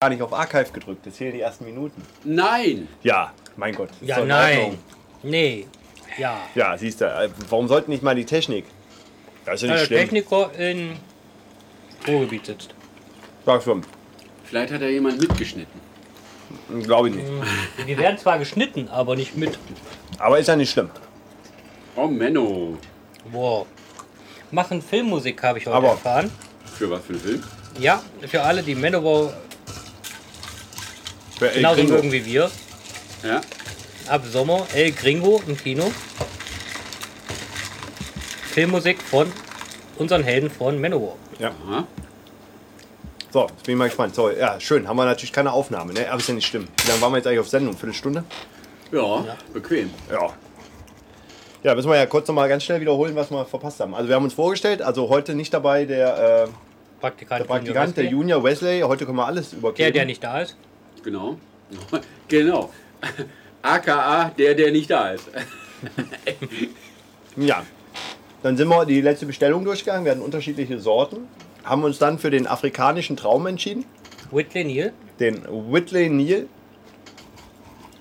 gar nicht auf Archive gedrückt. Das hier die ersten Minuten. Nein! Ja, mein Gott. ist Ja, doch in nein. Ordnung. Nee. Ja. Ja, siehst du, äh, warum sollten nicht mal die Technik? Das ist ja nicht Also schlimm. Techniker in Ruhrgebiet sitzt. Sag schon. Vielleicht hat ja jemand mitgeschnitten. Glaube ich nicht. Die werden zwar geschnitten, aber nicht mit. Aber ist ja nicht schlimm. Oh, Menno. Boah. Machen Filmmusik, habe ich heute Aber- erfahren. Für was für einen Film? Ja, für alle, die Manowar Für El genauso Gringo. mögen wie wir. Ja. Ab Sommer El Gringo im Kino. Filmmusik von unseren Helden von Manowar. Aha. So, jetzt bin ich mal gespannt. So, ja, schön. Haben wir natürlich keine Aufnahme, ne? Aber ist ja nicht schlimm. Wie lange waren wir jetzt eigentlich auf Sendung? Viertelstunde? Ja, bequem. Ja. Ja, müssen wir ja kurz nochmal ganz schnell wiederholen, was wir verpasst haben. Also wir haben uns vorgestellt, also heute nicht dabei der, äh, Praktikant, der von Praktikant, der Jurassic. Junior Wesley. Heute können wir alles der, übergeben. der nicht da ist. Genau. genau. AKA der, der nicht da ist. Ja. Dann sind wir die letzte Bestellung durchgegangen. Wir hatten unterschiedliche Sorten. Haben uns dann für den afrikanischen Traum entschieden. Whitley Neal. Den Whitley Neal.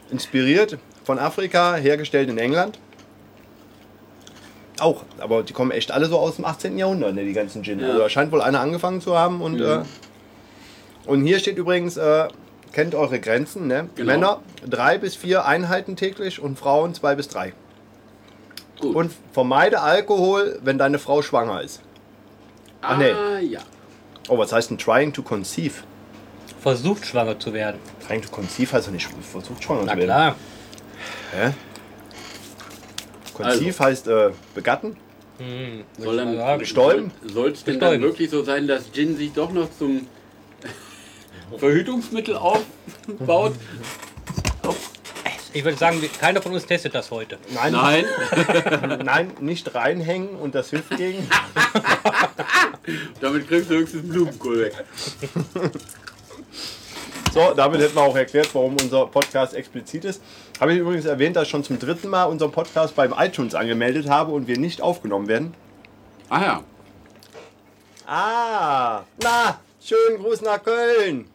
Inspiriert von Afrika, hergestellt in England. Auch, aber die kommen echt alle so aus dem 18. Jahrhundert, ne, die ganzen Gin. Ja. Also da scheint wohl einer angefangen zu haben. Und, äh, und hier steht übrigens, äh, kennt eure Grenzen, ne? Genau. Männer drei bis vier Einheiten täglich und Frauen zwei bis drei. Gut. Und vermeide Alkohol, wenn deine Frau schwanger ist. ah, nee. ja. Oh, was heißt denn trying to conceive? Versucht schwanger zu werden. Trying to conceive heißt doch nicht versucht schwanger Na zu werden. klar. Hä? Conceive heißt äh, begatten? Soll ich mal dann sagen. Bestäuben? Soll es denn dann Bestäuben. wirklich so sein, dass Gin sich doch noch zum Verhütungsmittel aufbaut? Ich würde sagen, wir- keiner von uns testet das heute. Nein, Nein. nein, nicht reinhängen und das hilft gegen. Damit kriegst du höchstens Blumenkohl weg. So, damit hätten wir auch erklärt, warum unser Podcast explizit ist. Habe ich übrigens erwähnt, dass ich schon zum dritten Mal unseren Podcast beim iTunes angemeldet habe und wir nicht aufgenommen werden. Ah ja. Ah, na, schönen Gruß nach Köln.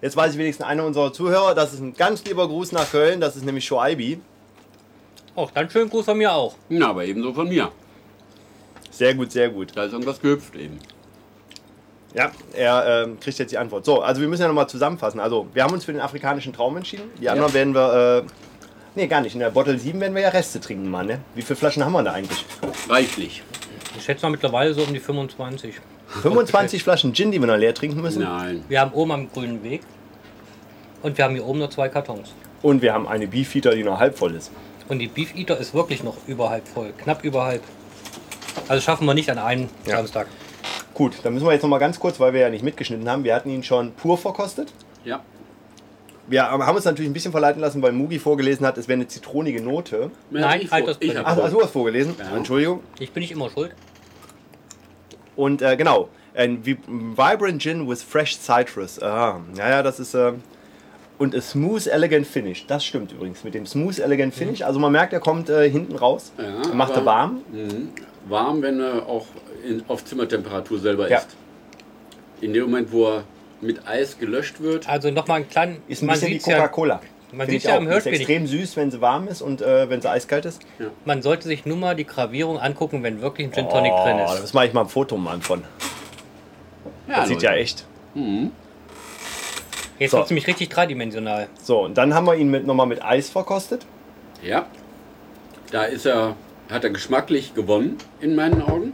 Jetzt weiß ich wenigstens einer unserer Zuhörer, das ist ein ganz lieber Gruß nach Köln, das ist nämlich Shoaibi. Auch dann schönen Gruß von mir auch. Na, aber ebenso von mir. Sehr gut, sehr gut. Da ist irgendwas gehüpft eben. Ja, er ähm, kriegt jetzt die Antwort. So, also wir müssen ja nochmal zusammenfassen. Also, wir haben uns für den afrikanischen Traum entschieden. Die anderen werden wir, äh, nee, gar nicht. In der Bottle 7 werden wir ja Reste trinken, Mann. Ne? Wie viele Flaschen haben wir da eigentlich? Reichlich. Ich schätze mal mittlerweile so um die 25. 25 Flaschen Gin, die wir noch leer trinken müssen. Nein. Wir haben oben am grünen Weg und wir haben hier oben noch zwei Kartons. Und wir haben eine Beefeater, die noch halb voll ist. Und die Beef Eater ist wirklich noch überhalb voll, knapp überhalb. Also schaffen wir nicht an einem Ja. Samstag. Gut, dann müssen wir jetzt nochmal ganz kurz, weil wir ja nicht mitgeschnitten haben. Wir hatten ihn schon pur verkostet. Ja. Wir haben uns natürlich ein bisschen verleiten lassen, weil Mugi vorgelesen hat, es wäre eine zitronige Note. Nein, ich halt vor- das ich bitte. hab Ach, vor- ach, du hast vorgelesen. Ja. Entschuldigung. Ich bin nicht immer schuld. Und äh, genau, ein vi- Vibrant Gin with Fresh Citrus. Ah, ja, ja, das ist. Äh, und a smooth, elegant finish. Das stimmt übrigens mit dem smooth, elegant finish. Also man merkt, er kommt äh, hinten raus, Ja, macht er aber- warm. Mhm. Warm, wenn er auch in, auf Zimmertemperatur selber Ja. ist. In dem Moment, wo er mit Eis gelöscht wird. Ah, Also nochmal einen kleinen. Ist ein man bisschen wie sieht's ja, Coca-Cola. man Finde sieht's ich ja auch. am Die ist Hörspiel extrem süß, wenn sie warm ist und äh, wenn sie eiskalt ist. man sollte sich nur mal die Gravierung angucken, wenn wirklich ein Gin Tonic drin Oh, ist. das mache ich mal ein Foto mal von. Ja, Das sieht ja echt. Jetzt so. wird es nämlich richtig dreidimensional. So, und dann haben wir ihn mit, nochmal mit Eis verkostet. Ja. Da ist er, hat er geschmacklich gewonnen, in meinen Augen.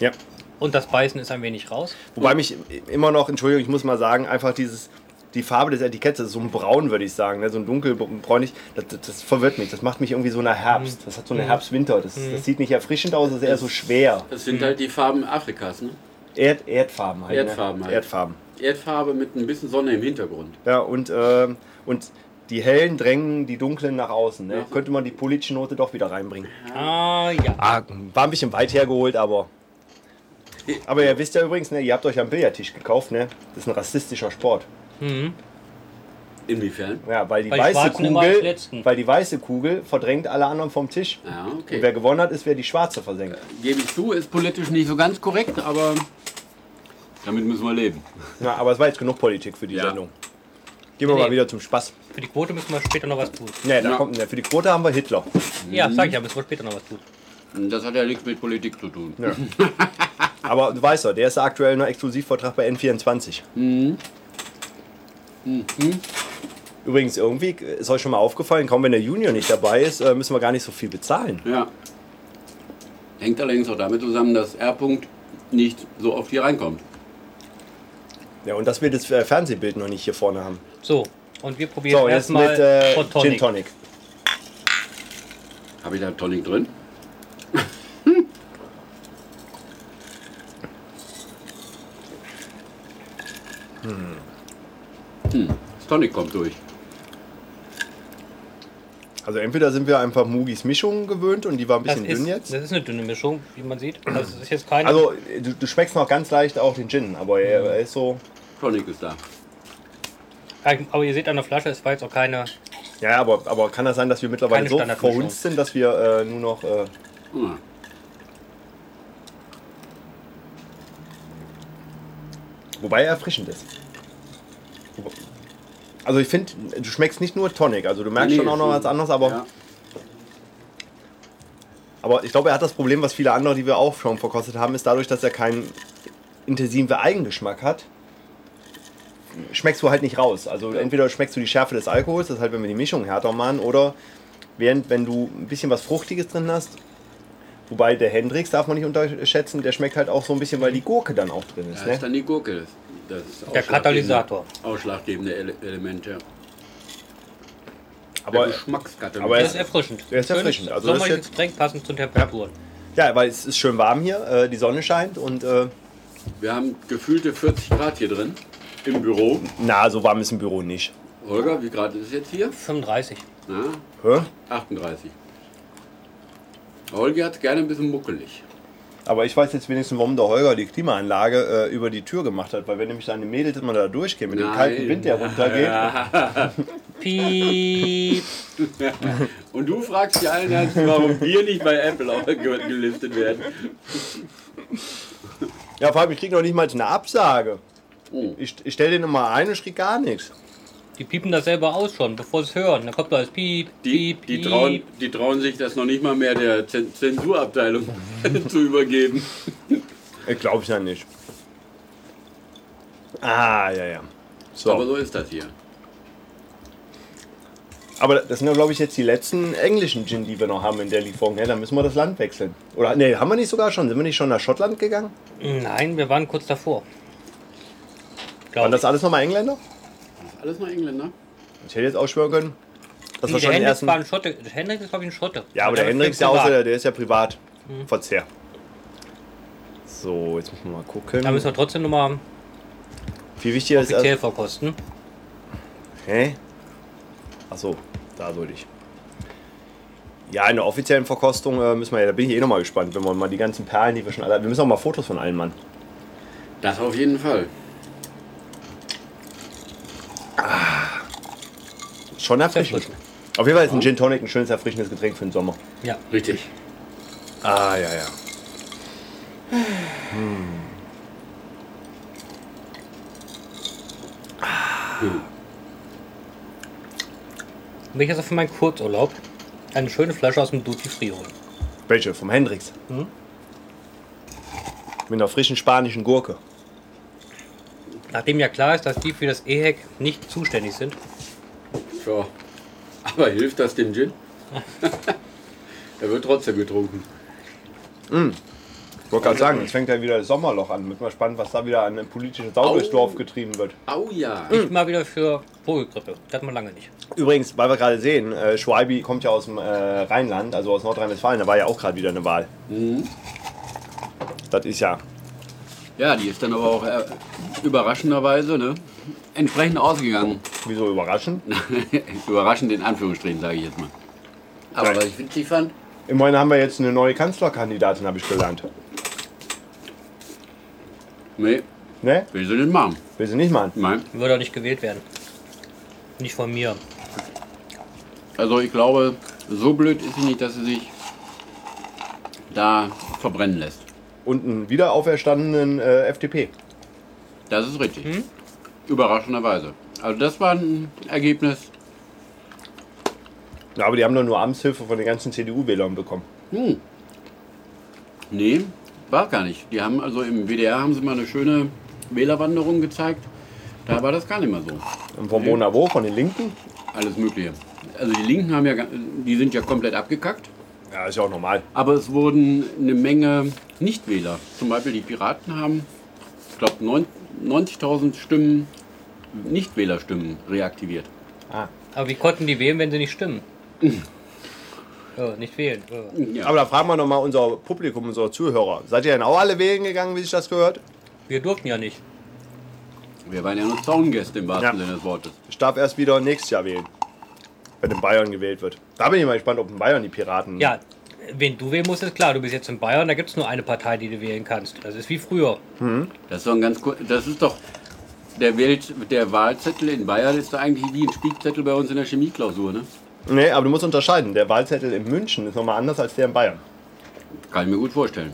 Ja. Und das Beißen ist ein wenig raus. Wobei mich immer noch, Entschuldigung, ich muss mal sagen, einfach dieses, die Farbe des Etiketts, das ist so ein Braun, würde ich sagen, ne? so ein dunkelbräunlich, das, das, das verwirrt mich. Das macht mich irgendwie so nach Herbst. Das hat so eine Mhm. Herbst-Winter. Das, das sieht nicht erfrischend aus, das ist eher so schwer. Das sind halt die Farben Afrikas. Ne? Erd, Erdfarben halt. Erdfarben ne? halt. Erdfarben. Erdfarbe mit ein bisschen Sonne im Hintergrund. Ja, und, ähm, und die hellen drängen die dunklen nach außen. Ne? Ja. Könnte man die politische Note doch wieder reinbringen. Ah ja. Ah, war ein bisschen weit hergeholt, aber. Aber ihr wisst ja übrigens, ne, ihr habt euch am Billardtisch gekauft, ne? Das ist ein rassistischer Sport. Inwiefern? Ja, weil die, Weil die weiße Schwarzen immer als Kugel, Letzten. weil die weiße Kugel verdrängt alle anderen vom Tisch. Ja, Und wer okay. gewonnen hat, ist wer die schwarze versenkt. Gebe ich zu, ist politisch nicht so ganz korrekt, aber Damit müssen wir leben. Na, aber es war jetzt genug Politik für die Ja. Sendung. Gehen wir Nee. mal wieder zum Spaß. Für die Quote müssen wir später noch was tun. Nee, da Ja. kommt, nee, für die Quote haben wir Hitler. Ja, sag ich ja, müssen wir später noch was tun. Und Das hat ja nichts mit Politik zu tun. Aber du weißt ja, der ist aktuell noch Exklusivvertrag bei N24. Mhm. Mhm. Übrigens, irgendwie ist euch schon mal aufgefallen, kaum wenn der Junior nicht dabei ist, äh, müssen wir gar nicht so viel bezahlen. Ja. Hängt allerdings auch damit zusammen, dass R-Punkt nicht so oft hier reinkommt. Ja, und dass wir das äh, Fernsehbild noch nicht hier vorne haben. So, und wir probieren So, jetzt erstmal mit äh, Hot Gin Tonic. Tonic. Habe ich da Tonic drin? Hm. Das Tonic kommt durch. Also entweder sind wir einfach Mugis Mischung gewöhnt und die war ein Das bisschen ist, dünn jetzt. das ist eine dünne Mischung, wie man sieht. Das ist jetzt keine. Also äh, du, du schmeckst noch ganz leicht auch den Gin, aber er Mhm. er ist so... Tonic ist da. aber ihr seht an der Flasche, es war jetzt auch keine. Ja, ja, aber, aber kann das sein, dass wir mittlerweile Keine so Standardmischung. verhunzt sind, dass wir äh, nur noch... Äh, Hm. wobei er erfrischend ist. Also ich finde, du schmeckst nicht nur Tonic, also du merkst Nee, schon auch noch schon. was anderes, aber... Ja. Aber ich glaube, er hat das Problem, was viele andere, die wir auch schon verkostet haben, ist dadurch, dass er keinen intensiven Eigengeschmack hat, schmeckst du halt nicht raus. Also entweder schmeckst du die Schärfe des Alkohols, das ist halt, wenn wir die Mischung härter machen, oder während, wenn du ein bisschen was Fruchtiges drin hast, wobei der Hendrix darf man nicht unterschätzen, der schmeckt halt auch so ein bisschen, weil die Gurke dann auch drin ist. Da ist Ne? dann die Gurke. Das ist Der ausschlaggebende- Katalysator. Ausschlaggebende Ele Elemente. Aber der Geschmackskatalysator. aber Das ist erfrischend. Der ist erfrischend. Schönes Also das ist sommerliches jetzt- Getränk passend zu Temperaturen. ja, weil es ist schön warm hier, äh, die Sonne scheint und äh, Wir haben gefühlte 40 Grad hier drin im Büro. na, so warm ist im Büro nicht. Holger, wie Grad ist es jetzt hier? 35. Na, Hä? 38. Holger hat gerne ein bisschen muckelig. Aber ich weiß jetzt wenigstens, warum der Holger die Klimaanlage äh, über die Tür gemacht hat, weil wenn nämlich seine Mädels immer da durchgehen mit dem Nein. kalten Wind, der runtergeht. Piep. Und du fragst ja allen Ernst, warum wir nicht bei Apple auch ge- gelistet werden. Ja, vor allem, ich krieg noch nicht mal eine Absage. Oh. Ich, ich stell den immer ein und ich krieg gar nichts. Die piepen das selber aus schon, bevor sie es hören. Dann kommt da das Piep, Die, Piep, die, Piep. trauen, die trauen sich das noch nicht mal mehr der Zen- Zensurabteilung zu übergeben. Ich glaube ich ja nicht. Ah, ja, ja. So. Aber Aber, so ist das hier. das sind ja, glaube ich, jetzt die letzten englischen Gin, die wir noch haben in der Lieferung. Ja, dann müssen wir das Land wechseln. Oder, nee, haben wir nicht sogar schon? Sind wir nicht schon nach Schottland gegangen? Nein, wir waren kurz davor. Waren Glaub das alles nochmal Engländer? Alles mal Engländer. Ich hätte jetzt ausschwören können, dass wir schon ich. Der den Hendrix ersten... war ein Schotte. Der Hendrix ist, glaube ich, ein Schotte. Ja, aber der ist Hendrix, der, privat. Mhm. außer, der, der ist ja privat. Verzehr. So, jetzt müssen wir mal gucken. Da müssen wir trotzdem nochmal Viel wichtiger ist offiziell erst. verkosten. Hä? Achso, da sollte ich. Ja, in der offiziellen Verkostung äh, müssen wir ja, da bin ich eh nochmal gespannt, wenn wir mal die ganzen Perlen, die wir schon alle. Wir müssen auch mal Fotos von allen machen. Das auf jeden Fall. Schon erfrischend. Erfrischend. Auf jeden Fall ist ein Gin Tonic ein schönes, erfrischendes Getränk für den Sommer. Ja. Richtig. Ah, ja, ja. Mich ist auch für meinen Kurzurlaub eine schöne Flasche aus dem Duty Free holen. Welche? Vom Hendrix. Mhm. Mit einer frischen spanischen Gurke. Nachdem ja klar ist, dass die für das EHEC nicht zuständig sind. Ja. Aber hilft das dem Gin? er wird trotzdem getrunken. Ich wollte gerade sagen, jetzt fängt ja wieder das Sommerloch an. Bin mal spannend, was da wieder an politische Sau durchs Au. Dorf getrieben wird. Au ja. Ich mal wieder für Vogelgrippe. Das hat man lange nicht. Übrigens, weil wir gerade sehen, äh, Schweibi kommt ja aus dem äh, Rheinland, also aus Nordrhein-Westfalen. Da war ja auch gerade wieder eine Wahl. Das ist ja. Ja, die ist dann aber auch äh, überraschenderweise ne, entsprechend ausgegangen. Wieso überraschend? Überraschend in Anführungsstrichen, sage ich jetzt mal. Aber Nein. was ich witzig fand, Immerhin haben wir jetzt eine neue Kanzlerkandidatin, habe ich gelernt. nee, Ne? wir sind in Marm. Will sie nicht machen. Nein. Würde auch nicht gewählt werden. Nicht von mir. Also ich glaube, so blöd ist sie nicht, dass sie sich da verbrennen lässt. Und einen wiederauferstandenen äh, FDP. Das ist richtig. Überraschenderweise. Also das war ein Ergebnis. Ja, aber die haben doch nur Amtshilfe von den ganzen CDU-Wählern bekommen. Hm. Nee, war gar nicht. Die haben also im WDR haben sie mal eine schöne Wählerwanderung gezeigt. Da war das gar nicht mehr so. Und Von Mona Wo, von den Linken? Alles Mögliche. Also die Linken haben ja, ga- die sind ja komplett abgekackt. Ja, ist ja auch normal. Aber es wurden eine Menge Nichtwähler. Zum Beispiel die Piraten haben, ich glaube, 90.000 Stimmen, Nichtwählerstimmen reaktiviert. Aber wie konnten die wählen, wenn sie nicht stimmen? Oh, nicht wählen. Oh. Ja. Aber da fragen wir nochmal unser Publikum, unsere Zuhörer. Seid ihr denn auch alle wählen gegangen, wie sich das gehört? Wir durften ja nicht. Wir waren ja nur Zaungäste im wahrsten Ja. Sinne des Wortes. Ich darf erst wieder nächstes Jahr wählen, wenn in Bayern gewählt wird. Da bin ich mal gespannt, ob in Bayern die Piraten. Ja, wen du wählen musst, ist klar. Du bist jetzt in Bayern, da gibt es nur eine Partei, die du wählen kannst. Das ist wie früher. Das ist doch ein ganz kur- Das ist doch. Der, Welt, der Wahlzettel in Bayern ist doch eigentlich wie ein Spiegzettel bei uns in der Chemieklausur, ne? Nee, aber du musst unterscheiden. Der Wahlzettel in München ist nochmal anders als der in Bayern. Kann ich mir gut vorstellen.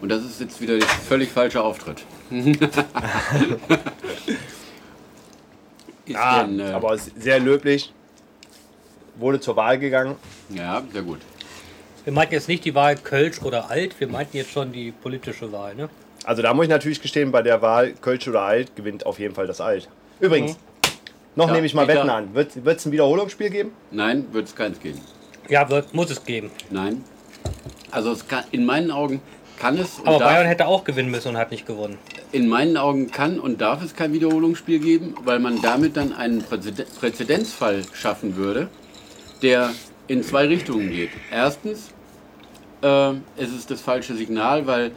Und das ist jetzt wieder der völlig falsche Auftritt. ist Ah, denn, äh, aber ist sehr löblich. Wurde zur Wahl gegangen. ja, sehr gut. Wir meinten jetzt nicht die Wahl Kölsch oder Alt, wir meinten jetzt schon die politische Wahl. Ne? Also da muss ich natürlich gestehen, bei der Wahl Kölsch oder Alt gewinnt auf jeden Fall das Alt. Übrigens, noch Ja, nehme ich mal Peter. Wetten an. Wird es ein Wiederholungsspiel geben? Nein, wird es keins geben. Ja, wird, muss es geben. Nein. Also es kann, in meinen Augen kann es und Aber darf, Bayern hätte auch gewinnen müssen und hat nicht gewonnen. in meinen Augen kann und darf es kein Wiederholungsspiel geben, weil man damit dann einen Präzede- Präzedenzfall schaffen würde, der in zwei Richtungen geht. Erstens äh, es ist das falsche Signal, weil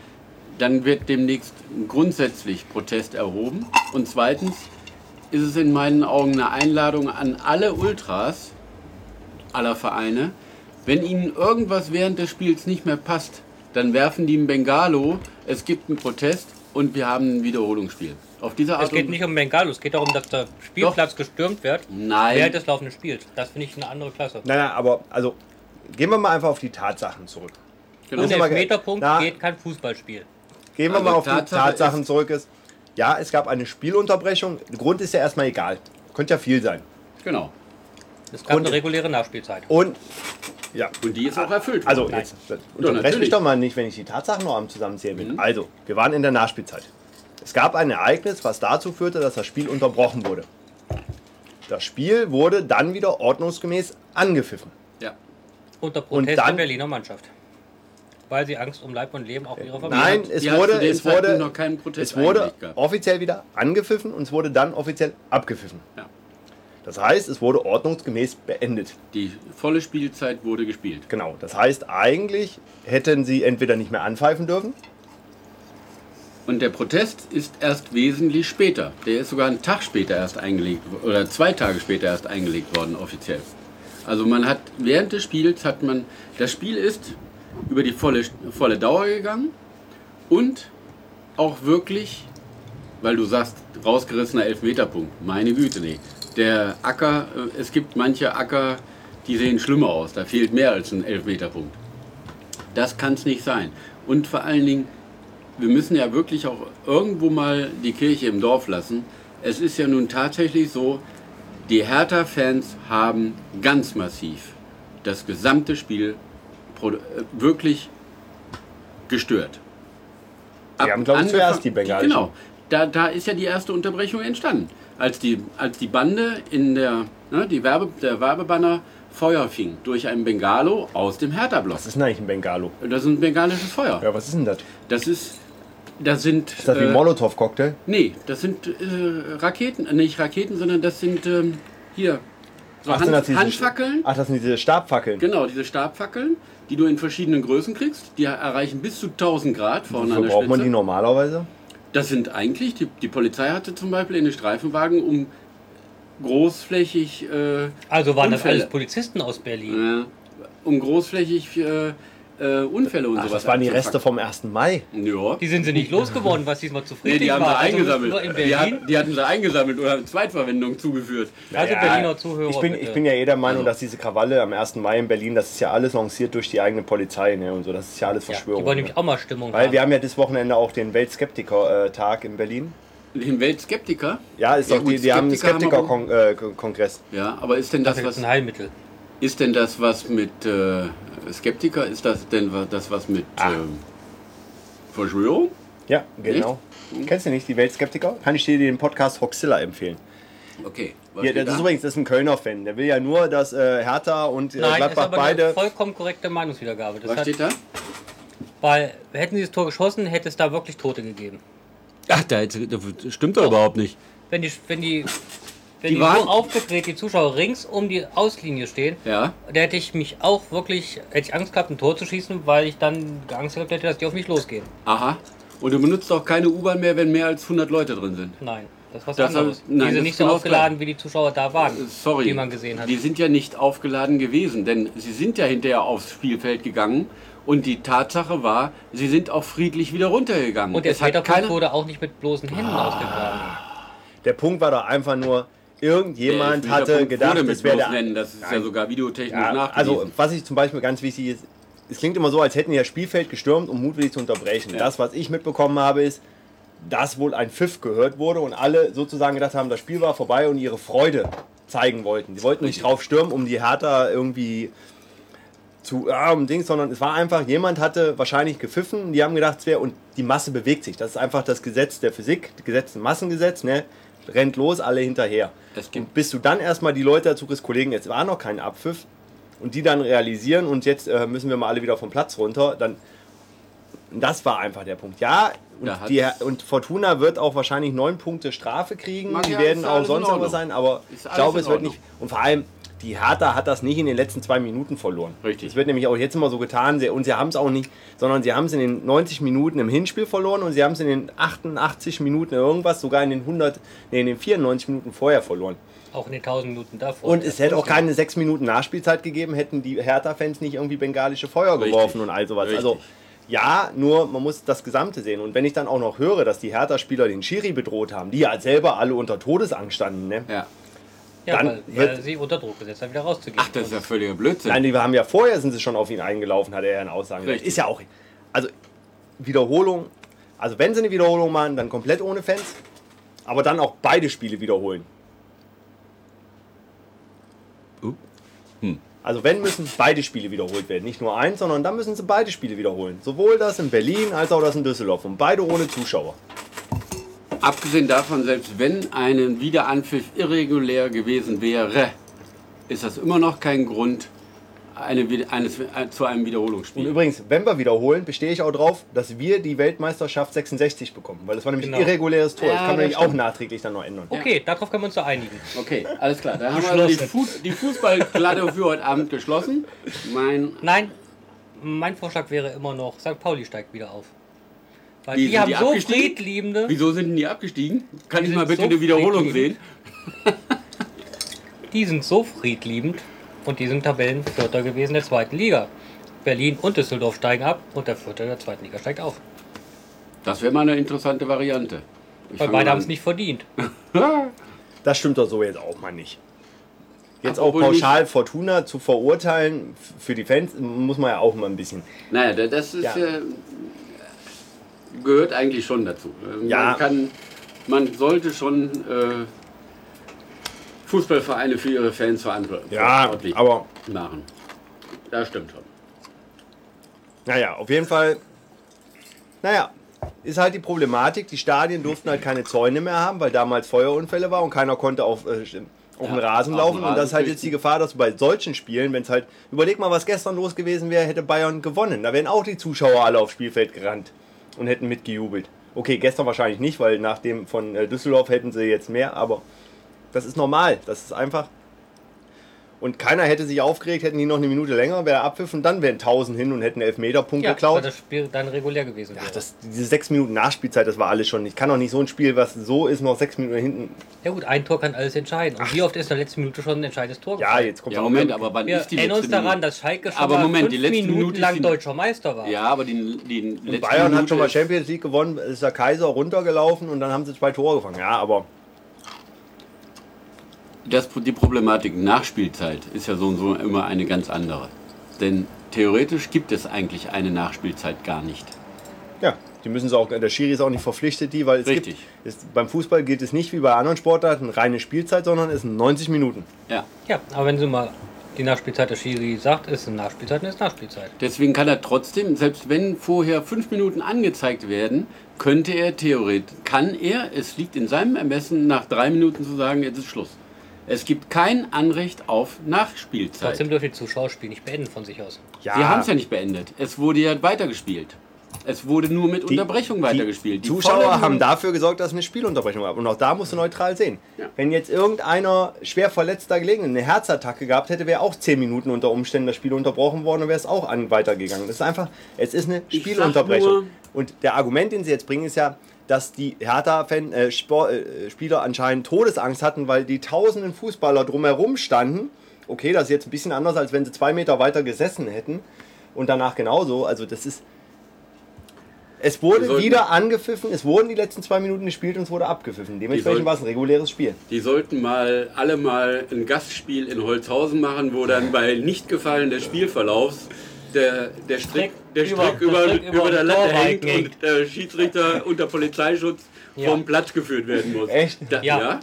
dann wird demnächst grundsätzlich Protest erhoben. Und zweitens ist es in meinen Augen eine Einladung an alle Ultras aller Vereine, wenn ihnen irgendwas während des Spiels nicht mehr passt, dann werfen die ein Bengalo, es gibt einen Protest und wir haben ein Wiederholungsspiel. Auf diese Art Es geht und- nicht um Bengalo, es geht darum, dass der Spielplatz gestürmt wird Nein. während des laufenden Spiels. Das finde ich eine andere Klasse. Nein, nein, aber also gehen wir mal einfach auf die Tatsachen zurück. Genau. Muss Ohne aber ge- Elfmeterpunkt Na. geht kein Fußballspiel. Gehen wir Also mal auf die Tatsache Tatsachen ist- zurück. Ist, ja, es gab eine Spielunterbrechung. Der Grund ist ja erstmal egal. Könnte ja viel sein. Genau. Es gab Und- eine reguläre Nachspielzeit. Und ja, Und die ist auch erfüllt. worden. also jetzt unterbreche mich natürlich. Mhm. doch mal nicht, wenn ich die Tatsachen noch am Zusammenzählen bin. Also, wir waren in der Nachspielzeit. Es gab ein Ereignis, was dazu führte, dass das Spiel unterbrochen wurde. Das Spiel wurde dann wieder ordnungsgemäß angepfiffen. Ja. Unter Protest dann- der Berliner Mannschaft. Weil sie Angst um Leib und Leben auch ihrer Familie Nein, hat. es die hat wurde, zu dem es Zeitpunkt wurde, noch keinen Protest es wurde eingelegt gehabt. offiziell wieder angepfiffen und es wurde dann offiziell abgepfiffen. ja. Das heißt, es wurde ordnungsgemäß beendet. Die volle Spielzeit wurde gespielt. Genau, das heißt, eigentlich hätten sie entweder nicht mehr anpfeifen dürfen. Und der Protest ist erst wesentlich später. Der ist sogar einen Tag später erst eingelegt oder zwei Tage später erst eingelegt worden offiziell. Also man hat während des Spiels hat man das Spiel ist über die volle volle Dauer gegangen und auch wirklich, weil du sagst rausgerissener Elfmeterpunkt. Meine Güte, nee. Der Acker, äh, es gibt manche Acker, die sehen schlimmer aus. Da fehlt mehr als ein Elfmeterpunkt. Das kann es nicht sein. Und vor allen Dingen wir müssen ja wirklich auch irgendwo mal die Kirche im Dorf lassen. Es ist ja nun tatsächlich so, die Hertha-Fans haben ganz massiv das gesamte Spiel pro- äh, wirklich gestört. Die haben, glaub ich, angefangen- zuerst die Bengalischen. Genau, da, da ist ja die erste Unterbrechung entstanden, als die, als die Bande in der, ne, die Werbe, der Werbebanner Feuer fing durch einen Bengalo aus dem Hertha-Block. Was ist denn eigentlich ein Bengalo? Das ist ein bengalisches Feuer. Ja, was ist denn das? Das ist, das sind... Ist das wie äh, ein Molotow-Cocktail? Nee, das sind äh, Raketen, äh, nicht Raketen, sondern das sind ähm, hier so sind das Hand, diese- Handfackeln. Ach, das sind diese Stabfackeln. Genau, diese Stabfackeln, die du in verschiedenen Größen kriegst. Die erreichen bis zu 1000 Grad vorne an Wofür der braucht man die Spitze. normalerweise? Das sind eigentlich, die, die Polizei hatte zum Beispiel in den Streifenwagen, um großflächig, äh, Also waren das Unfälle. alles Polizisten aus Berlin. äh, um großflächig äh, äh, Unfälle und Ach, sowas. das waren die Reste abzufangen. vom 1. Mai. Ja. Die sind sie nicht losgeworden, was diesmal zu Nee, friedlich die haben war. sie Also müssen wir in eingesammelt. Die, Berlin, hat, die hatten sie eingesammelt oder Zweitverwendung zugeführt. also Ja, Berliner Zuhörer. Ich bin, bitte. ich bin ja eh der Meinung, Also. dass diese Krawalle am 1. Mai in Berlin, das ist ja alles lanciert durch die eigene Polizei ne, und so. Das ist ja alles ja, die Verschwörung. wollen ne? nämlich auch mal Stimmung Weil haben. wir haben ja das Wochenende auch den Weltskeptiker-Tag in Berlin. Den Weltskeptiker? Ja, ist Ja, doch gut, die, die haben einen äh, Skeptiker haben Skeptiker-Kongress. Ja, aber ist denn das, Das ist was, ein Heilmittel. ist denn das was mit äh, Skeptiker? Ist das denn wa- das was mit Ah. ähm, Verschwörung? Ja, genau. Kennst du nicht die Weltskeptiker? Kann ich dir den Podcast Hoxilla empfehlen? Okay. was Ja, steht das ist da? übrigens das ist ein Kölner-Fan. Der will ja nur, dass äh, Hertha und äh, Nein, ist Gladbach aber eine beide. vollkommen korrekte Meinungswiedergabe. Das was hat, steht da? weil hätten sie das Tor geschossen, hätte es da wirklich Tote gegeben. Ach, da, stimmt doch überhaupt nicht. Wenn die, wenn die, wenn Die die, waren- so aufgedreht die Zuschauer rings um die Auslinie stehen, Ja. da hätte ich mich auch wirklich, hätte ich Angst gehabt, ein Tor zu schießen, weil ich dann Angst gehabt hätte, dass die auf mich losgehen. Aha. Und du benutzt auch keine U-Bahn mehr, wenn mehr als 100 Leute drin sind. Nein, das war was Das anderes. hab- nein, die das sind nicht ist so genau das aufgeladen, wie die Zuschauer da waren, Äh, Sorry. die man gesehen hat. Die sind ja nicht aufgeladen gewesen, denn sie sind ja hinterher aufs Spielfeld gegangen und die Tatsache war, sie sind auch friedlich wieder runtergegangen. Und der es hat Täterpunkt keine. Ah. wurde auch nicht mit bloßen Händen ausgegraben. Der Punkt war doch einfach nur, Äh, irgendjemand Elfmeterpunkt hatte gedacht, wurde mit es wäre der. bloß nennen, das ist ja sogar videotechnisch Ja, nachgewiesen. also, was ich zum Beispiel ganz wichtig ist, es klingt immer so, als hätten die das Spielfeld gestürmt, um mutwillig zu unterbrechen. Das, was ich mitbekommen habe, ist, dass wohl ein Pfiff gehört wurde und alle sozusagen gedacht haben, das Spiel war vorbei und ihre Freude zeigen wollten. Sie wollten nicht drauf stürmen, um die Hertha irgendwie zu ah, um Dings, sondern es war einfach, jemand hatte wahrscheinlich gepfiffen und die haben gedacht, es wäre und die Masse bewegt sich. Das ist einfach das Gesetz der Physik, das Gesetz, das Massengesetz, ne? Rennt los, alle hinterher. Es gibt- Und bis du dann erstmal die Leute dazu kriegst, Kollegen, jetzt war noch kein Abpfiff und die dann realisieren und jetzt äh, müssen wir mal alle wieder vom Platz runter, dann und das war einfach der Punkt. Ja, und, Da hat's- die, und Fortuna wird auch wahrscheinlich neun Punkte Strafe kriegen. Mag die ja, werden ist auch alles in sonst Ordnung. was sein, aber Ist ich alles glaube, in es wird Ordnung. nicht. Und vor allem, die Hertha hat das nicht in den letzten zwei Minuten verloren. Richtig. Es wird nämlich auch jetzt immer so getan, sie- und sie haben es auch nicht, sondern sie haben es in den 90 Minuten im Hinspiel verloren und sie haben es in den 88 Minuten irgendwas, sogar in den 100, nee, in den 94 Minuten vorher verloren. Auch in den 1000 Minuten davor. Und es hätte auch keine sechs Minuten Nachspielzeit gegeben, hätten die Hertha-Fans nicht irgendwie bengalische Feuer Richtig. geworfen und all sowas. Richtig. Also ja, nur man muss das Gesamte sehen. Und wenn ich dann auch noch höre, dass die Hertha-Spieler den Schiri bedroht haben, die ja selber alle unter Todesangst standen, ne? ja. Ja, dann weil, wird- weil sie unter Druck gesetzt haben, wieder rauszugehen. Ach, das ist ja völliger Blödsinn. Nein, die haben ja vorher sind sie schon auf ihn eingelaufen, hat er ja in Aussagen gesagt. Richtig. Ist ja auch. Also Wiederholung. Also wenn sie eine Wiederholung machen, dann komplett ohne Fans. Aber dann auch beide Spiele wiederholen. Uh. Also wenn müssen beide Spiele wiederholt werden. Nicht nur eins, sondern dann müssen sie beide Spiele wiederholen. Sowohl das in Berlin als auch das in Düsseldorf. Und beide ohne Zuschauer. Abgesehen davon, selbst wenn ein Wiederanpfiff irregulär gewesen wäre, ist das immer noch kein Grund eine, Wi- eines, ein- zu einem Und Wiederholungsspiel. übrigens, wenn wir wiederholen, bestehe ich auch drauf, dass wir die Weltmeisterschaft 66 bekommen. Weil das war nämlich Genau. ein irreguläres Tor. das Ja, kann man das nämlich auch nachträglich dann noch ändern. Okay, darauf können wir uns so einigen. Okay, alles klar. Da haben wir also die, Fu- die Fußballplatte für heute Abend geschlossen. Mein, Nein, mein Vorschlag wäre immer noch, St. Pauli steigt wieder auf. Weil Wie, die, sind haben die so abgestiegen? friedliebende, wieso sind denn die abgestiegen? Kann Die ich mal sind bitte so eine Wiederholung friedlich. sehen? die sind so friedliebend und die sind Tabellenvierter gewesen der zweiten Liga. Berlin und Düsseldorf steigen ab und der Vierter der zweiten Liga steigt auf. Das wäre mal eine interessante Variante. Ich Weil fang beide mal haben es an. nicht verdient. Das stimmt doch so jetzt auch mal nicht. Jetzt Apropos auch pauschal Fortuna zu verurteilen f- für die Fans muss man ja auch mal ein bisschen. Naja, da- das ist, Ja. äh, gehört eigentlich schon dazu. Ähm, Ja. Man, kann, man sollte schon äh, Fußballvereine für ihre Fans verantwor- verantwortlich aber machen. Das stimmt schon. naja, auf jeden Fall. Naja, ist halt die Problematik. Die Stadien durften halt keine Zäune mehr haben, weil damals Feuerunfälle war und keiner konnte auf, äh, auf den Rasen auf den laufen. und das ist halt Rasen jetzt die Gefahr, dass du bei solchen Spielen, wenn es halt. Überleg mal, was gestern los gewesen wäre, hätte Bayern gewonnen. Da wären auch die Zuschauer alle aufs Spielfeld gerannt und hätten mitgejubelt. Okay, gestern wahrscheinlich nicht, weil nach dem von äh, Düsseldorf hätten sie jetzt mehr, aber das ist normal. Das ist einfach. Und keiner hätte sich aufgeregt, hätten die noch eine Minute länger, wäre abpfiff und dann wären 1000 hin und hätten Elfmeterpunkt Ja, weil geklaut. das Spiel dann regulär gewesen wäre. Ach, das, diese sechs Minuten Nachspielzeit, das war alles schon. Ich kann doch nicht so ein Spiel, was so ist, noch sechs Minuten hinten. ja gut, ein Tor kann alles entscheiden. Und wie oft ist in der letzten Minute schon ein entscheidendes Tor Ja, gefallen? jetzt kommt Ja, doch- Moment, aber wann Wir ist die erinnern letzte uns daran, Minute? dass Schalke schon Aber mal Moment, fünf die letzte Minuten Minute ist lang die- deutscher Meister war. Ja, aber die, die letzte Bayern Minute hat schon mal ist- Champions League gewonnen, ist der Kaiser runtergelaufen und dann haben sie zwei Tore gefangen. Ja, aber das, die Problematik Nachspielzeit ist ja so und so immer eine ganz andere. Denn theoretisch gibt es eigentlich eine Nachspielzeit gar nicht. ja, Die müssen sie auch, der Schiri ist auch nicht verpflichtet, die, weil es Richtig. gibt, ist, beim Fußball gilt es nicht wie bei anderen Sportarten reine Spielzeit, sondern es sind 90 Minuten. Ja. Ja, aber wenn sie mal die Nachspielzeit der Schiri sagt, ist eine Nachspielzeit, dann ist Nachspielzeit. Deswegen kann er trotzdem, selbst wenn vorher fünf Minuten angezeigt werden, könnte er theoretisch, kann er, es liegt in seinem Ermessen, nach drei Minuten zu sagen, jetzt ist Schluss. Es gibt kein Anrecht auf Nachspielzeit. Trotzdem dürfen die Zuschauer das Spiel nicht beenden von sich aus. Ja, Sie haben es ja nicht beendet. Es wurde ja weitergespielt. Es wurde nur mit Unterbrechung weitergespielt. Die Zuschauer vollen- haben dafür gesorgt, dass es eine Spielunterbrechung gab. Und auch da musst du neutral sehen. Ja. Wenn jetzt irgendeiner schwer verletzt da gelegen, eine Herzattacke gehabt hätte, wäre auch 10 Minuten unter Umständen das Spiel unterbrochen worden und wäre es auch an, weitergegangen. Das ist einfach, es ist eine Ich sag nur- Spielunterbrechung. Und der Argument, den sie jetzt bringen, ist ja, dass die Hertha-Fan, äh, Spor- äh, Spieler anscheinend Todesangst hatten, weil die tausenden Fußballer drumherum standen. Okay, das ist jetzt ein bisschen anders, als wenn sie zwei Meter weiter gesessen hätten. Und danach genauso. Also das ist, es Wir wurde sollten- wieder angepfiffen, es wurden die letzten zwei Minuten gespielt und es wurde abgepfiffen. sollten- Dementsprechend war es ein reguläres Spiel. Die sollten mal alle mal ein Gastspiel in Holzhausen machen, wo dann bei nicht Gefallen des Spielverlaufs der, der Strick, der Strick über, der Strick über, über der den Latte Torwart hängt hängt. und der Schiedsrichter unter Polizeischutz Ja. vom Platz geführt werden muss. Echt? Da, Ja, ja.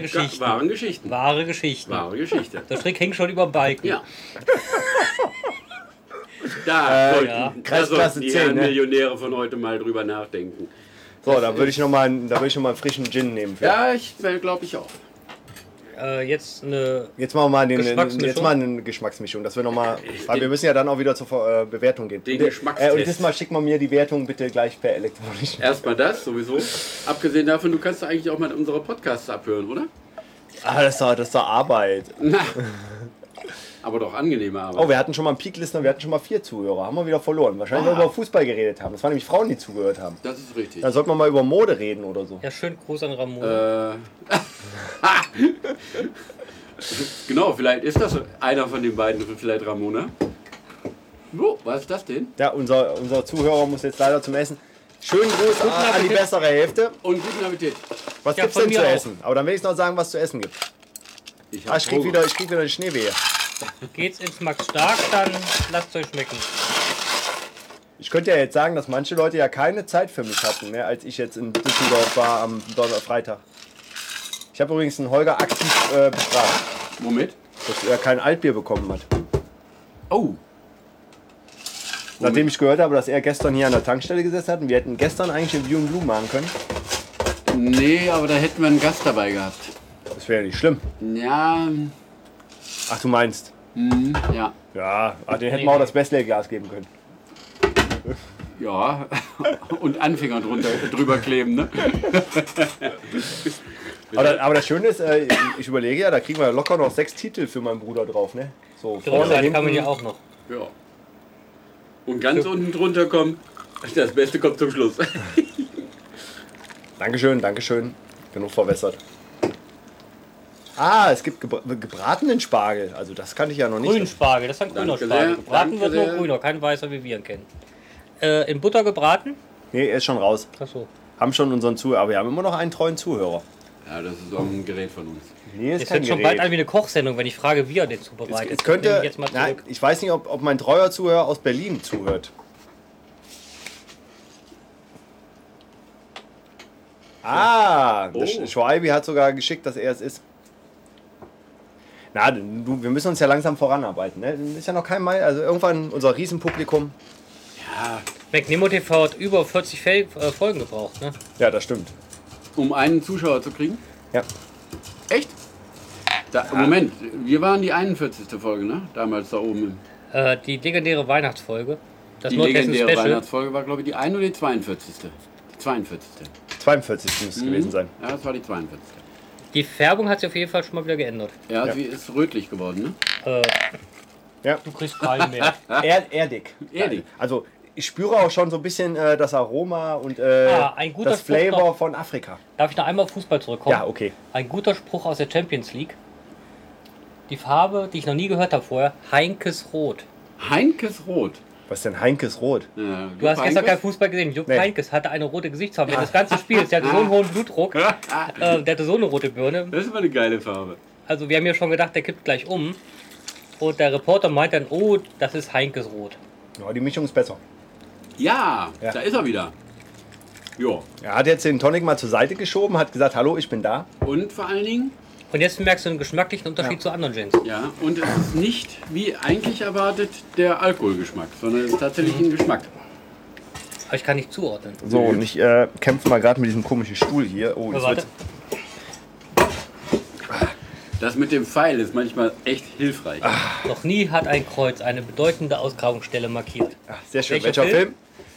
Ga- Geschichten. Waren Geschichten. Wahre Geschichten. Wahre Geschichte. Der Strick hing schon über dem Balken. Ja. Da sollten, Äh, ja. da Kreisklasse sollten die 10, Herren ne? Millionäre von heute mal drüber nachdenken. So, da würde ich nochmal einen, da würd ich noch mal einen frischen Gin nehmen. Für. Ja, ich glaube ich auch. Äh, jetzt eine. Jetzt machen wir mal, den, Geschmacksmischung? jetzt mal eine Geschmacksmischung, dass wir nochmal, weil wir müssen ja dann auch wieder zur Ver- äh, Bewertung gehen. Den Und, Geschmackstest. Äh, und diesmal schickt man mir die Wertung bitte gleich per elektronisch. Erstmal das sowieso. Abgesehen davon, du kannst eigentlich auch mal unsere Podcasts abhören, oder? Ah, das ist doch, das ist doch Arbeit. Na. Aber doch angenehme Arbeit. Oh, wir hatten schon mal einen Peak-Listener, wir hatten schon mal vier Zuhörer. Haben wir wieder verloren. Wahrscheinlich, weil wir über Fußball geredet haben. Das waren nämlich Frauen, die zugehört haben. Das ist richtig. Da sollten wir mal über Mode reden oder so. Ja, schönen Gruß an Ramon. äh, genau, vielleicht ist das einer von den beiden, vielleicht Ramona. Oh, was ist das denn? Ja, unser, unser Zuhörer muss jetzt leider zum Essen. Schönen Gruß an, an die bessere Hälfte. Und guten Appetit. Was Ah, Ja, gibt's von denn mir zu auch. essen? Aber dann will ich noch sagen, was zu essen gibt. Ich, Ah, hab ich krieg Hunger. wieder, ich krieg wieder die Schneewehe. Geht's ins Max Stark, dann lasst euch schmecken. Ich könnte ja jetzt sagen, dass manche Leute ja keine Zeit für mich hatten, mehr als ich jetzt in Düsseldorf war am Donner Freitag. Ich habe übrigens einen Holger aktiv äh, bestraft, Moment. dass er kein Altbier bekommen hat. Oh, Nachdem ich gehört habe, dass er gestern hier an der Tankstelle gesessen hat und wir hätten gestern eigentlich ein View and Blue machen können, nee, aber da hätten wir einen Gast dabei gehabt. das wäre ja nicht schlimm. Ja, Ach, du meinst? hm, ja, Ja, ah, den hätten wir auch das Bestley-Glas geben können. ja. Und Anfänger drunter, drüber kleben, ne? Aber, aber das Schöne ist, äh, ich überlege ja, da kriegen wir locker noch sechs Titel für meinen Bruder drauf, ne? So Die Rückseite vorne, hinten. Genau, kann man ja auch noch. Ja. Und ganz unten drunter kommt, das Beste kommt zum Schluss. Dankeschön, Dankeschön. Genug verwässert. Ah, es gibt gebra gebratenen Spargel. Also das kannte ich ja noch nicht. Grünen Spargel, das ist ein grüner Danke Spargel. sehr, Gebraten danke wird nur sehr. grüner, kein weißer, wie wir ihn kennen. Äh, in Butter gebraten? Nee, er ist schon raus. Achso. Haben schon unseren Zuhörer, aber wir haben immer noch einen treuen Zuhörer. Ja, das ist auch ein Gerät von uns. Nee, ist Es kein hört schon bald Gerät. an wie eine Kochsendung, wenn ich frage, wie er den es, zubereitet. es Das nehme könnte, ich jetzt mal nein, zurück. ich weiß nicht, ob, ob mein treuer Zuhörer aus Berlin zuhört. Ah, Oh. der Sch- Schweibi hat sogar geschickt, dass er es ist. Na, du, wir müssen uns ja langsam voranarbeiten. Ne? Ist ja noch kein Mai, also irgendwann unser Riesenpublikum. Ja, McNemo TV hat über 40 Fel äh, Folgen gebraucht, ne? Ja, das stimmt. um einen Zuschauer zu kriegen? Ja. Echt? Da, Moment, wir waren die 41. Folge, ne? Damals da oben. Äh, die legendäre Weihnachtsfolge. Das Die Nordhessen legendäre Special. Weihnachtsfolge war, glaube ich, die 1 oder die 42. Die 42. 42 Mhm. muss es gewesen sein. Ja, das war die 42. Die Färbung hat sich auf jeden Fall schon mal wieder geändert. Ja, sie ist rötlich geworden, ne? Äh, Ja. du kriegst keinen mehr. Er, erdig. Erdig. Also ich spüre auch schon so ein bisschen äh, das Aroma und äh, Ah, ein guter das Spruch Flavor noch. von Afrika. Darf ich noch einmal auf Fußball zurückkommen? Ja, okay. Ein guter Spruch aus der Champions League. Die Farbe, die ich noch nie gehört habe vorher, Heinkes Rot. Heinkes Rot. Was ist denn Heinkes Rot? Ja, Du hast gestern keinen Heinkes? Fußball gesehen. Jupp Nee. Heinkes hatte eine rote Gesichtsfarbe. Das ganze Spiel, der hatte so einen hohen Blutdruck, äh, der hatte so eine rote Birne. Das ist immer eine geile Farbe. Also wir haben ja schon gedacht, der kippt gleich um. Und der Reporter meint dann, oh, das ist Heinkes Rot. Ja, die Mischung ist besser. Ja, Ja. da ist er wieder. Ja. Er hat jetzt den Tonic mal zur Seite geschoben, hat gesagt, hallo, ich bin da. Und vor allen Dingen, Und jetzt merkst du einen geschmacklichen Unterschied zu anderen Gins. ja, und es ist nicht wie eigentlich erwartet der Alkoholgeschmack, sondern es ist tatsächlich ein Geschmack. Aber ich kann nicht zuordnen. So, und ich äh, kämpfe mal gerade mit diesem komischen Stuhl hier. Oh, das Warte. wird, Das mit dem Pfeil ist manchmal echt hilfreich. Noch nie hat ein Kreuz eine bedeutende Ausgrabungsstelle markiert. ach, Ah, sehr schön. Welcher Welcher, Film? Film?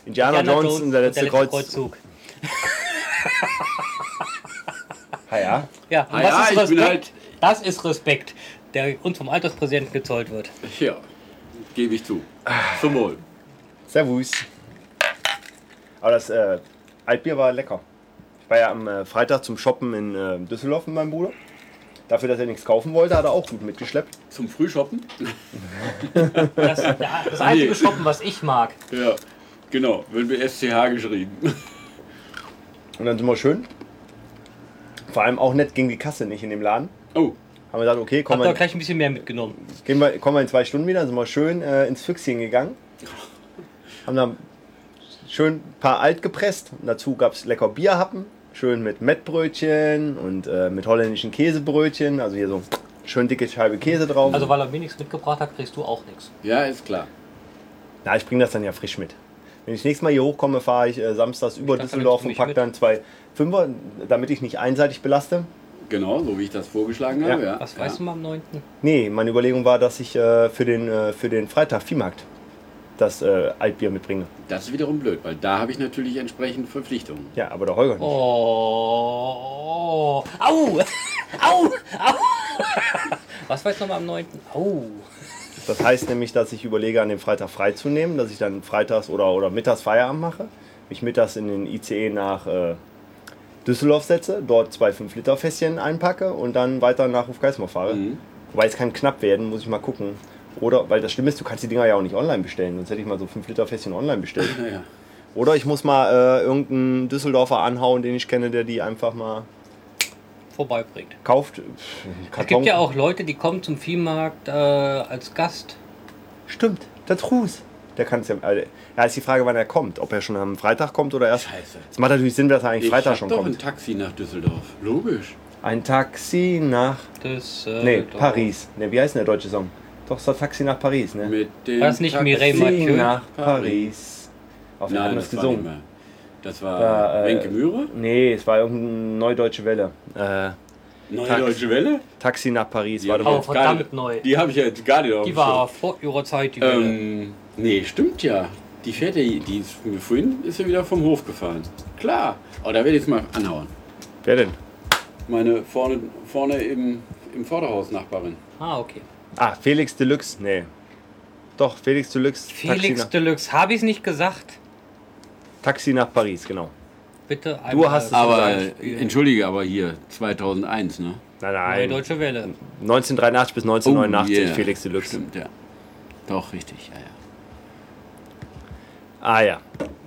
Indiana, Jones, und der letzte, Kreuz. Kreuzzug. Ah, ja. Ja, und Ah was ja, ist ich bin Respekt? halt- Das ist Respekt, der uns vom Alterspräsidenten gezollt wird. Ja, gebe ich zu. Ah. Zum Wohl. Servus. Aber das äh, Altbier war lecker. Ich war ja am äh, Freitag zum Shoppen in äh, Düsseldorf mit meinem Bruder. Dafür, dass er nichts kaufen wollte, hat er auch gut mitgeschleppt. Zum Frühshoppen? Das, der- das einzige Nee. Shoppen, was ich mag. Ja, genau. Wird mit SCH geschrieben. Und dann sind wir schön. Vor allem auch nett ging die Kasse nicht in dem Laden. Oh, Haben wir gesagt, okay, Hab kommen da wir, gleich ein bisschen mehr mitgenommen. gehen wir, kommen wir in zwei Stunden wieder. Dann sind wir schön äh, ins Füchschen gegangen. Haben dann schön ein paar alt gepresst. Und dazu gab es lecker Bierhappen. Schön mit Mettbrötchen und äh, mit holländischen Käsebrötchen. Also hier so schön dicke Scheibe Käse drauf. Also weil er mir nichts mitgebracht hat, kriegst du auch nichts. ja, ist klar. Na, ich bringe das dann ja frisch mit. Wenn ich nächstes Mal hier hochkomme, fahre ich äh, samstags über dachte, Düsseldorf nimmst du und pack mich mit. dann zwei Fünfer, damit ich nicht einseitig belaste. Genau, so wie ich das vorgeschlagen habe. Ja. Was ja. weißt du mal am 9.? Nee, meine Überlegung war, dass ich äh, für, den, äh, für den Freitag Viehmarkt das äh, Altbier mitbringe. Das ist wiederum blöd, weil da habe ich natürlich entsprechend Verpflichtungen. Ja, aber der Holger nicht. Oh. Au! Au! Au! Was weißt du nochmal am 9.? Au! Das heißt nämlich, dass ich überlege, an dem Freitag freizunehmen, dass ich dann freitags oder, oder mittags Feierabend mache, mich mittags in den ICE nach äh, Düsseldorf setze, dort zwei 5-Liter-Fässchen einpacke und dann weiter nach Hofgeismar fahre. Mhm. Wobei es kann knapp werden, muss ich mal gucken. Oder, weil das Schlimme ist, du kannst die Dinger ja auch nicht online bestellen, sonst hätte ich mal so 5-Liter-Fässchen online bestellt. Naja. Oder ich muss mal äh, irgendeinen Düsseldorfer anhauen, den ich kenne, der die einfach mal Vorbeibringt. kauft. Pff, Es Karton. gibt ja auch Leute, die kommen zum Viehmarkt äh, als Gast. Stimmt, der Truß. Der kann es ja. Äh, ja, ist die Frage, wann er kommt. Ob er schon am Freitag kommt oder erst. Scheiße. Es macht natürlich Sinn, dass er eigentlich Ich Freitag hab schon doch kommt. ein Taxi nach Düsseldorf. Logisch. Ein Taxi nach. Das, äh, Nee, doch. Paris. Nee, wie heißt denn der deutsche Song? Doch, ist doch Taxi nach Paris, ne? Mit dem War das nicht Taxi- Mireille Taxi Mathieu. nach Paris. Paris. Auf jeden Fall Nein, das das war nicht gesungen. mehr. Das war Da, äh, Wenke Mühre. Nee, es war irgendeine neudeutsche Welle. Äh, Neue Taxi. Deutsche Welle. Taxi nach Paris, Die warte hab mal. Oh, ich jetzt gar verdammt nicht- neu. Die habe ich ja jetzt gar nicht auf Die dem war Schirm. vor ihrer Zeit, die Welle. Ähm, nee, stimmt ja. Die fährt ja, die ist, vorhin ist ja wieder vom Hof gefahren. Klar. Aber da werde ich es mal anhauen. Wer denn? Meine vorne, vorne im, im Vorderhaus Nachbarin. Ah, okay. Ah, Felix Deluxe, nee. Doch, Felix Deluxe. Felix Taxi, Deluxe, habe ich es nicht gesagt? nach, Taxi nach Paris, genau. Bitte einmal. hast es- Aber Aber, äh, entschuldige, aber hier 2001, ne? Oh, Nein, Neue nein. Deutsche Welle. 1983 bis 1989, yeah. Felix Deluxe. Stimmt, ja. Doch, richtig, ja, ja. Ah ja.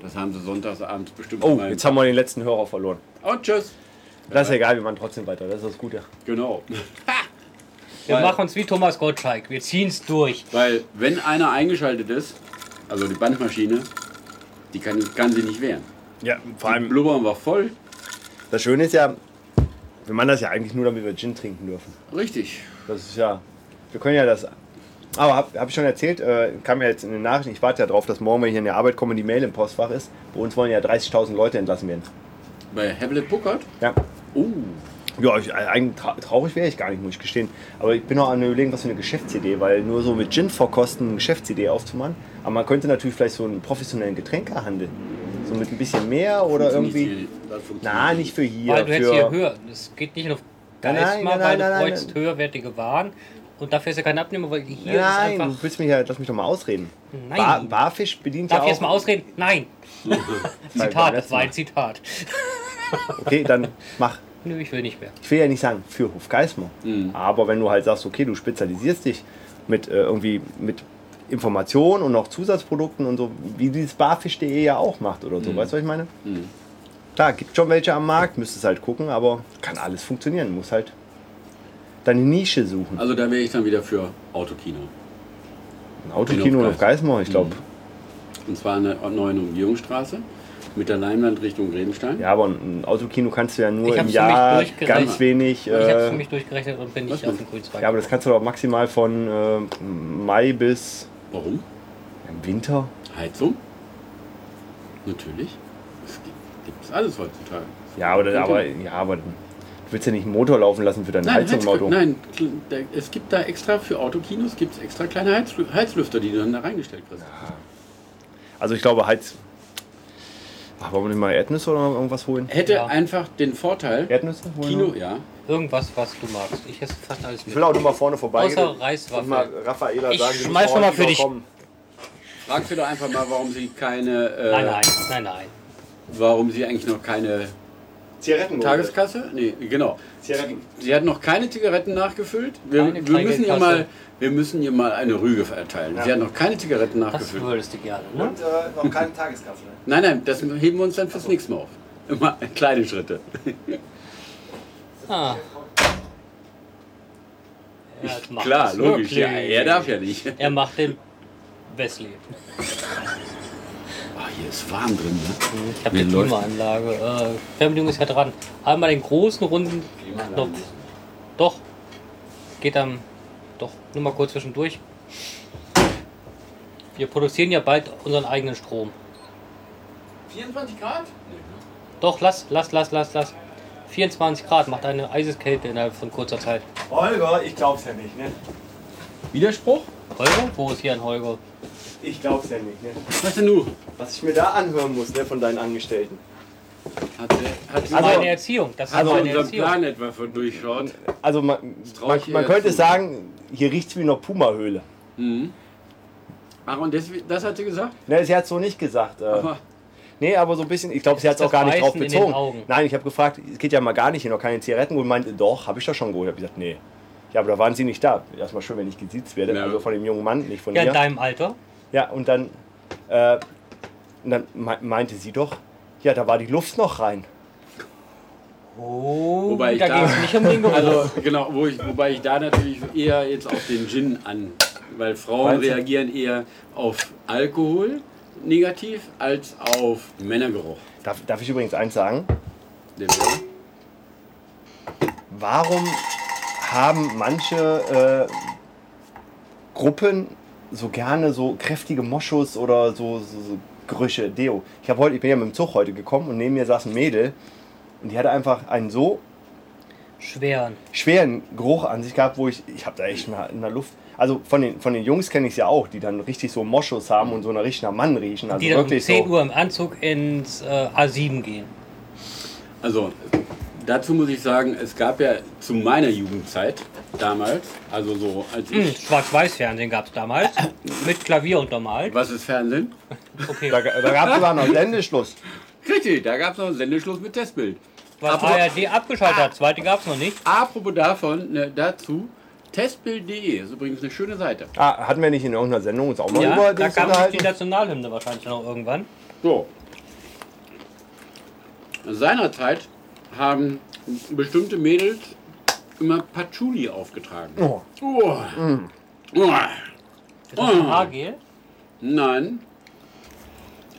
Das haben sie sonntagsabends bestimmt Oh, mal- jetzt haben wir den letzten Hörer verloren. Und tschüss. Das ist egal, wir machen trotzdem weiter. Das ist das Gute. Genau. Wir Weil- machen es wie Thomas Gottschalk. Wir ziehen es durch. Weil, wenn einer eingeschaltet ist, also die Bandmaschine, die kann, kann sie nicht wehren. Ja, vor Die Blubbern war voll. Das Schöne ist ja, wir machen das ja eigentlich nur, damit wir Gin trinken dürfen. Richtig. Das ist ja. Wir können ja das. Aber habe hab ich schon erzählt, äh, kam ja jetzt in den Nachrichten, ich warte ja drauf, dass morgen, wenn ich in die Arbeit komme, die Mail im Postfach ist. Bei uns wollen ja 30.000 Leute entlassen werden. Bei Hamlet Bookert. Ja. Oh, Ja, ich, eigentlich tra traurig wäre ich gar nicht, muss ich gestehen. Aber ich bin auch an der Überlegung, was für eine Geschäftsidee, weil nur so mit Gin verkosten eine Geschäftsidee aufzumachen. Aber man könnte natürlich vielleicht so einen professionellen Getränkehandel. So mit ein bisschen mehr oder irgendwie. Na, nicht für hier. weil du hättest für, hier höher. Es geht nicht auf Nein, nein, Geismar, nein, nein, weil du nein, bräuchst nein. höherwertige Waren. Und dafür ist ja kein Abnehmer, weil hier Nein, ist du einfach. willst mich ja, lass mich doch mal ausreden. Nein. Bar, Barfisch bedient Darf ja ich auch. jetzt mal ausreden? Nein. Nein, Zitat, beim das letzten war ein Mal. Zitat. Okay, dann mach. Nö, ich will nicht mehr. Ich will ja nicht sagen für Hofgeismar. Aber wenn du halt sagst, okay, du spezialisierst dich mit äh, irgendwie mit Informationen und auch Zusatzprodukten und so, wie dieses barfisch.de ja auch macht oder so, weißt du, was ich meine? Klar, gibt schon welche am Markt, müsstest halt gucken, aber kann alles funktionieren, muss halt deine Nische suchen. Also da wäre ich dann wieder für Autokino. Ein Autokino und Hofgeismar. Hofgeismar, ich glaube. Und zwar in der neuen Umgehungsstraße. Mit der Leinwand Richtung Grebenstein? Ja, aber ein Autokino kannst du ja nur im Ich hab's für mich Jahr durchgerechnet. ganz wenig. ich habe es Äh, für mich durchgerechnet und bin was nicht auf denn? dem grünen Zweig. ja, aber das kannst du doch maximal von äh, Mai bis Warum? im Winter. Heizung? Natürlich. Das gibt es alles heutzutage. Ja, aber, das, Winter. aber, ja, aber du willst ja nicht einen Motor laufen lassen für deine Nein, Heizung im Heizkö- Auto. nein kl- da, es gibt da extra für Autokinos gibt's extra kleine Heizlü- Heizlüfter, die du dann da reingestellt kriegst. Also ich glaube, Heiz. Ach, wollen wir nicht mal Erdnüsse oder irgendwas holen? Hätte Ja. einfach den Vorteil, Erdnüsse holen? Kino, ja, Irgendwas, was du magst. Ich esse fast alles Ich mit. will auch nur mal vorne vorbei. Außer Reiswaffeln. Raffaela Ich sie schmeiß muss noch mal ordentlich für dich. kommen. fragst du doch einfach mal, warum sie keine, äh, Nein, nein, nein, nein. warum sie eigentlich noch keine Zigaretten. Tageskasse? Nee, genau. Zigaretten. Sie hat noch keine Zigaretten nachgefüllt. Wir, Keine wir, müssen, ihr Kleingeld- mal, wir müssen ihr mal eine Rüge verteilen. Ja. Sie hat noch keine Zigaretten Das nachgefüllt. würdest du gerne, ne? noch keine Tageskasse. Nein, nein, das heben wir uns dann fürs nächste Mal auf. Immer kleine Schritte. Ah. Ja, das macht Klar, das logisch. wirklich. Ja, er darf ja nicht. Er macht den Wesley. Oh, hier ist warm drin, ne? Ich habe Mir die läuft- Klimaanlage. Äh, Fernbedienung ist ja dran. Einmal den großen runden Knopf. Doch. Geht am. Doch, nur mal kurz zwischendurch. Wir produzieren ja bald unseren eigenen Strom. 24 Grad? Doch, lass, lass, lass, lass, lass. 24 Grad macht eine Eiseskälte innerhalb von kurzer Zeit. Holger, ich glaub's ja nicht, ne? Widerspruch? Holger? Wo ist hier ein Holger? Ich glaub's ja nicht, ne? Was denn du? Was ich mir da anhören muss, ne, von deinen Angestellten. Hat, der- hat Das ist Also- meine Erziehung. Das ist also meine unser Erziehung. Plan etwa von durchschaut? Also man, trau man, ich ihr man könnte zu. sagen, hier riecht's wie in einer Puma-Höhle. Ach, und das, das hat sie gesagt? Ne, sie hat's so nicht gesagt. Äh, Aber nee, aber so ein bisschen, ich glaube, sie hat's Das auch gar nicht drauf Beißen in den bezogen. Augen. Nein, ich habe gefragt, es geht ja mal gar nicht hier, noch keine Zigaretten. Und meinte, doch, habe ich doch schon geholt. Hab ich gesagt, nee. Ja, aber da waren sie nicht da. Erstmal schön, wenn ich gesiezt werde. Ja. Also von dem jungen Mann, nicht von Ja, mir. in deinem Alter. Ja, und dann, äh, und dann mei- meinte sie doch, ja, da war die Luft noch rein. Oh, Wobei ich da da- ging es nicht um den Geruch. Also genau, wo ich, wobei ich da natürlich eher jetzt auf den Gin an, weil Frauen Weißt du? reagieren eher auf Alkohol negativ als auf Männergeruch. Darf, darf ich übrigens eins sagen? Den- Warum haben manche äh, Gruppen so gerne so kräftige Moschus oder so, so, so Gerüche, Deo? Ich, hab heute, ich bin ja mit dem Zug heute gekommen und neben mir saß ein Mädel und die hatte einfach einen so Schweren. Also schweren Geruch an sich gehabt, wo ich, ich habe da echt mal in der Luft. Also von den, von den Jungs kenne ich es ja auch, die dann richtig so Moschus haben und so nach richtig nach Mann riechen. Also Die dann um wirklich 10 so. Uhr im Anzug ins äh, A7 gehen. Also dazu muss ich sagen, es gab ja zu meiner Jugendzeit damals, also so als Hm, ich, Schwarz-Weiß-Fernsehen gab es damals. Mit Klavier untermalt. was ist Fernsehen? Okay, Da, da gab es sogar noch Sendeschluss. Richtig, da gab es noch einen Sendeschluss mit Testbild. was Apropos- ARD abgeschaltet hat. Zweite gab es noch nicht. Apropos davon, ne, dazu, testbild.de ist übrigens eine schöne Seite. Ah, hatten wir nicht in irgendeiner Sendung uns auch mal Ja, über da Dings kam nicht die unterhalten? Nationalhymne wahrscheinlich noch irgendwann. So. Seinerzeit haben bestimmte Mädels immer Patchouli aufgetragen. Oh. Mm. Oh. Oh. Ist das Mhm. ein Haargel? Nein.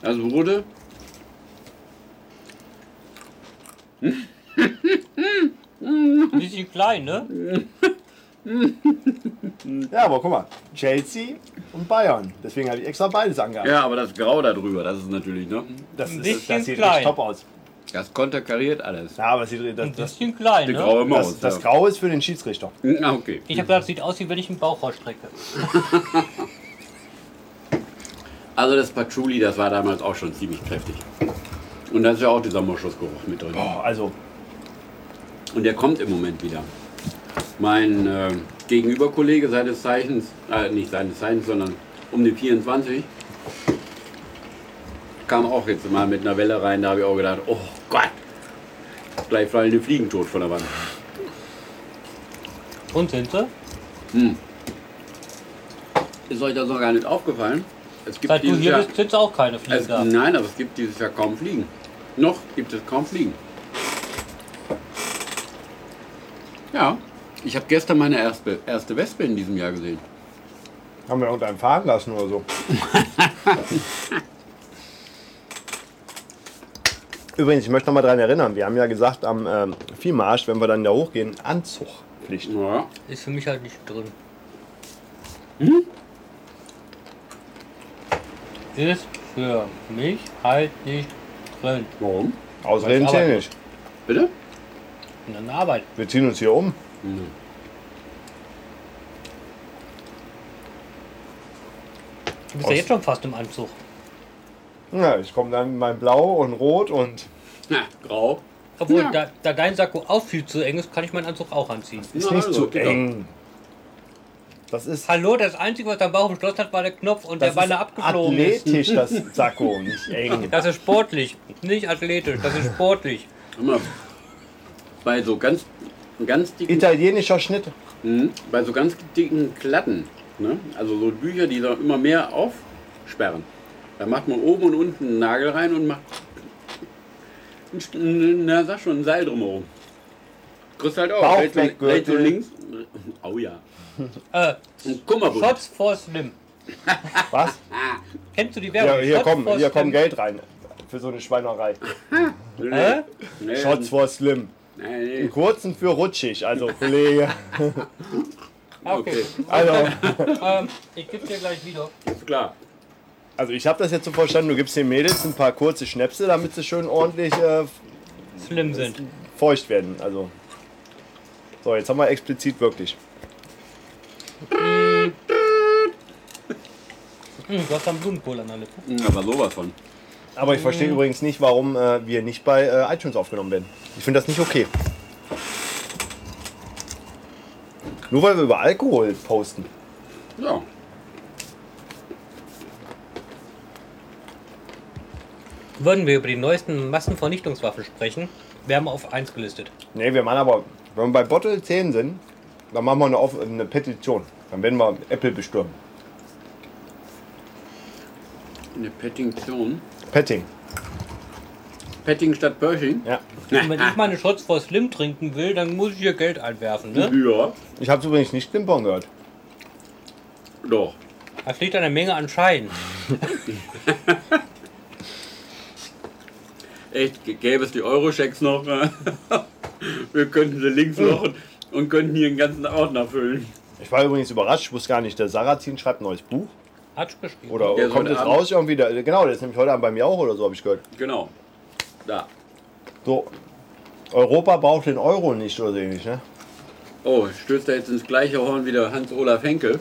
Also wurde. Ein bisschen klein, ne? Ja, aber guck mal, Chelsea und Bayern. Deswegen habe ich extra beides angehabt. Ja, aber das Grau da drüber, das ist natürlich, ne? Das, Ein ist, bisschen das sieht klein. richtig top aus. Das konterkariert alles. Ja, aber es sieht, das, Ein das, bisschen klein, Die ne? graue Maus. das, das ja. Grau ist für den Schiedsrichter. Ah, okay. Ich habe gedacht, sieht aus, wie wenn ich einen Bauch rausstrecke. Also das Patchouli, das war damals auch schon ziemlich kräftig. Und da ist ja auch dieser Moschusgeruch mit drin. Boah, also, Und der kommt im Moment wieder. Mein äh, Gegenüberkollege seines Zeichens, äh, nicht seines Zeichens, sondern um die 24, kam auch jetzt mal mit einer Welle rein. Da habe ich auch gedacht, oh Gott, gleich fallen die Fliegen tot von der Wand. Und sind sie? Ist euch das noch gar nicht aufgefallen? Es gibt Seit du dieses hier Jahr, bist, sind auch keine Fliegen es, da. nein, aber es gibt dieses Jahr kaum Fliegen. Noch gibt es kaum Fliegen. Ja, ich habe gestern meine erste, erste Wespe in diesem Jahr gesehen. haben wir irgendeinen fahren lassen oder so. Übrigens, ich möchte nochmal daran erinnern, wir haben ja gesagt, am ähm, Viehmarsch, wenn wir dann da hochgehen, Anzugpflicht. Ja. Ist für mich halt nicht drin. Hm? Ist für mich halt nicht drin. Warum? Ausreden Weil's zählen Arbeit nicht. Bitte? Und dann Arbeit. Wir ziehen uns hier um. Du bist ja Aus- jetzt schon fast im Anzug. Ja, ich komme dann mit meinem Blau und Rot und. Na, grau. Obwohl, Ja. da, da dein Sakko auch viel zu eng ist, kann ich meinen Anzug auch anziehen. Ist Na, nicht also, zu geht doch. eng. Das ist. Hallo, das Einzige, was am Bauch im Schloss hat, war der Knopf und der das Beine ist abgeflogen ist. Athletisch, das Sakko, nicht eng. Das ist sportlich, nicht athletisch, das ist sportlich. Hör mal, Bei so ganz, ganz dicken, Italienischer Schnitt. Mhm. bei so ganz dicken Klatten, ne? also so Bücher, die da immer mehr aufsperren, da macht man oben und unten einen Nagel rein und macht, ein St- na sag schon, ein Seil drumherum. Kriegst halt auch, Bauch rechts und, weg, Gürtel. rechts und links, oh ja, Äh, ein Kummerbund. Shots for Slim. Was? Kennst du die Ja, Werbung? hier, Shots komm, for hier kommt Slim. Geld rein. Für so eine Schweinerei. Hä? Ähm. Nee, Shots for Slim. nee, nee. Einen kurzen für rutschig, also Kollege. Ah, Okay. Okay. Also, Ähm, ich gebe dir gleich wieder. Ist klar. also ich habe das jetzt so verstanden, du gibst den Mädels ein paar kurze Schnäpse, damit sie schön ordentlich äh, Slim sind. Hm, feucht werden. Also. So, jetzt haben wir explizit wirklich. Hm, du hast dann Blumenkohl an der Lippe. Aber sowas von. Aber ich verstehe übrigens nicht, warum äh, wir nicht bei äh, iTunes aufgenommen werden. Ich finde das nicht okay. Nur weil wir über Alkohol posten. Ja. Würden wir über die neuesten Massenvernichtungswaffen sprechen, wären wir auf 1 gelistet. Nee, wir machen aber, wenn wir bei Bottle 10 sind, dann machen wir eine, Auf eine Petition. Dann werden wir Apple bestürmen. Eine Pettington. Petting. Petting statt Pershing. Ja. Und wenn ich meine Shots for Slim trinken will, dann muss ich hier Geld einwerfen, ne? Ja, Ich habe übrigens nicht Klimpern gehört. doch. Das liegt an der Menge an Scheinen. Echt, g- gäbe es die Euro-Schecks noch. ne? Wir könnten sie links Hm. lochen und könnten hier einen ganzen Ordner füllen. Ich war übrigens überrascht, ich wusste gar nicht, der Sarrazin schreibt ein neues Buch. Hat's geschrieben. Oder Der ist kommt heute es Abend- raus irgendwie? Der, genau, der ist nämlich heute Abend bei mir auch oder so, habe ich gehört. Genau. Da. So, Europa braucht den Euro nicht oder so ähnlich, ne? Oh, stößt er jetzt ins gleiche Horn wie der Hans-Olaf Henkel.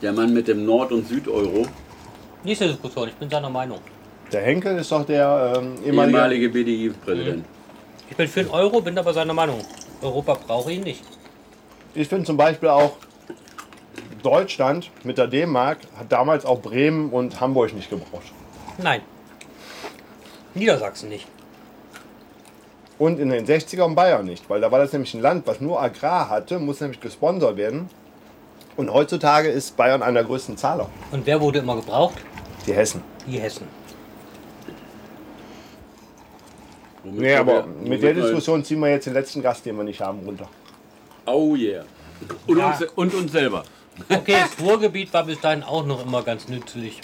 Der Mann mit dem Nord- und Südeuro. Nächste Diskussion, ich bin seiner Meinung. Der Henkel ist doch der ähm, ehemalige. Ehemalige BDI-Präsident. Hm. Ich bin für einen Euro, bin aber seiner Meinung. Europa braucht ihn nicht. Ich finde zum Beispiel auch, Deutschland mit der D-Mark hat damals auch Bremen und Hamburg nicht gebraucht. Nein. Niedersachsen nicht. Und in den 60ern Bayern nicht, weil da war das nämlich ein Land, was nur Agrar hatte, muss nämlich gesponsert werden. Und heutzutage ist Bayern einer der größten Zahler. Und wer wurde immer gebraucht? Die Hessen. Die Hessen. Womit Nee, wir- aber mit womit der wir- Diskussion ziehen wir jetzt den letzten Gast, den wir nicht haben, runter. Oh yeah. Und, Ja. uns, und uns selber. Okay, das Ruhrgebiet war bis dahin auch noch immer ganz nützlich.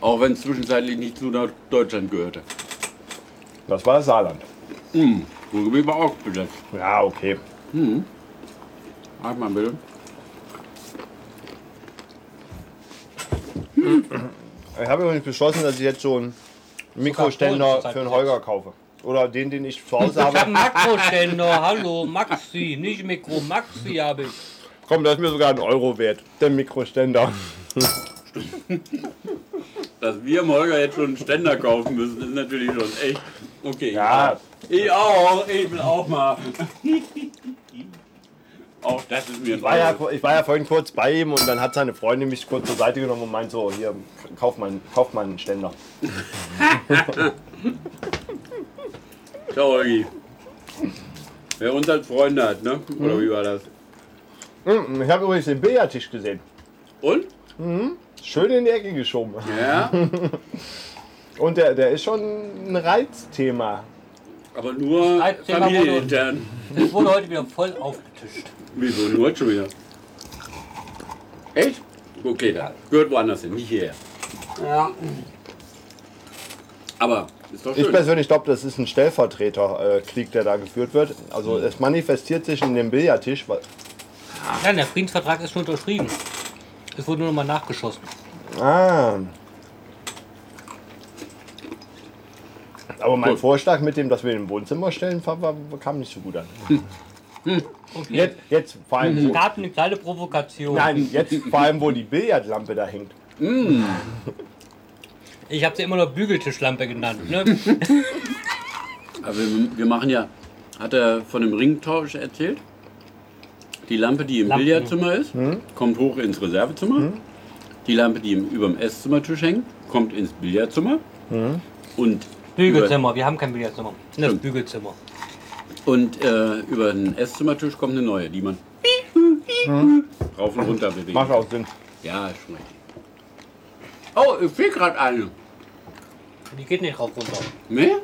Auch wenn es zwischenzeitlich nicht zu Deutschland gehörte. Das war das Saarland. Ruhrgebiet war auch besetzt. Ja, okay. Mach mal bitte. Ich habe übrigens beschlossen, dass ich jetzt so einen Mikroständer für den Holger kaufe. Oder den, den ich zu Hause Ich hab einen habe. Makroständer, hallo, Maxi, nicht Mikro, Maxi habe ich. Komm, das ist mir sogar ein Euro wert, der Mikroständer. Dass wir im Holger jetzt schon einen Ständer kaufen müssen, ist natürlich schon echt. Okay. Ja. Ich auch, ich will auch mal. auch das ist mir Ich war, neu. ah ja, ich war ja vorhin kurz bei ihm und dann hat seine Freundin mich kurz zur Seite genommen und meint so, hier, kauf mal, einen- kauf mal einen Ständer. Ciao, Holgi. Wer uns als Freunde hat, ne? Mhm. Oder wie war das? Mm, Ich habe übrigens den Billardtisch gesehen. Und? Schön in die Ecke geschoben. Ja, Und der, der ist schon ein Reizthema. aber nur Als Thema familienintern. Das wurde heute wieder voll aufgetischt. Wieso nur heute schon wieder? Echt? Okay, da. Gehört woanders hin, nicht hierher. Ja. Aber ist doch Ich schön. persönlich glaube, das ist ein Stellvertreterkrieg, der da geführt wird. Also es manifestiert sich in dem Billardtisch. weil- Nein, der Friedensvertrag ist schon unterschrieben. Es wurde nur nochmal nachgeschossen. Ah. Aber mein Gut. Vorschlag mit dem, dass wir den Wohnzimmer stellen, war, war, kam nicht so gut an. Hm. Okay. Jetzt, jetzt vor allem, Mhm. wo, Da hat eine kleine Provokation. nein, jetzt vor allem, wo die Billardlampe da hängt. Ich habe sie immer noch Bügeltischlampe genannt. Ne? Aber wir, wir machen ja, hat er von dem Ringtausch erzählt? Die Lampe, die im Lampen. Billardzimmer ist, kommt hoch ins Reservezimmer. Die Lampe, die im, über dem Esszimmertisch hängt, kommt ins Billardzimmer. Und Bügelzimmer, wir haben kein Bügelzimmer. Das Stimmt. Bügelzimmer. Über, und äh, über den Esszimmertisch kommt eine neue, die man rauf und runter bewegt. Macht auch Sinn. Ja, ist schon richtig. Oh, ich fiel gerade eine. Die geht nicht rauf runter. Ne?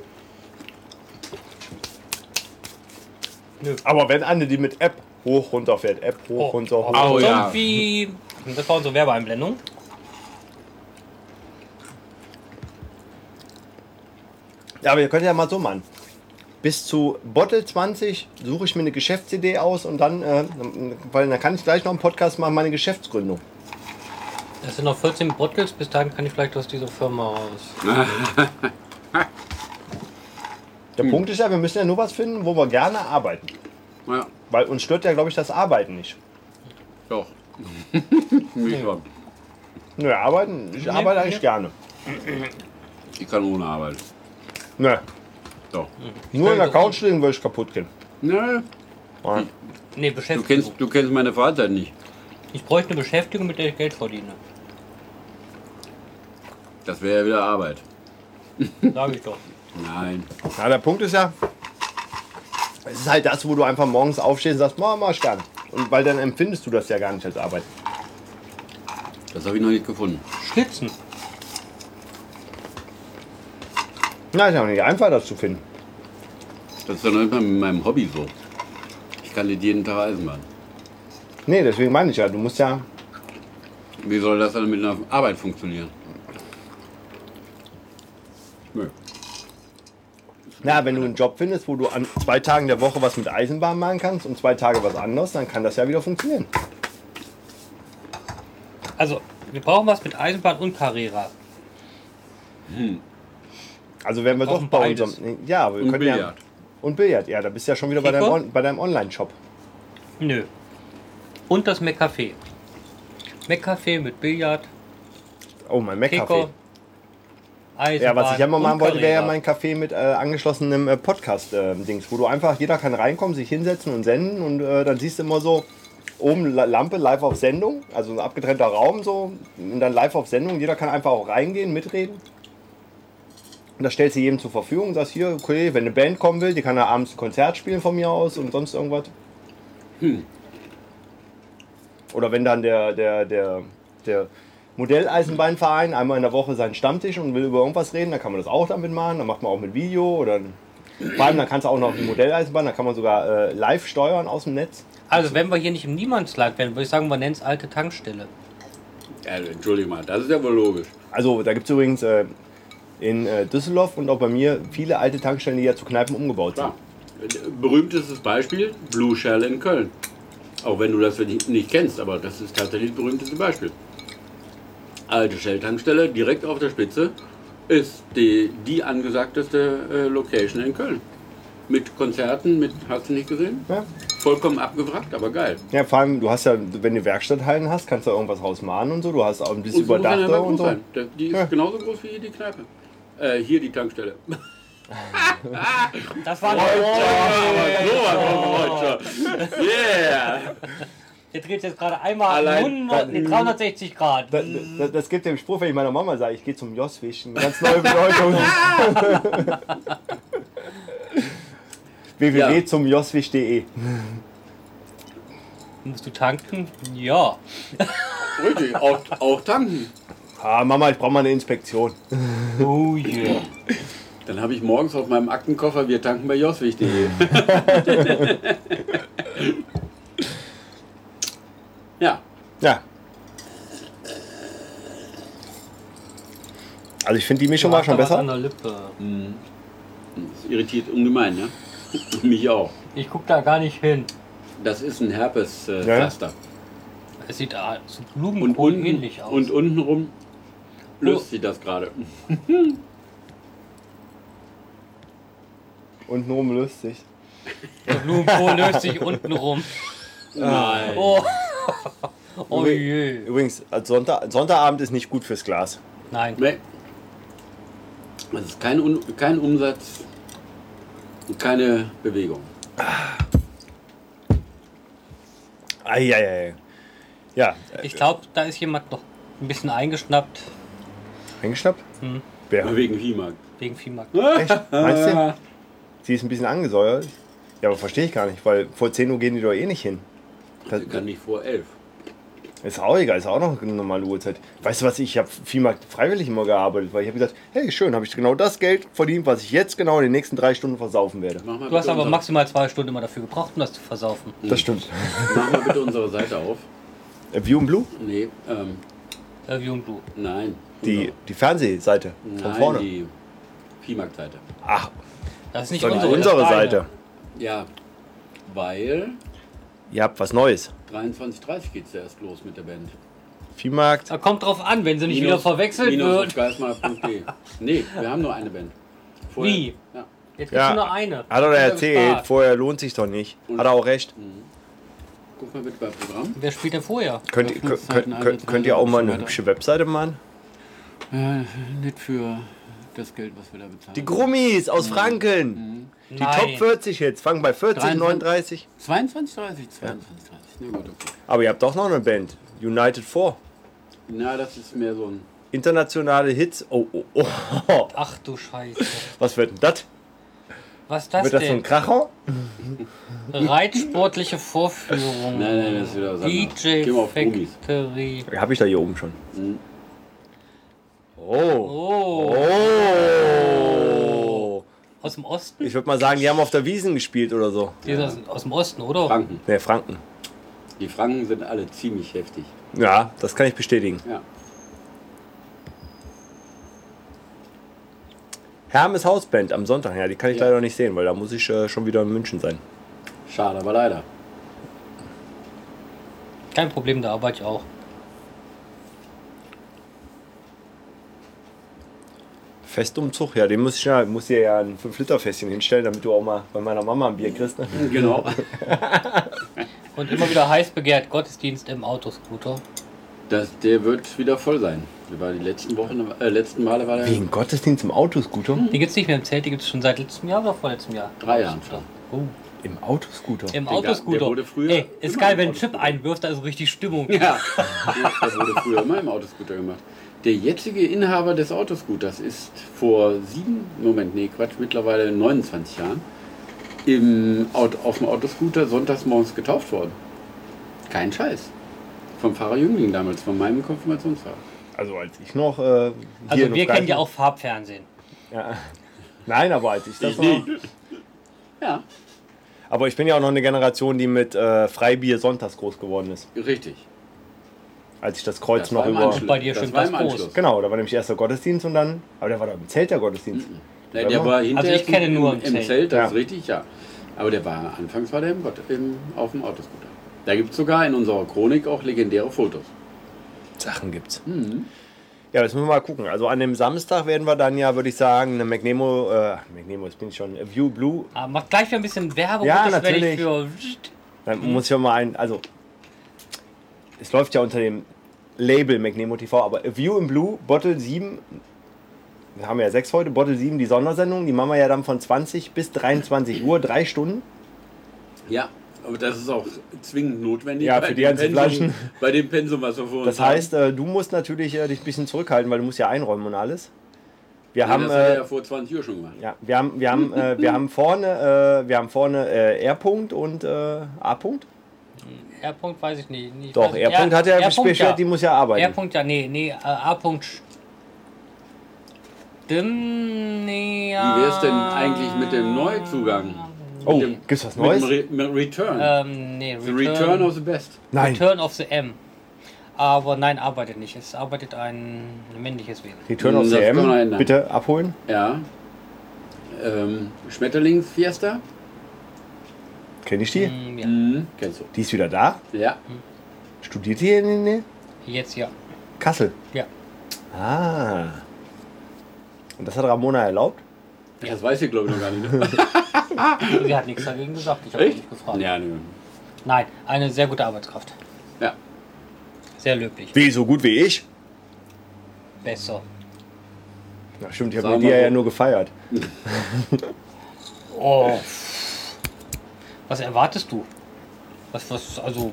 Aber wenn eine, die mit App hoch runter fährt, App hoch runter, hoch runter. Au. Oh, ja. Irgendwie. Das war unsere Werbeeinblendung. Ja, aber ihr könnt ja mal so machen. Bis zu Bottle 20 suche ich mir eine Geschäftsidee aus und dann, äh, weil dann kann ich gleich noch einen Podcast machen, meine Geschäftsgründung. Es sind noch 14 Bottles. Bis dahin kann ich vielleicht aus dieser Firma raus. Der Hm. Punkt ist ja, wir müssen ja nur was finden, wo wir gerne arbeiten. Ja, Weil uns stört ja, glaube ich, das Arbeiten nicht. doch. Mich schon. Nö, arbeiten, ich arbeite eigentlich gerne. ich kann ohne Arbeit. Nö, Doch. nur in der Couch liegen würde ich kaputt gehen. Ne? Ja. Nee, Du Beschäftigung. kennst, du kennst meine Freizeit nicht. Ich bräuchte eine Beschäftigung, mit der ich Geld verdiene. Das wäre ja wieder Arbeit. Sage ich doch. Nein. Ja, der Punkt ist ja, es ist halt das, wo du einfach morgens aufstehst und sagst, mach, mach ich gerne. Und weil dann empfindest du das ja gar nicht als Arbeit. Das habe ich noch nicht gefunden. Schnitzen. Na, ist ja auch nicht einfach, das zu finden. Das ist ja noch immer mit meinem Hobby so. Ich kann nicht jeden Tag Eisenbahn. Nee, deswegen meine ich ja, du musst ja Wie soll das dann mit einer Arbeit funktionieren? Nö. Na, wenn du einen Job findest, wo du an zwei Tagen der Woche was mit Eisenbahn machen kannst und zwei Tage was anderes, dann kann das ja wieder funktionieren. Also, wir brauchen was mit Eisenbahn und Carrera. Also werden wir Brauchen doch bei beides. unserem. Ja, aber wir Und können Billard. ja. Und Billard, ja, da bist du ja schon wieder bei Kicker? deinem, On bei deinem Online-Shop. Nö. Und das McCafé. McCafé mit Billard, Oh, mein Mac-Café. Kicker, Eisenbahn Ja, was ich ja mal und machen wollte, wäre ja Carrera. mein Café mit äh, angeschlossenem äh, Podcast-Dings, wo du einfach, jeder kann reinkommen, sich hinsetzen und senden und äh, dann siehst du immer so, oben La- Lampe live auf Sendung, also ein abgetrennter Raum so und dann live auf Sendung, jeder kann einfach auch reingehen, mitreden. Und das stellst du jedem zur Verfügung und sagst hier, okay, wenn eine Band kommen will, die kann ja abends ein Konzert spielen von mir aus und sonst irgendwas. Oder wenn dann der, der, der, der Modelleisenbahnverein einmal in der Woche seinen Stammtisch und will über irgendwas reden, dann kann man das auch damit machen. Dann macht man auch mit Video oder vor allem, dann kannst du auch noch die Modelleisenbahn, dann kann man sogar äh, live steuern aus dem Netz. Also, wenn wir hier nicht im Niemandsland wären, würde ich sagen, wir nennen es alte Tankstelle. Also, Entschuldige mal, das ist ja wohl logisch. Also da gibt es übrigens äh, in äh, Düsseldorf und auch bei mir viele alte Tankstellen, die ja zu Kneipen umgebaut sind. Klar. Berühmtestes Beispiel, Blue Shell in Köln. Auch wenn du das nicht kennst, aber das ist tatsächlich das berühmteste Beispiel. Alte Shell-Tankstelle, direkt auf der Spitze, ist die, die angesagteste äh, Location in Köln. Mit Konzerten, mit, hast du nicht gesehen? Ja. Vollkommen abgewrackt, aber geil. Ja, vor allem, du hast ja, wenn du Werkstatthallen hast, kannst du irgendwas rausmalen und so. Du hast auch ein bisschen Und so kann überdacht er mal und groß so. sein. Der- Die ist Ja. genauso groß wie hier die Kneipe. Äh, hier die Tankstelle. Das war Yeah! Der dreht jetzt gerade einmal Allein- 100, nee, 360 Grad. Da- da- Das gibt dem Spruch, wenn ich meiner Mama sage, ich gehe zum Joswischen. Ganz neue Bedeutung. www zum joswisch.de. Musst du tanken? Ja. Richtig, auch, auch tanken. Ah, Mama, ich brauche mal eine Inspektion. Oh yeah. Dann habe ich morgens auf meinem Aktenkoffer, wir tanken bei joswig.de. ja, Ja. Also ich finde die Mischung war schon Habt ihr was besser. An der Lippe. Das irritiert ungemein, ne? Mich auch. Ich guck da gar nicht hin. Das ist ein Herpes-Pflaster. Ja. Äh, Pflaster. Es sieht, ah, es sieht und Blumenkohl unten, ähnlich aus. und untenrum löst Oh. sie das gerade. Und Nomen löst sich. Der Blumenkohl löst sich unten rum. Nein. Oh. oh Übrig- je. Übrigens, als Sonntag, Sonntagabend ist nicht gut fürs Glas. Nein. Nee. Das ist kein, Un kein Umsatz und keine Bewegung. Eieiei. Ja, äh, Ich glaube, da ist jemand noch ein bisschen eingeschnappt eingeschnappt? Hm. Wer? Wegen Viehmarkt. wegen Viehmarkt. Echt? Meinst du? Sie ist ein bisschen angesäuert. Ja, aber verstehe ich gar nicht, weil vor 10 Uhr gehen die doch eh nicht hin. Das Sie kann nicht vor elf. ist auch egal, ist auch noch eine normale Uhrzeit. Weißt du was, ich habe Viehmarkt freiwillig immer gearbeitet, weil ich habe gesagt, hey, schön, habe ich genau das Geld verdient, was ich jetzt genau in den nächsten drei Stunden versaufen werde. Mach mal Du hast bitte aber unsere- maximal zwei Stunden immer dafür gebraucht, um das zu versaufen. Das stimmt. Mach mal bitte unsere Seite auf. Äh, View and Blue? Nee, ähm, Äh, wie und du. nein. Die, die Fernsehseite von Nein, vorne. die Viehmarktseite. Ach, Das ist nicht sondern unsere, das unsere ist deine. Seite. Ja, weil Ihr habt was Neues. 23.30 geht es ja erst los mit der Band. Viehmarkt. Da kommt drauf an, wenn sie nicht wieder verwechselt minus wird. geismar.de. Nee, wir haben nur eine Band. Wie? Ja. Jetzt gibt Ja. es nur eine. Hat er doch Hat er erzählt, gespart. vorher lohnt sich doch nicht. Hat er auch recht. Guck mal bitte bei Programm. Wer spielt denn vorher? Könnt, ihr- könnt, könnt, könnt, könnt ihr auch mal eine hübsche Webseite machen? nicht für das Geld, was wir da bezahlen. Die Grummis aus Mhm. Franken. Die Top 40 jetzt. Fangen bei 40, 39. 23. 22, 30, 22, 30. Na gut, okay. Aber ihr habt auch noch eine Band. United 4. Na, das ist mehr so ein. Internationale Hits. Oh, oh, oh. Ach du Scheiße. Was wird denn das? Was ist das Wird das so ein denn? Kracher? Reitsportliche Vorführung. Nein, nein, das ist wieder was anderes. DJ Gehen wir auf Grummis. Factory. Hab ich da hier oben schon. Oh. Mhm. Oh, Oh. aus dem Osten? Ich würde mal sagen, die haben auf der Wiesen gespielt oder so. Die sind aus, aus dem Osten, oder? Franken. Ne, Franken. Die Franken sind alle ziemlich heftig. Ja, das kann ich bestätigen. Ja. Hermes Hausband am Sonntag. Ja, die kann ich Ja. leider nicht sehen, weil da muss ich äh, schon wieder in München sein. Schade, aber leider. Kein Problem, da arbeite ich auch. Festumzug, ja, den muss ich ja, muss dir ja ein 5-Liter-Fässchen hinstellen, damit du auch mal bei meiner Mama ein Bier kriegst. Ne? Genau. Und immer wieder heiß begehrt Gottesdienst im Autoscooter. Das, der wird wieder voll sein. Der war die letzten Wochen, äh, letzten Male war der Wegen Gottesdienst im Autoscooter? Die gibt es nicht mehr im Zelt, die gibt es schon seit letztem Jahr oder vorletztem Jahr? drei Jahren schon. Oh. Im Autoscooter? Im Der Autoscooter. wurde früher Ey, ist immer geil, im wenn ein Chip Autoscooter. einwirft, da ist richtig Stimmung. Ja, das wurde früher immer im Autoscooter gemacht. Der jetzige Inhaber des Autoscooters ist vor sieben, Moment, nee, Quatsch, mittlerweile 29 Jahren im Auto, auf dem Autoscooter sonntags morgens getauft worden. Kein Scheiß. Vom Pfarrer Jüngling damals, von meinem Konfirmationsfahrer. Also als ich noch. Äh, hier Also noch wir gar kennen ja nicht- auch Farbfernsehen. Ja. Nein, aber als ich das Nee. noch. Ja, Aber ich bin ja auch noch eine Generation, die mit äh, Freibier sonntags groß geworden ist. richtig. Als ich das Kreuz Das noch war im über. Anschluss. Bei dir Das schön war das im groß. Anschluss. Genau, da war nämlich erst der Gottesdienst und dann. Aber der war doch im Zelt der Gottesdienst. Der, der war hinterher ich kenne im- nur im, im Zelt, Zelt, das ja. ist richtig, ja. Aber der war anfangs war der im, Gott- im, auf dem Autoscooter. Da gibt es sogar in unserer Chronik auch legendäre Fotos. Sachen gibt's. Ja, das müssen wir mal gucken. Also an dem Samstag werden wir dann ja, würde ich sagen, eine McNemo, äh, McNemo, jetzt bin ich schon, View Blue. Ah, macht gleich wieder ein bisschen Werbung. Ja, das werde ich für Dann muss ich ja mal ein, also es läuft ja unter dem Label McNemo TV, aber A View in Blue, Bottle 7, wir haben ja sechs heute, Bottle 7, die Sondersendung, die machen wir ja dann von 20 bis 23 Uhr, drei Stunden. Ja, aber das ist auch zwingend notwendig. Ja, bei für die dem ganzen Pensum- Flaschen. Bei dem Pensum, was wir vor uns Das heißt, äh, du musst natürlich äh, dich ein bisschen zurückhalten, weil du musst ja einräumen und alles. Wir haben. haben, Ja, das hat er äh, ja vor 20 Uhr schon gemacht. ja, wir haben, wir haben, äh, wir haben vorne, äh, wir haben vorne äh, R-Punkt und äh, A-Punkt. R-Punkt weiß ich nicht. Ich Doch, weiß nicht. R-Punkt hat ja R-Punkt, beschwert, die muss ja arbeiten. R-Punkt, ja, nee, nee, äh, A-Punkt. Stimmt, nee, ja. Wie wäre es denn eigentlich mit dem Neuzugang? Oh, mit dem- gibt's was Mit Neues? dem Re mit Return. Ähm, nee, the Return Return, of the Best. Nein. Return of the M. aber nein, arbeitet nicht. Es arbeitet ein männliches Wesen. Return of the Das kann man M, ändern. bitte abholen. Ja. Ähm, Schmetterlingsfiesta? Kenne ich die? Hm, ja. Mhm. Kennst Die ist wieder da. du. Ja. Studiert die hier in in Jetzt ja. Kassel? Ja. Ah. Und das hat Ramona erlaubt? Das weiß ich glaube ich noch gar nicht. ne? Sie hat nichts dagegen gesagt. Ich habe Echt? nicht gefragt. Ja, nö. Nein, eine sehr gute Arbeitskraft. Ja. Sehr löblich. Wie, so gut wie ich? Besser. Na stimmt, ich Sagen habe mit wir dir so. ja nur gefeiert. Oh. Was erwartest du? Was, was, Wieso also.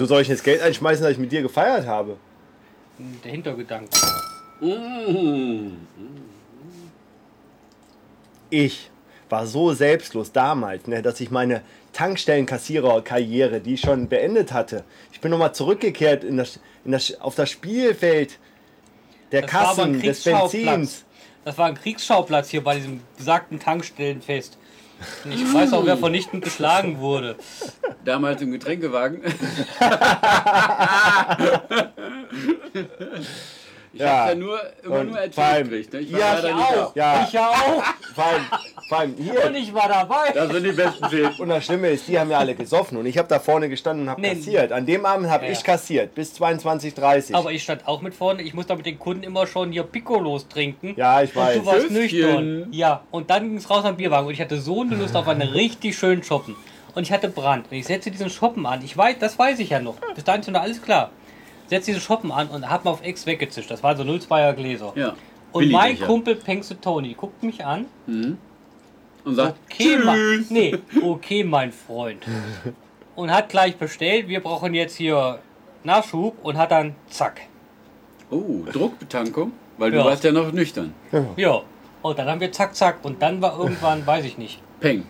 Also, soll ich jetzt Geld einschmeißen, dass ich mit dir gefeiert habe? der Hintergedanke. Mhm. Ich war so selbstlos damals, ne, dass ich meine Tankstellenkassiererkarriere, die ich schon beendet hatte, ich bin nochmal zurückgekehrt in das, in das, auf das Spielfeld der Das war aber Kassen, ein des Benzins. Kriegsschauplatz. Das war ein Kriegsschauplatz hier bei diesem besagten Tankstellenfest. Und ich weiß auch, wer vernichtend geschlagen wurde. Damals im Getränkewagen. ich Ja. hab's ja nur, immer Und nur vor erzählt allem- gekriegt. Ne? Ich Ja, war ich leider nicht auch. da. Ja. Ich ja auch. Vor allem, vor allem Und hier. ich war dabei. Das sind die besten Szenen. Und das Schlimme ist, die haben ja alle gesoffen und ich habe da vorne gestanden und habe Nee. kassiert. An dem Abend habe Ja, ich ja. kassiert bis 22.30 Uhr. Aber ich stand auch mit vorne. Ich musste mit den Kunden immer schon hier Piccolos trinken. Ja, ich weiß. Und du warst Tschüsschen. nüchtern. Ja, und dann ging es raus am Bierwagen. Und ich hatte so eine Lust auf einen richtig schönen Shoppen. Und ich hatte Brand. Und ich setze diesen Shoppen an. Ich weiß, das weiß ich ja noch. Bis dahin ist noch alles klar. Setze diesen Shoppen an und hab mal auf Ex weggezischt. Das waren so 0,2er Gläser. Ja. Und mein Billigbecher. Kumpel Pengste Tony guckt mich an. Und sagt, Okay, ma- tschüss. nee, okay, mein Freund. Und hat gleich bestellt, wir brauchen jetzt hier Nachschub und hat dann zack. Oh, Druckbetankung? Weil Ja. du warst ja noch nüchtern. Ja. Und dann haben wir zack, zack. Und dann war irgendwann, weiß ich nicht. Peng.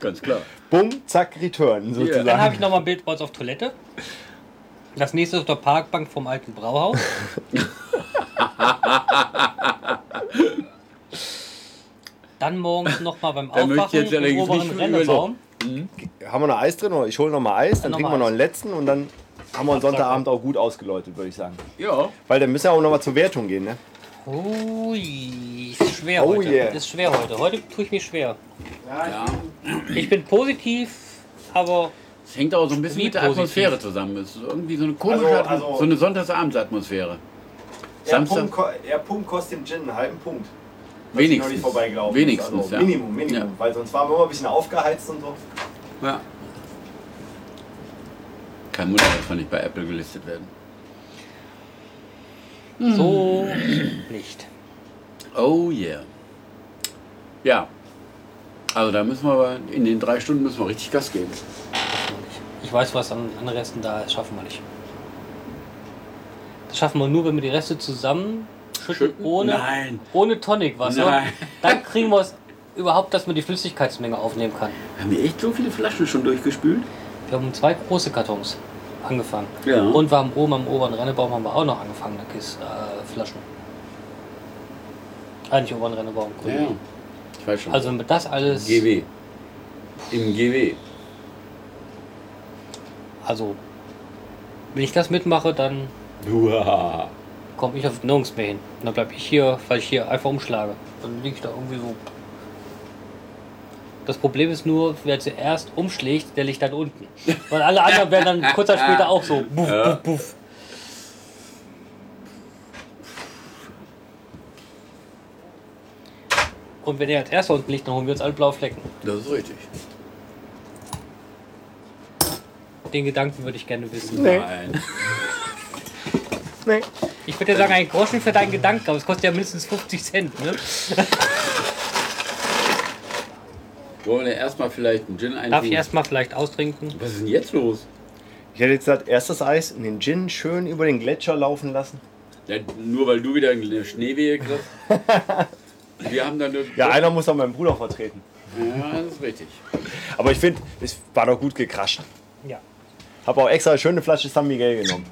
Ganz klar. Bumm, zack, Return sozusagen. Dann habe ich nochmal ein Bild bei uns auf Toilette. Das nächste ist auf der Parkbank vom alten Brauhaus. dann morgens nochmal beim Da möchte ich Aufwachen jetzt allerdings oberen nicht Rennerbaum. Haben wir noch Eis drin? Oder ich hole noch mal Eis, dann Noch trinken mal wir noch Eis. einen letzten und dann haben wir uns Sonntagabend auch gut ausgeläutet, würde ich sagen. Ja. Weil dann müssen wir auch noch mal zur Wertung gehen, ne? Ui, ist schwer Oh heute. yeah. Ist schwer heute. Heute tue ich mich schwer. Ja. Ich bin positiv, aber Es hängt auch so ein bisschen Wie mit der positiv. Atmosphäre zusammen. Es ist irgendwie so eine komische, Also- Atmos- also- so eine Sonntagsabendsatmosphäre. Samstag- Pump er Pump kostet dem Gin einen halben Punkt. Wenigstens. Wenigstens, Also ja. Ja. Weil sonst waren wir immer ein bisschen aufgeheizt und so. ja. Kein Wunder, dass wir nicht bei Apple gelistet werden. Hm. so nicht. Oh yeah. Ja. Also da müssen wir aber, in den drei Stunden müssen wir richtig Gas geben. Ich weiß, was an, an Resten da ist. Schaffen wir nicht. Das schaffen wir nur, wenn wir die Reste zusammen Schütten? schütten, ohne, Nein. ohne Tonicwasser. Nein. Dann kriegen wir es überhaupt, dass man die Flüssigkeitsmenge aufnehmen kann. Haben wir echt so viele Flaschen schon durchgespült? Wir haben zwei große Kartons angefangen. Ja. Und wir haben oben am oberen Rennebaum haben wir auch noch angefangen, da Kiss, äh, Flaschen. Eigentlich oberen Rennebaum. Ja, ja. Ich weiß schon. Also wenn wir das alles, GW. Im GW. also wenn ich das mitmache, dann Uah. komme ich auf nirgends mehr hin. Und dann bleibe ich hier, weil ich hier einfach umschlage. Dann liege ich da irgendwie so. Das Problem ist nur, wer zuerst umschlägt, der liegt dann unten. Weil alle anderen werden dann kurz Zeit später auch so. Buff, Ja. buff, buff. Und wenn er als erster unten liegt, dann holen wir uns alle blaue Flecken. Das ist richtig. Den Gedanken würde ich gerne wissen. Nee. Nein. Nee. Ich würde ja sagen, ein Groschen für deinen Gedanken, aber es kostet ja mindestens 50 Cent, ne? Wollen wir erstmal vielleicht einen Gin einfügen? Darf ich erstmal vielleicht austrinken? Was ist denn jetzt los? Ich hätte jetzt gesagt, erstes Eis und den Gin schön über den Gletscher laufen lassen. Ja, nur weil du wieder eine Schneewehe kriegst. Wir haben dann eine. Ja, einer muss auch meinen Bruder vertreten. Ja, das ist richtig. Aber ich finde, es war doch gut gekrascht. Ja. Hab auch extra eine schöne Flasche San Miguel genommen.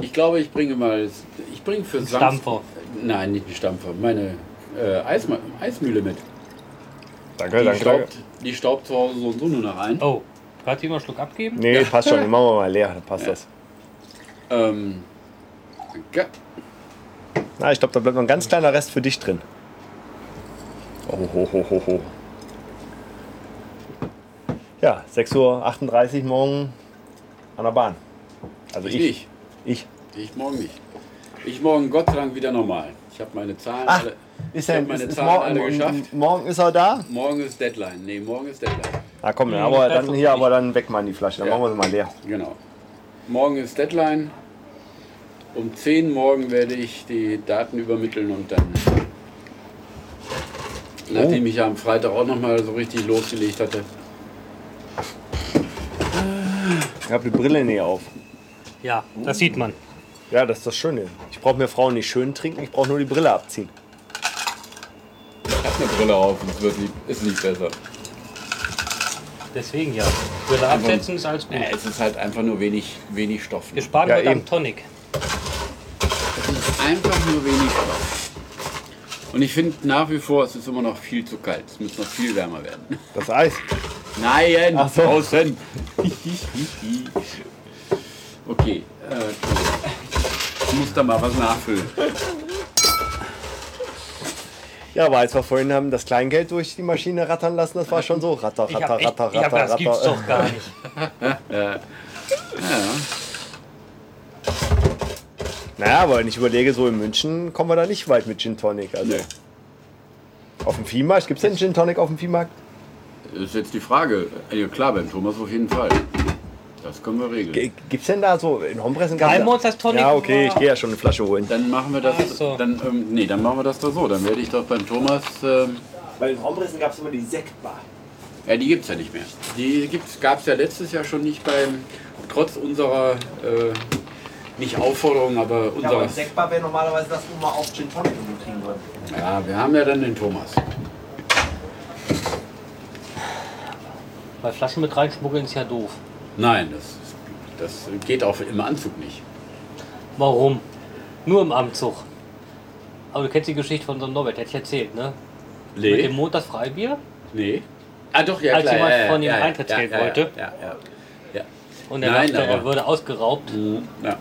Ich glaube, ich bringe mal. Ich bringe für Samstag. Stampfer. Nein, nicht einen Stampfer. Meine äh, Eisma Eismühle mit. Danke, Die staubt, die staubt zu Hause so und so nur noch ein. Oh, hat jemand einen Schluck abgeben? Nee, passt schon. Den machen wir mal leer. Dann passt das. Ähm, ge- Na, ich glaube, da bleibt noch ein ganz kleiner Rest für dich drin. Oh, ho, ho, ho, ho. Ja, 6.38 Uhr morgen an der Bahn. Also ich ich. nicht. Ich. Ich morgen nicht. Ich morgen Gott sei Dank wieder normal. Ich habe meine Zahlen Ach, alle. Ist ich er, hab meine ist, ist Zahlen morgen, alle morgen, geschafft. morgen ist er da? Morgen ist Deadline. Nee, morgen ist Deadline. Na komm, aber das dann ist hier, nicht. aber dann weg mal in die Flasche. Dann Ja. machen wir sie mal leer. Genau. Morgen ist Deadline. Um 10 morgen werde ich die Daten übermitteln und dann. Oh. Nachdem ich ja am Freitag auch nochmal so richtig losgelegt hatte. Ich habe die Brille näher auf. Ja, das sieht man. Ja, das ist das Schöne. Ich brauche mir Frauen nicht schön trinken, ich brauche nur die Brille abziehen. Ich habe eine Brille auf und es wird nicht, ist nicht besser. Deswegen ja. Würde absetzen ist alles gut. Ja, es ist halt einfach nur wenig, wenig Stoff. Wir sparen Ja, heute eben. am Tonic. Einfach nur wenig Stoff. Und ich finde nach wie vor, es ist immer noch viel zu kalt. Es muss noch viel wärmer werden. Das Eis. Nein, Ach so. draußen. okay, äh, ich muss da mal was nachfüllen. Ja, aber als wir vorhin haben das Kleingeld durch die Maschine rattern lassen, das war schon so ratter, Ich hab ratter, echt, ratter, ich hab, ratter, das gibt's ratter. doch gar nicht. Naja, aber wenn ich überlege, so in München kommen wir da nicht weit mit Gin Tonic. Also Nee. auf dem Viehmarkt, gibt es denn Gin Tonic auf dem Viehmarkt? Das ist jetzt die Frage. Ja, klar, beim Thomas auf jeden Fall. Das können wir regeln. Gibt es denn da so in Hombressen? gab's Almons, das Tonic Ja, okay, war- ich gehe ja schon eine Flasche holen. Dann machen wir Ach das. so. Dann, ähm, nee, dann machen wir das doch so. Dann werde ich doch beim Thomas. Ähm, Weil in Hombressen gab es immer die Sektbar. Ja, die gibt's ja nicht mehr. Die gab es ja letztes Jahr schon nicht beim, trotz unserer, äh, nicht Aufforderung, aber unserer. Sektbar wäre normalerweise das, wo man auch Gin Tonic kriegen würde. Ja, wir haben ja dann den Thomas. Weil Flaschen mit reinschmuggeln ist ja doof. Nein, das, das geht auch im Anzug nicht. Warum? Nur im Amtzug. Aber du kennst die Geschichte von so einem Norbert, der hat ich erzählt, ne? Mit dem Montagsfreibier. Nee. Ah, doch, ja, Als klar. jemand ja, ja, von ihm ja, ja, Eintritt ja, treten ja, wollte. Ja, ja. ja. Und er Nein, dachte, er aber- würde ausgeraubt. ja. ja.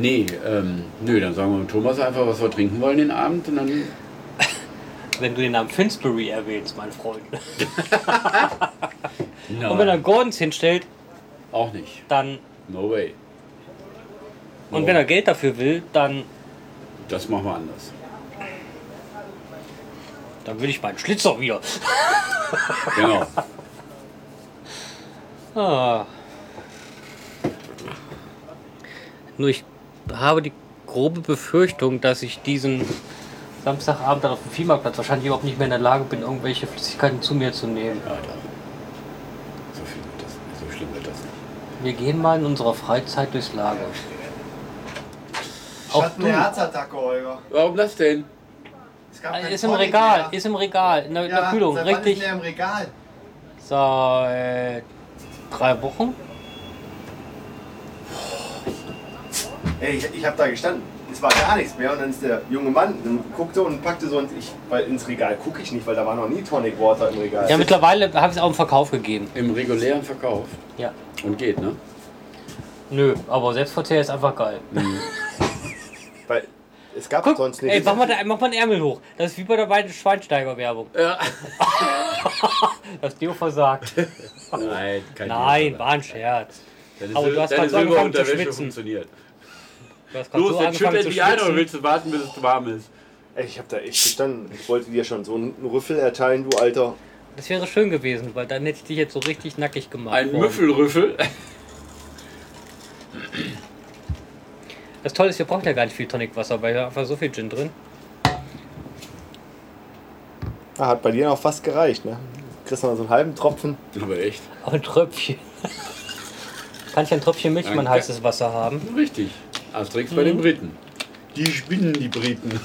Nee, ähm, nö, dann sagen wir dem Thomas einfach, was wir trinken wollen den Abend und dann. Wenn du den Namen Finsbury erwähnst, mein Freund. Nein, Und wenn er Gordons hinstellt, auch nicht. dann. No way. Und Oh. wenn er Geld dafür will, dann. Das machen wir anders. Dann will ich meinen Schlitzer wieder. Genau. Ah. Nur ich habe die grobe Befürchtung, dass ich diesen Samstagabend dann auf dem Viehmarktplatz wahrscheinlich überhaupt nicht mehr in der Lage bin, irgendwelche Flüssigkeiten zu mir zu nehmen. Alter. So, viel wird das, so schlimm wird das nicht. Wir gehen mal in unserer Freizeit durchs Lager. Ich Auch hatte eine du. Herzattacke, Holger. Warum das denn? Es gab keinen Äh, Ist im Tonic Regal, mehr. ist im Regal, in der, in der Ja, Kühlung, seit wann Ist richtig. der im Regal. Seit drei Wochen. Ey, ich, ich hab da gestanden. Es war gar nichts mehr und dann ist der junge Mann dann guckte und packte so und ich, weil ins Regal gucke ich nicht, weil da war noch nie Tonic Water im Regal. Ja, mittlerweile habe ich es auch im Verkauf gegeben. Im regulären Verkauf. Ja. Und geht, ne? Nö, aber Selbstverzehr ist einfach geil. Weil es gab Guck, sonst ey, nichts. mach mal, da, mach mal einen Ärmel hoch. Das ist wie bei der beiden Schweinsteiger-Werbung. Ja. Das Deo versagt. Nein, kein Nein, war ein Scherz. Deine, aber Sil- du hast deine grad so angefangen zu Silberunterwäsche schwitzen. funktioniert. Du hast grad Los, so jetzt angefangen schüttel zu dich ein oder schwitzen. willst du warten, bis es warm ist? Ey, ich habe da echt gestanden. Ich wollte dir schon so einen Rüffel erteilen, du Alter. Das wäre schön gewesen, weil dann hätte ich dich jetzt so richtig nackig gemacht. Ein worden. Müffelrüffel. Das Tolle ist, wir brauchen ja gar nicht viel Tonicwasser, weil da einfach so viel Gin drin. Ah, hat bei dir noch fast gereicht, ne? Kriegst noch so einen halben Tropfen. Aber echt. Aber ein Tröpfchen. Kann ich ein Tröpfchen Milch in mein Danke. heißes Wasser haben? Richtig. Asterix bei den Mhm. Briten. Die spinnen, die Briten.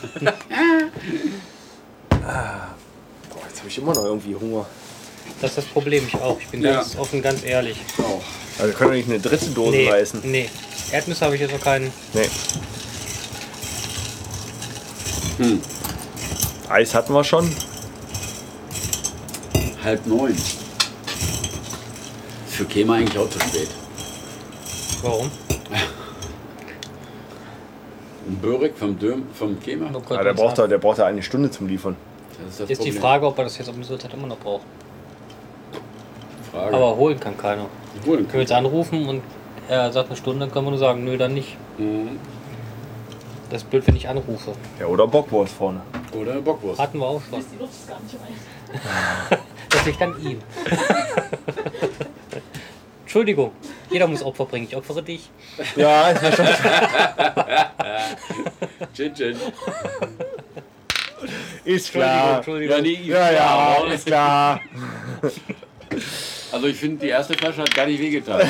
Ah. Boah, jetzt habe ich immer noch irgendwie Hunger. Das ist das Problem, ich auch. Ich bin Ja. ganz offen, ganz ehrlich. Auch. Also wir können doch nicht eine dritte Dose nee, reißen. nee. Erdnüsse habe ich jetzt noch keinen. Nee. Eis hatten wir schon. Halb neun. Ist für Kema eigentlich auch zu spät. Warum? Ein Börek vom, Döm, vom Kema. Oh Gott, Ja, Ah, der, das braucht hat- da, der braucht da eine Stunde zum Liefern. Das ist das Ist die Problem. Frage, ob er das jetzt um diese Uhrzeit immer noch braucht. Frage. Aber holen kann keiner. Holen Können wir können. jetzt anrufen und er sagt eine Stunde, dann können wir nur sagen, nö, dann nicht. Mhm. Das ist blöd, wenn ich anrufe. Ja, oder Bockwurst vorne. Oder eine Bockwurst. Hatten wir auch schon. Die Luft ist gar nicht rein. Das liegt an ihm. Entschuldigung, jeder muss Opfer bringen. Ich opfere dich. Ja, ist ja schon. Gin, Gin. Ist Entschuldigung, klar. Entschuldigung. Ja, nee, ich- Ja, ja, ist klar. Also ich finde, die erste Flasche hat gar nicht wehgetan.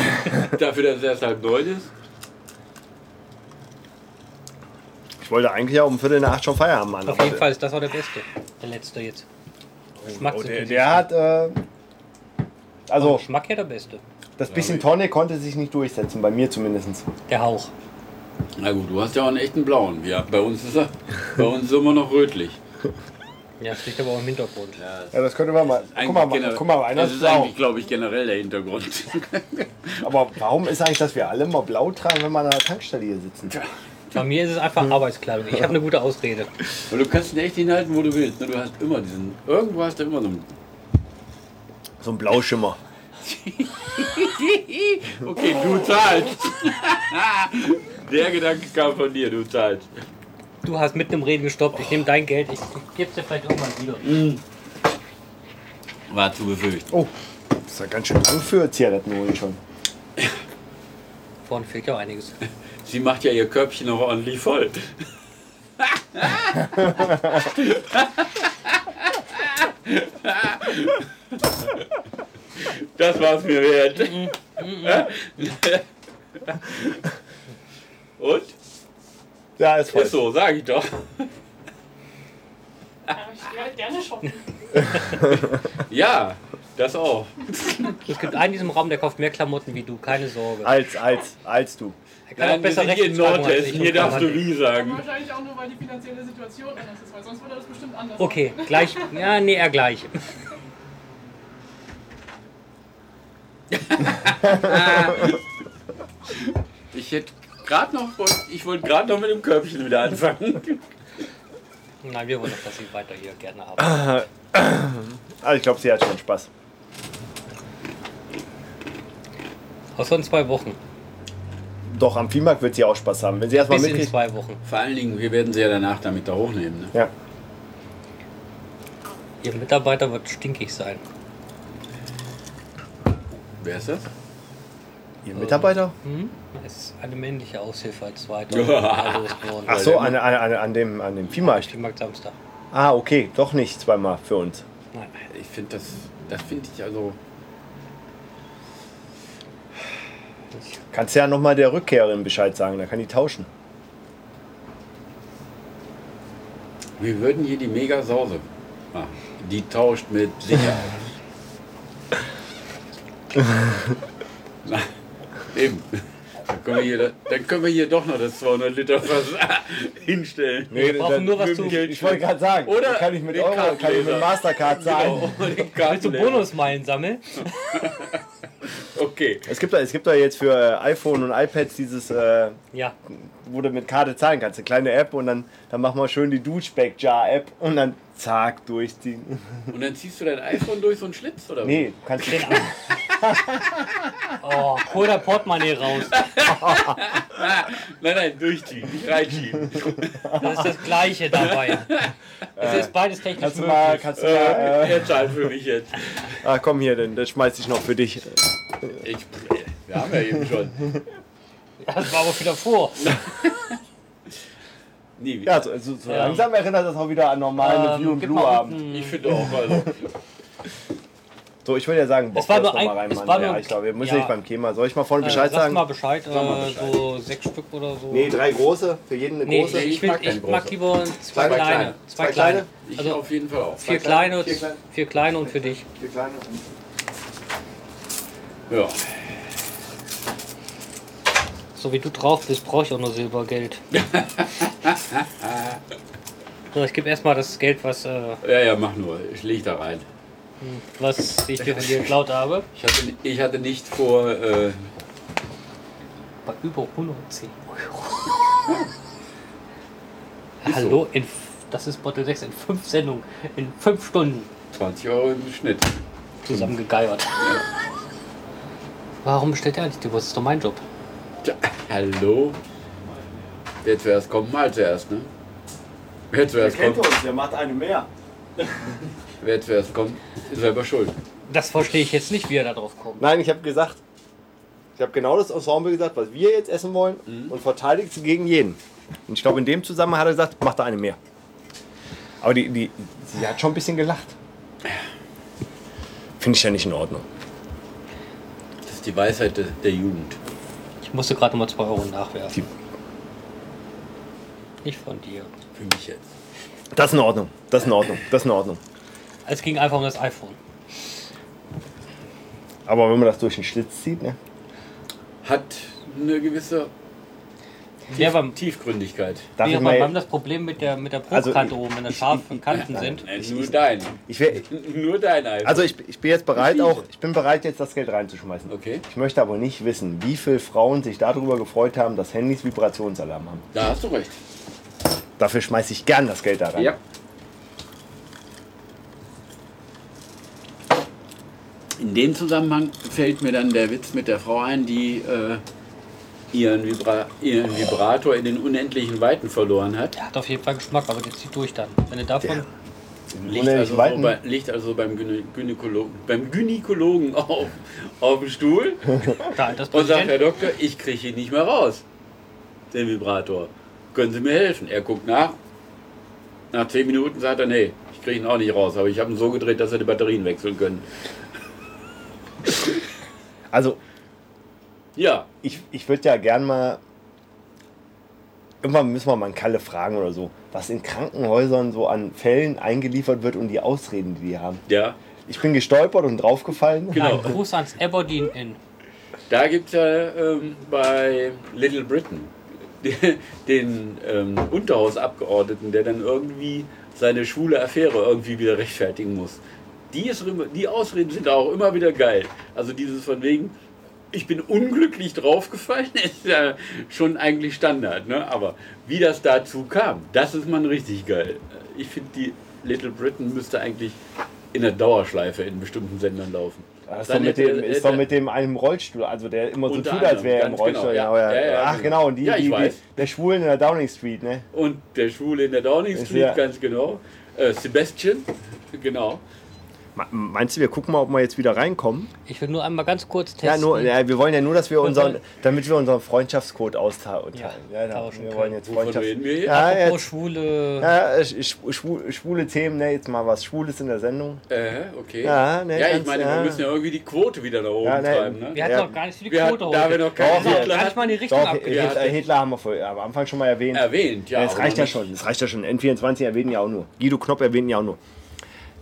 Dafür, dass es erst halb neun ist. Ich wollte eigentlich ja um Viertel nach acht schon Feierabend machen. Auf aber jeden Fall ist das war der Beste. Der letzte jetzt. Schmack Oh, sind der, die- der hat. Äh, also, Schmack her der Beste. das bisschen Tonic konnte sich nicht durchsetzen, bei mir zumindest. Der Hauch. Na gut, du hast ja auch einen echten blauen. Ja, bei uns ist er. Bei uns ist er immer noch rötlich. Ja, das liegt aber auch im Hintergrund. Ja, das könnte man mal. Guck mal, generell- guck mal einer genau- das ist ist blau. eigentlich, glaube ich, generell der Hintergrund. Aber warum ist eigentlich, dass wir alle mal blau tragen, wenn wir an der Tankstelle hier sitzen? Bei mir ist es Mhm. einfach Arbeitskleidung. Ich habe eine gute Ausrede. Aber du kannst ihn echt hinhalten, wo du willst. ne? Du hast immer diesen. Irgendwo hast du immer so einen. So ein Blauschimmer. Okay, du zahlst. der Gedanke kam von dir, du zahlst. Du hast mitten im Reden gestoppt. Ich nehme dein Geld. Ich geb's dir vielleicht irgendwann wieder. War zu befürchten. Oh, das ist ja ganz schön lang für Zigaretten holen schon. Vorne fehlt ja auch einiges. Sie macht ja ihr Körbchen noch ordentlich voll. Das war's mir wert. Und? Ja, ist voll. Ist so, sag ich doch. Ja, ich gehe gerne shoppen. Ja, das auch. Es gibt einen in diesem Raum, der kauft mehr Klamotten wie du. Keine Sorge. Als, als, als du. Er kann auch Nein, wir besser sind hier in rechts tragen als ich Nordhessen. und Hier darfst du Klamotten. wie Und sagen. wahrscheinlich auch nur, weil die finanzielle Situation anders ist, weil sonst würde das bestimmt anders Okay, gleich. Ja, nee, er gleich. Ich hätte gerade noch, ich wollte gerade noch mit dem Körbchen wieder anfangen. Nein, wir wollen doch, dass sie weiter hier gerne arbeiten. Also ich glaube, sie hat schon Spaß. Außer in zwei Wochen. Doch, am Viehmarkt wird sie auch Spaß haben. Wenn sie erstmal Bis in mitkriegt. zwei Wochen. Vor allen Dingen, wir werden sie ja danach damit da hochnehmen. Ne? Ja. Ihr Mitarbeiter wird stinkig sein. Wer ist das? Ihr Mitarbeiter? Hm? Es ist eine männliche Aushilfe als zweiter. Ach so, an, an, an, an, dem, an dem Viehmarkt. Viehmarkt Samstag. Ah, okay, doch nicht zweimal für uns. Nein. Ich finde das, das finde ich also. Kannst ja nochmal der Rückkehrerin Bescheid sagen, dann kann die tauschen. Wir würden hier die mega Sause machen. Die tauscht mit Sicherheit. Na, eben. Dann können, wir hier, dann können wir hier doch noch das 200 Liter Fass hinstellen. Nee, Wir brauchen nur was zu- Ich wollte gerade sagen, Oder kann ich mit den Euro, kann ich Kartenleser. mit Mastercard zahlen. Genau, den Willst du Kartenleser. Bonusmeilen sammeln? Okay. Es gibt, da- es gibt da jetzt für äh, iPhone und iPads dieses, äh, Ja. wo du mit Karte zahlen kannst, eine kleine App und dann, dann machen wir schön die Duschback-Jar-App und dann zack durchziehen. Und dann ziehst du dein iPhone durch so einen Schlitz oder was? Nee, du kannst Den an. Oh, hol dein Portemonnaie raus. Nein, nein, durchziehen, nicht reinschieben. Das ist das Gleiche dabei. Es ist beides technisch Kannst du mal, möglich. kannst du mal, äh, Äh, er zahlt für mich jetzt. ah, komm hier, denn das schmeiß ich noch für dich. Ich, wir haben ja eben schon. Das war aber wieder vor. Nee, Ja, so, so, so Ja. langsam erinnert das auch wieder an normalen Ähm, View und gib Blue mal Abend. ich finde auch, also. So, ich würde ja sagen, Es war Bockwurst nur noch ein- mal es reinmachen. war Ja, nur- ich glaube, wir müssen ja. nicht beim Thema. Soll ich mal vorne Äh, Bescheid Sag sagen? mal Bescheid, Sag mal äh, Bescheid. so sechs Stück oder so. Nee, drei große, für jeden eine Nee, große. ich, ich will, mag ich keine mag, große. lieber zwei, Zwei kleine. kleine. Zwei, Zwei kleine. kleine? Ich Also auf jeden Fall auch. vier kleine, kleine, und vier kleine. vier kleine und für dich. Die kleine. Ja. So wie du drauf bist, brauche ich auch nur Silbergeld. so, ich gebe erstmal das Geld, was, äh, ja, ja, mach nur. Ich leg da rein. was ich dir von dir geklaut habe. Ich hatte, ich hatte nicht vor. Äh, Bei über 110 Euro. Hallo, in, f- das ist Bottle 6 in fünf Sendungen, in fünf Stunden 20 Euro im Schnitt. zusammengegeiert. Warum bestellt er eigentlich die Wurst? Das ist doch mein Job. Tja, hallo? Wer zuerst kommt, mal zuerst, ne? Wer Der zuerst kennt kommt, uns, der macht eine mehr. wer zuerst kommt, ist selber schuld. Das verstehe ich jetzt nicht, wie er da drauf kommt. Nein, ich habe gesagt, ich habe genau das Ensemble gesagt, was wir jetzt essen wollen Mhm. und verteidigt sie gegen jeden. Und ich glaube, in dem Zusammenhang hat er gesagt, mach da eine mehr. Aber die, die, sie hat schon ein bisschen gelacht. Finde ich ja nicht in Ordnung. Das ist die Weisheit de- der Jugend. Ich musste gerade mal 2 Euro Die- nachwerfen. Nicht von dir. Für mich jetzt. Das ist in Ordnung. Das ist in Ordnung. Das ist in Ordnung. Es ging einfach um das iPhone. Aber wenn man das durch den Schlitz zieht, ne? Hat eine gewisse Wer beim, Tiefgründigkeit. Darf ich wir beim, mal, haben das Problem mit der, mit der Also, Bruchkante oben, wenn da ich- scharfe ich- Kanten sind. Nein, nur dein. ich wär, Nur dein iPhone. also ich, ich bin jetzt bereit auch, ich bin bereit jetzt das Geld reinzuschmeißen. Okay. Ich möchte aber nicht wissen, wie viele Frauen sich darüber gefreut haben, dass Handys Vibrationsalarm haben. Da hast du recht. Dafür schmeiße ich gern das Geld da rein. In dem Zusammenhang fällt mir dann der Witz mit der Frau ein, die äh, ihren, Vibra ihren Vibrator in den unendlichen Weiten verloren hat. Der hat auf jeden Fall Geschmack, aber der zieht durch dann. Wenn du davon. Ja. Liegt Unendlichen also, so Weiten? bei, liegt also beim Gynä Gynäkologen, beim Gynäkologen auf, auf dem Stuhl Da, das und sagt, Herr Präsident, Doktor, ich kriege ihn nicht mehr raus, den Vibrator. Können Sie mir helfen? Er guckt nach. Nach zehn Minuten sagt er, nee, ich kriege ihn auch nicht raus, aber ich habe ihn so gedreht, dass er die Batterien wechseln können. Also Ja, ich, ich würde ja gern mal. Irgendwann müssen wir mal einen Kalle fragen oder so, was in Krankenhäusern so an Fällen eingeliefert wird und die Ausreden, die die haben. ja. Ich bin gestolpert und draufgefallen. Genau. nein, Gruß ans Aberdeen Inn. Da gibt es ja ähm, bei Little Britain den ähm, Unterhausabgeordneten, der dann irgendwie seine schwule Affäre irgendwie wieder rechtfertigen muss. Die, ist, immer- die Ausreden sind auch immer wieder geil. Also dieses von wegen, ich bin unglücklich draufgefallen, ist ja schon eigentlich Standard. Ne? Aber wie das dazu kam, das ist man richtig geil. Ich finde, die Little Britain müsste eigentlich in der Dauerschleife in bestimmten Sendern laufen. äh, Das Ah, ist doch, Dann mit hätte- dem, ist hätte- doch mit dem einem Rollstuhl, also der immer so Unter tut, als anderem, wäre er im ganz Rollstuhl. genau, Genau, ja. Ja, ja, Ach genau, und die, Ja, ich die, die weiß. der Schwulen in der Downing Street, ne? Und der Schwule in der Downing Ist Street, ja- ganz genau. Äh, Sebastian, genau. Meinst du, wir gucken mal, ob wir jetzt wieder reinkommen? Ich will nur einmal ganz kurz testen. Ja, nur, ja, wir wollen ja nur, dass wir unseren, wollen- damit wir unseren Freundschaftscode austauschen. Ja, tauschen wir können. wollen jetzt Wovon Freundschafts reden wir jetzt? ja, Apropos jetzt, schwule. ja, sch- sch- schwul, schwule Themen, ne? Jetzt mal was Schwules in der Sendung. Äh, okay. Ja, ne, ja ich ganz- meine, ja. wir müssen ja irgendwie die Quote wieder nach oben Ja, ne, treiben. Ne? Wir hatten Ja. noch gar nicht für die Wir Quote hatten, da wir noch keinen Doch, wir- Hitler Gar nicht hatten, mal in die Richtung Doch, abgegeben. Hitler, abgegeben. Hitler haben wir vorher am Anfang schon mal erwähnt. erwähnt. Ja, Ja, es aber reicht ja nicht- schon, es reicht ja schon. N24 erwähnen ja auch nur. Guido Knopp erwähnt ja auch nur.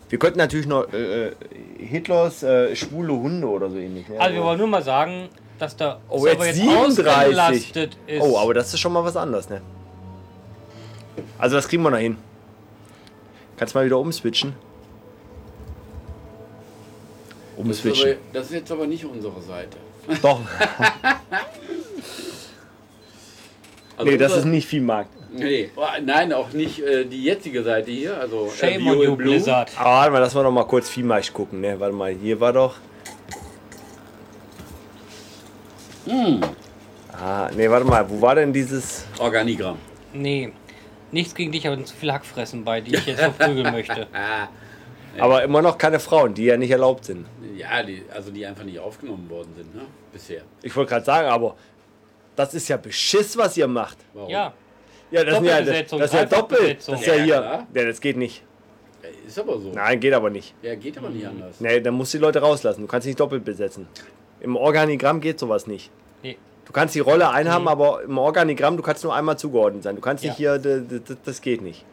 Wir könnten natürlich noch äh, äh, Hitlers äh, schwule Hunde oder so ähnlich. Ne? Also wir wollen nur mal sagen, dass der oh, jetzt 37. ausgelastet ist. Oh, aber das ist schon mal was anderes, ne? Also das kriegen wir noch hin. Kannst mal wieder umswitchen. Das ist, aber, Umswitchen. das ist jetzt aber nicht unsere Seite. Doch, Also nee, das unsere- ist nicht viel Markt. Nee. Oh, nein, auch nicht äh, die jetzige Seite hier. Also, äh, Shame Bio on in you, Blue. Blizzard. Aber Ah, warte mal, lass mal noch mal kurz Viehmarsch gucken, ne? Warte mal, hier war doch. Ah, nee, warte mal, wo war denn dieses. Organigramm. Nee, nichts gegen dich, aber zu viel Hackfressen bei, die ich jetzt verprügeln möchte. Ah, Aber immer noch keine Frauen, die ja nicht erlaubt sind. ja, die, also die einfach nicht aufgenommen worden sind, ne? Bisher. Ich wollte gerade sagen, aber das ist ja Beschiss, was ihr macht. Warum? Ja, Ja, das, sind ja, das, Doppelbesetzung, das ist ja doppelt. Dreifachbesetzung. Das ist ja Ja, hier. klar. Ja, das geht nicht. Äh, Ist aber so. Nein, geht aber nicht. Ja, geht aber nicht anders. Nee, dann musst du die Leute rauslassen. Du kannst nicht doppelt besetzen. Im Organigramm geht sowas nicht. nee. Du kannst die Rolle einhaben, aber im Organigramm, du kannst nur einmal zugeordnet sein. Du kannst nicht hier, d- d- d- das geht nicht.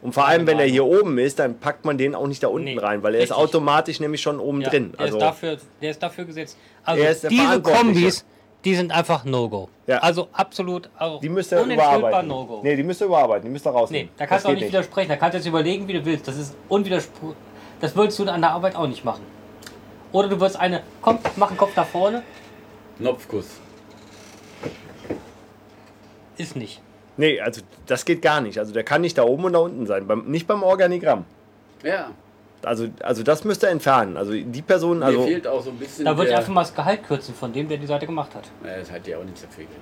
Und vor allem, wenn er hier oben ist, dann packt man den auch nicht da unten Nee, rein, weil er ist richtig. automatisch nämlich schon oben Ja, drin. Der, Also, ist dafür, der ist dafür gesetzt. Also Er ist der diese Verantwortliche. Kombis, die sind einfach No-Go. Ja. Also absolut auch die müsst ihr unentschuldbar überarbeiten. No-Go. Nee, nee, die müsst ihr überarbeiten, die müsst ihr rausnehmen. da Das kannst du auch geht nicht widersprechen. Da kannst du jetzt überlegen, wie du willst. Das ist unwiderspruchlich. Das würdest du an der Arbeit auch nicht machen. Oder du würdest eine, komm, mach einen Kopf nach vorne. Knopfkuss. Ist nicht. Nee, also das geht gar nicht. Also der kann nicht da oben und da unten sein. Beim, nicht beim Organigramm. Ja, Also, also das müsste er entfernen. Also die Person, mir also. fehlt auch so ein bisschen. Da würde ich der- einfach mal das Gehalt kürzen von dem, der die Seite gemacht hat. Naja, das hat ja auch nichts dafür gekriegt.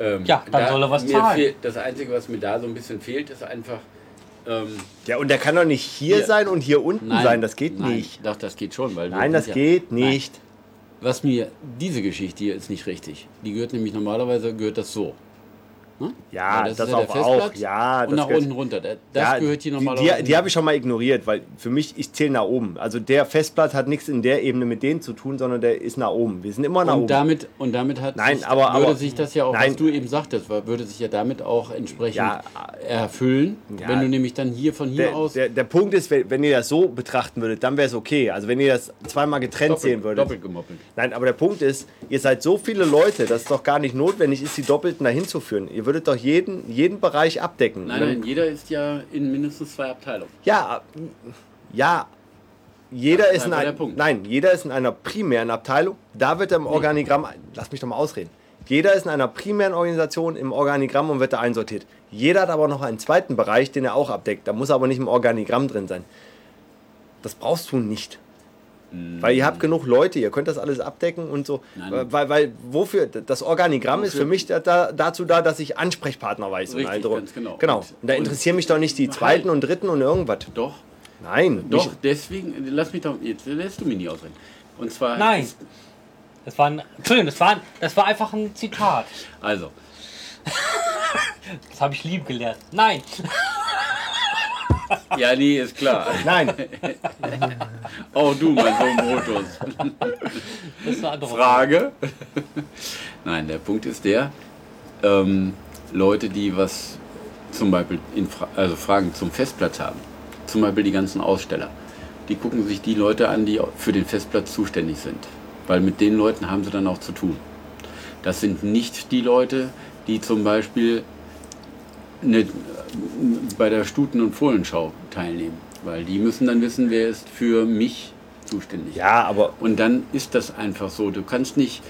Ähm, Ja, dann soll er was mir zahlen. Fehlt, das Einzige, was mir da so ein bisschen fehlt, ist einfach. Ähm, Ja, und der kann doch nicht hier Hier. sein und hier unten nein, sein. Das geht nein, nicht. Doch, das geht schon. Weil wir Nein, sind das ja- geht Nein. nicht. Was mir, diese Geschichte hier ist nicht richtig. Die gehört nämlich normalerweise, gehört das so. Ne? Ja, Weil Ah, das ist ja auf- auch. Ja, und das nach gehört- unten runter. Da- Das gehört hier normalerweise. die, die, die habe ich schon mal ignoriert, weil für mich, ich zähle nach oben. Also der Festplatz hat nichts in der Ebene mit denen zu tun, sondern der ist nach oben. Wir sind immer nach und oben. damit und damit hat Nein, sich, aber- würde aber- sich das ja auch, Nein. was du eben sagtest, weil- würde sich ja damit auch entsprechend Ja, erfüllen, ja. wenn du nämlich dann hier von hier der, aus der, der Punkt ist, wenn, wenn ihr das so betrachten würdet, dann wäre es okay. Also wenn ihr das zweimal getrennt sehen würdet. doppelt gemoppelt. Nein, aber der Punkt ist, ihr seid so viele Leute, dass es doch gar nicht notwendig ist, die Doppelten dahin zu führen. Ihr würdet doch jeden, jeden Bereich abdecken. Nein, Wenn- nein, jeder ist ja in mindestens zwei Abteilungen. Ja, ja. Jeder Das ist ist in einfach einer, der Punkt. nein, jeder ist in einer primären Abteilung. Da wird er im Organigramm, lass mich doch mal ausreden. Jeder ist in einer primären Organisation im Organigramm und wird da einsortiert. Jeder hat aber noch einen zweiten Bereich, den er auch abdeckt. Da muss er aber nicht im Organigramm drin sein. Das brauchst du nicht. Weil ihr habt genug Leute, ihr könnt das alles abdecken und so. Mhm. Nein. Weil, weil wofür? Das Organigramm ist für mich da, da, dazu da, dass ich Ansprechpartner weiß. Richtig, und all so. ganz genau. genau. Und- Und da interessieren mich doch nicht die zweiten und dritten und irgendwas. Doch, Nein, doch, Mich, deswegen, lass mich doch, jetzt lässt du mich nicht ausreden. Und zwar, Nein. Das war ein, Entschuldigung, das war, ein, das war einfach ein Zitat. also, Das habe ich lieb gelernt. Nein. ja, nee, ist klar. nein. Auch du, mein Sohn Brutus. Das ist eine andere Frage. Nein, der Punkt ist der, ähm, Leute, die was zum Beispiel in Fra also Fragen zum Festplatz haben, zum Beispiel die ganzen Aussteller, die gucken sich die Leute an, die für den Festplatz zuständig sind. Weil mit den Leuten haben sie dann auch zu tun. Das sind nicht die Leute, die zum Beispiel eine, bei der Stuten- und Fohlenschau teilnehmen. Weil die müssen dann wissen, wer ist für mich zuständig. Ja, aber Und dann ist das einfach so. Du kannst nicht,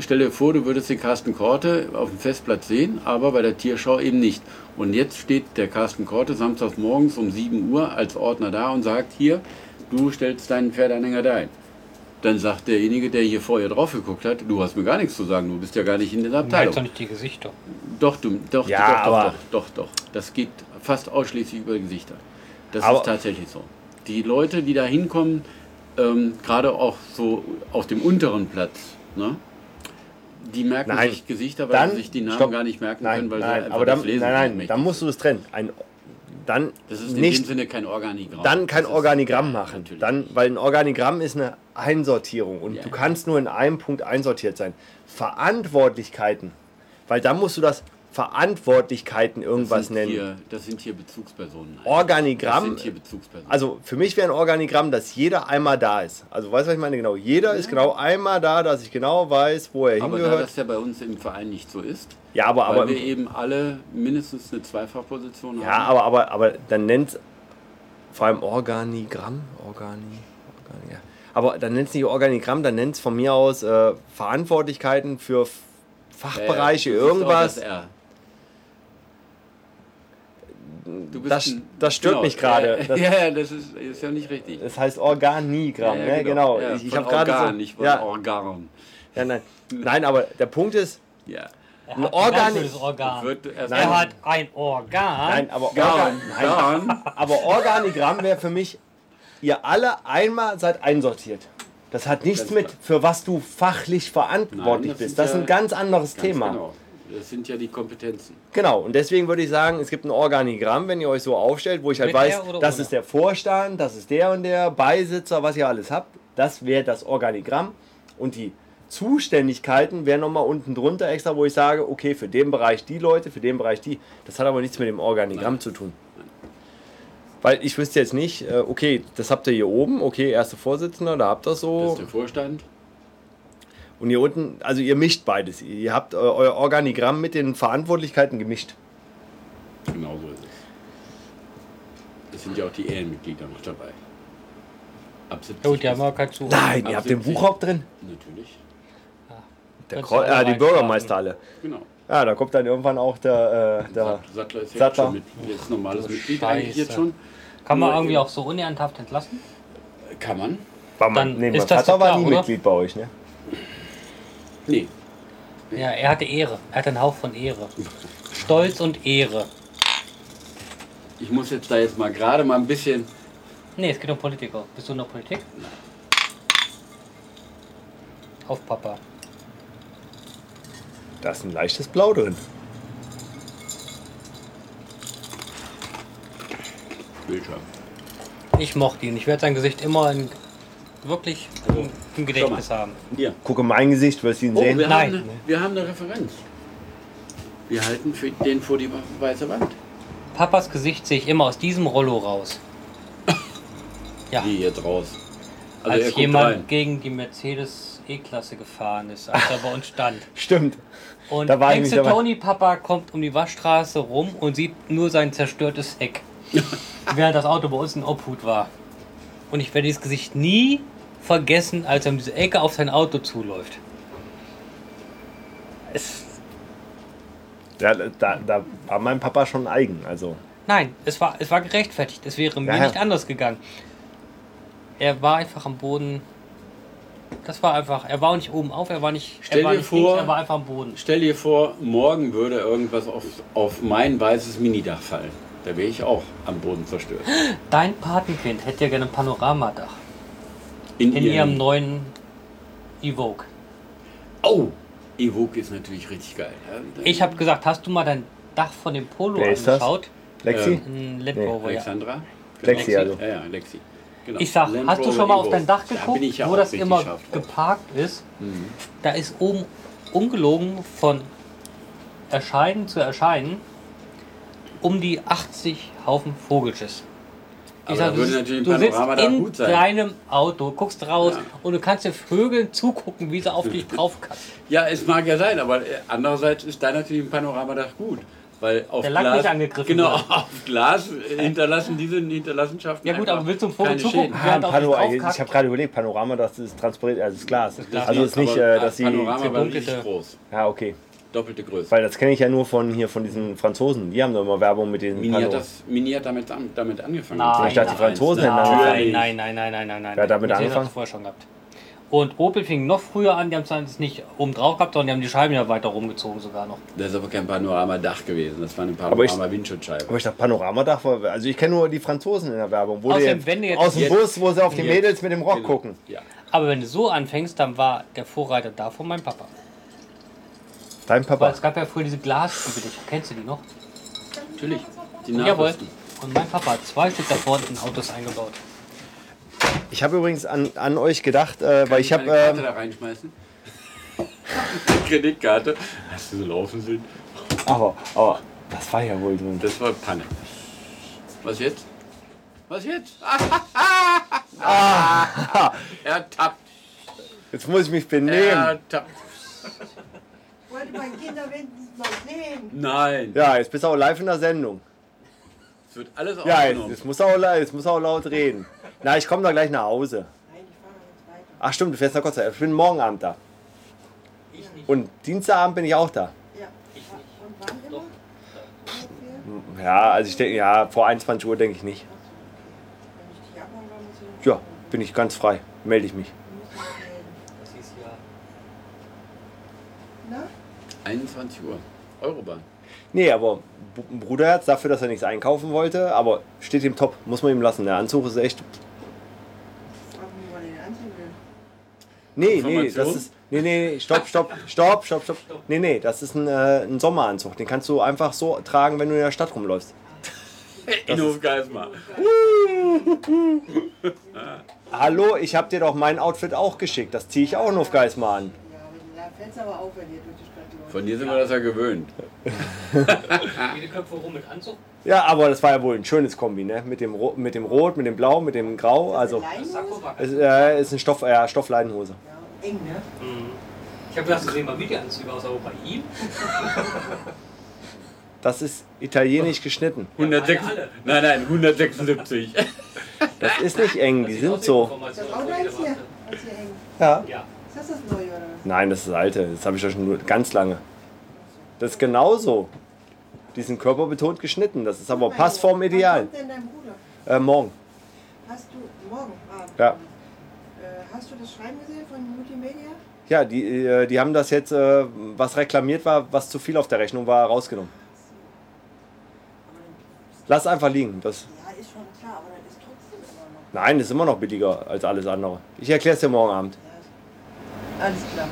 stell dir vor, du würdest den Carsten Korte auf dem Festplatz sehen, aber bei der Tierschau eben nicht. Und jetzt steht der Carsten Korte samstags morgens um 7 Uhr als Ordner da und sagt, hier, du stellst deinen Pferdeanhänger da ein. Dann sagt derjenige, der hier vorher drauf geguckt hat, du hast mir gar nichts zu sagen, du bist ja gar nicht in der Frage. Abteilung. doch nicht die Gesichter. Doch, du, doch, Ja, doch, aber- doch, doch, doch, doch. Das geht fast ausschließlich über Gesichter. Das Aber- ist tatsächlich so. Die Leute, die da hinkommen, ähm, gerade auch so auf dem unteren Platz, ne? die merken Nein. sich Gesichter, weil dann. sie sich die Namen stopp. gar nicht merken nein, können, weil sie nein, einfach aber dann, das Lesen nein, nein, nicht dann mächtig musst du es trennen. Ein, dann sind. Das ist in dem nicht, Sinne kein Organigramm. dann kein Das ist- Organigramm ja, machen. natürlich. Dann, weil ein Organigramm ist eine Einsortierung und Ja. du kannst nur in einem Punkt einsortiert sein. Verantwortlichkeiten, weil dann musst du das Verantwortlichkeiten das irgendwas sind nennen. Hier, das sind hier Bezugspersonen. Das Organigramm. sind hier Bezugspersonen. Also für mich wäre ein Organigramm, dass jeder einmal da ist. Also weißt du, was ich meine? Genau, jeder ist genau einmal da, dass ich genau weiß, wo er aber da hingehört. das ja bei uns im Verein nicht so ist, ja, aber, weil aber wir eben alle mindestens eine Zweifachposition Ja, haben. aber, aber, aber dann nennt vor allem Organigramm. Organi, Organi, ja. Aber dann nennt es nicht Organigramm, dann nennt es von mir aus äh, Verantwortlichkeiten für F- Fachbereiche, Äh, du siehst irgendwas. auch das R. Du bist Das, ein- das stört genau, mich gerade. äh, Das, Ja, ja, das ist, ist ja nicht richtig. das heißt Organigramm, Ja, ne? genau. Ja, ich ich von habe gerade. Organ, so, nicht von ja, Organ. ja, nein. nein, aber der Punkt ist, Ja. ein Ein ganz Organ. schönes Organ. Wird erst Nein. Er mal- hat ein Organ. Nein, aber, Organ, Garn. nein, Garn. aber Organigramm wäre für mich, ihr alle einmal seid einsortiert. Das hat nichts Ganz mit, klar. für was du fachlich verantwortlich Nein, das bist. ist Das ist ja ein ganz anderes Ganz Thema. Genau. Genau. Das sind ja die Kompetenzen. und deswegen würde ich sagen, es gibt ein Organigramm, wenn ihr euch so aufstellt, wo ich halt Mit weiß, der oder das ohne? ist der Vorstand, das ist der und der, Beisitzer, was ihr alles habt. Das wäre das Organigramm. Und die Zuständigkeiten wären nochmal unten drunter extra, wo ich sage, okay, für den Bereich die Leute, für den Bereich die. Das hat aber nichts mit dem Organigramm Nein. zu tun. Weil ich wüsste jetzt nicht, äh, okay, das habt ihr hier oben, okay, erste Vorsitzender, da habt ihr das so. Oh. Das ist der Vorstand. Und hier unten, also ihr mischt beides. Ihr habt eu- euer Organigramm mit den Verantwortlichkeiten gemischt. Genau so ist es. Es sind ja auch die Ehrenmitglieder noch dabei. Ab 70. Ja, gut, die haben wir keinen zu. Nein, Ab ihr habt den 70. Buchhaupt drin. Natürlich. Der Kannst Kreu- du äh, alle die reinschlagen. Bürgermeister alle. Genau. Ja, da kommt dann irgendwann auch der. Äh, der Sat- Sattler ist Sattler. jetzt schon mit, jetzt normales du Mitglied Oh, Scheiße. eigentlich jetzt schon. Kann man Nur irgendwie eben- auch so unehrenhaft entlassen? Kann man? war mal, Dann nee, mein ist das Vater doch war klar, nie oder? Mitglied bei euch, ne? Nee. Ja, er hatte Ehre. Er hatte einen Hauch von Ehre. Stolz und Ehre. Ich muss jetzt da jetzt mal gerade mal ein bisschen. Nee, es geht um Politiker. Bist du in der Politik? Auf Papa. Da ist ein leichtes Blau drin. Bildschirm. Ich mochte ihn. Ich werde sein Gesicht immer in, wirklich im, im Gedächtnis Also, schau haben. Hier. Gucke mein Gesicht, wirst du ihn Oh, sehen. wir, Nein. Haben eine, wir haben eine Referenz. Wir halten für den vor die weiße Wand. Papas Gesicht sehe ich immer aus diesem Rollo raus. Ja, Die jetzt raus. Also er als guckt jemand rein. gegen die Mercedes E-Klasse gefahren ist, als er bei uns stand. Stimmt. Und Da war ich denkst nicht du, dabei. Tony Papa kommt um die Waschstraße rum und sieht nur sein zerstörtes Heck. während das Auto bei uns in Obhut war. Und ich werde dieses Gesicht nie vergessen, als er um diese Ecke auf sein Auto zuläuft. Es, Ja, da, da war mein Papa schon eigen. Also, nein, es war, es war gerechtfertigt. Es wäre mir Ja, ja. nicht anders gegangen. Er war einfach am Boden. Das war einfach. Er war auch nicht oben auf, er war nicht. Stell er war dir nicht vor- links, er war einfach am Boden. Stell dir vor, morgen würde irgendwas auf, auf mein weißes Minidach fallen. Da wäre ich auch am Boden zerstört. Dein Patenkind hätte ja gerne ein Panoramadach. In ihrem- ihrem neuen Evoque. Oh! Evoque ist natürlich richtig geil. Ja, Ich habe gesagt, hast du mal dein Dach von dem Polo Wer ist das? angeschaut? Lexi? Ähm, Ein Land Rover, Oh ja. Alexandra? Lexi, also. Ja, ja, Lexi. Genau. Ich sag, Land hast du Rover schon mal auf Evo. dein Dach Da geguckt, bin ich ja wo auch Mhm. das richtig immer scharf drauf. geparkt ist? Da ist oben ungelogen von Erscheinen zu Erscheinen um die 80 Haufen Vogelschiss. Aber sag, da würde natürlich du ein sitzt Panorama da in gut sein. deinem Auto, guckst raus Ja. und du kannst den Vögeln zugucken, wie sie auf dich draufkacken. Ja, es mag ja sein, aber äh, andererseits ist da natürlich ein Panoramadach gut. Weil auf Der Lack Glas, nicht angegriffen genau, wird. auf Glas äh, hinterlassen diese Hinterlassenschaften. Ja gut, einfach aber willst du dem Vogel keine zugucken? Schäden. Ah, ein Während auf dich Pano ich draufkackt. habe gerade überlegt, Panorama, das ist transparent, also das Glas. Glas. Also es ist nicht, Aber äh, dass die. Panorama war verdunkelte- richtig groß. Ja, okay. Doppelte Größe. Weil das kenne ich ja nur von hier von diesen Franzosen. Die haben doch immer Werbung mit den Mini hat, Pano. das, Mini hat damit, an- damit angefangen. Nein. Ich dachte, die Franzosen hätten damit Nein, angefangen. nein, nein, nein, nein, nein, nein. Wer hat damit Mercedes angefangen? hat's vorher schon gehabt. Und Opel fing noch früher an, die haben es dann nicht oben drauf gehabt, sondern die haben die Scheiben ja weiter rumgezogen sogar noch. Das ist aber kein Panoramadach gewesen, das war eine ich- Panorama-Windschutzscheibe. Aber ich dachte, Panoramadach war. Also ich kenne nur die Franzosen in der Werbung. Wo Außerdem, die, wenn du jetzt- aus dem Jetzt- Bus, wo sie auf die jetzt- Mädels mit dem Rock gucken. Ja. Aber wenn du so anfängst, dann war der Vorreiter davon mein Papa. Dein Weil Papa. es gab ja früher diese Glasüberdichter, kennst du die noch? Natürlich. Die Jawohl. Nachrüsten. Und mein Papa hat zwei Stück davon in Autos eingebaut. Ich habe übrigens an, an euch gedacht, äh, weil ich habe. Kann meine Karte ähm, da reinschmeißen. Die Kreditkarte. Hast du so laufen sehen? aber, aber, das war ja wohl drin. Das war Panne. Was jetzt? Was jetzt? Ah. er tappt. Jetzt muss ich mich benehmen. Er tappt. wollte meine Kinder wenigstens mal sehen. Hm. Nein. Ja, jetzt bist du auch live in der Sendung. Es wird alles Ja, jetzt, genau. aufgenommen. jetzt, muss auch, la- jetzt muss auch laut reden. Na, ich komme da gleich nach Hause. Nein, ich fahre jetzt weiter. Ach stimmt, du fährst nach Gottsdorf. Ich bin morgen Abend da. Ich nicht. Und Dienstagabend bin ich auch da. Ja. Und wann immer? Ungefähr? Ja, also ich denke, ja, vor 21 Uhr denke ich nicht. Wenn ich dich abholen war, muss ich Ja, bin ich ganz frei. Melde ich mich. muss ich melden. Das ist ja. Na? 21 Uhr. Eurobahn. Nee, aber B- Bruderherz, dafür, dass er nichts einkaufen wollte, aber steht ihm top. Muss man ihm lassen. Der Anzug ist echt. Fragen wir mal den Anzug will. Nee, nee, Information? das ist. Nee, nee, nee, stopp, stopp, stopp, stopp, stopp. Nee, nee, das ist ein, äh, ein Sommeranzug. Den kannst du einfach so tragen, wenn du in der Stadt rumläufst. Innenhof Geismar. Hallo, ich hab dir doch mein Outfit auch geschickt. Das ziehe ich auch nur auf Geismar an. Ja, aber da fällt es aber auf, wenn ihr durch die Stadt läuft. Von dir sind wir das ja gewöhnt. Jede Köpfe rum mit Anzug. Ja, aber das war ja wohl ein schönes Kombi, ne? Mit dem, Ro mit dem Rot, mit dem Blau, mit dem Grau. Also, Leinhose? es äh, ist eine Stoff, äh, Stoffleidenhose. Ja, eng, ne? Ich habe gedacht, du sehen mal Videoanzüge aus, aber bei ihm? Das ist italienisch geschnitten. 106, alle. nein, nein, 176. Das ist nicht eng, die sind so. Das Auto ist hier. Als hier hängt. Ja. Ja. Ist Das ist neu, oder? Nein, das ist das alte. Das habe ich ja schon nur ganz lange. Das ist genauso. Diesen Körper betont geschnitten. Das ist aber Mein passform Bruder. Wann ideal. kommt denn dein Bruder? Äh, morgen. Hast du morgen Abend? Ja. Äh, Hast du das Schreiben gesehen von Multimedia? Ja, die, äh, die haben das jetzt, äh, was reklamiert war, was zu viel auf der Rechnung war, rausgenommen. Lass einfach liegen. Das, Ja, ist schon klar, aber das ist trotzdem immer noch. nein, ist immer noch billiger als alles andere. Ich erkläre es dir morgen Abend. Alles klar.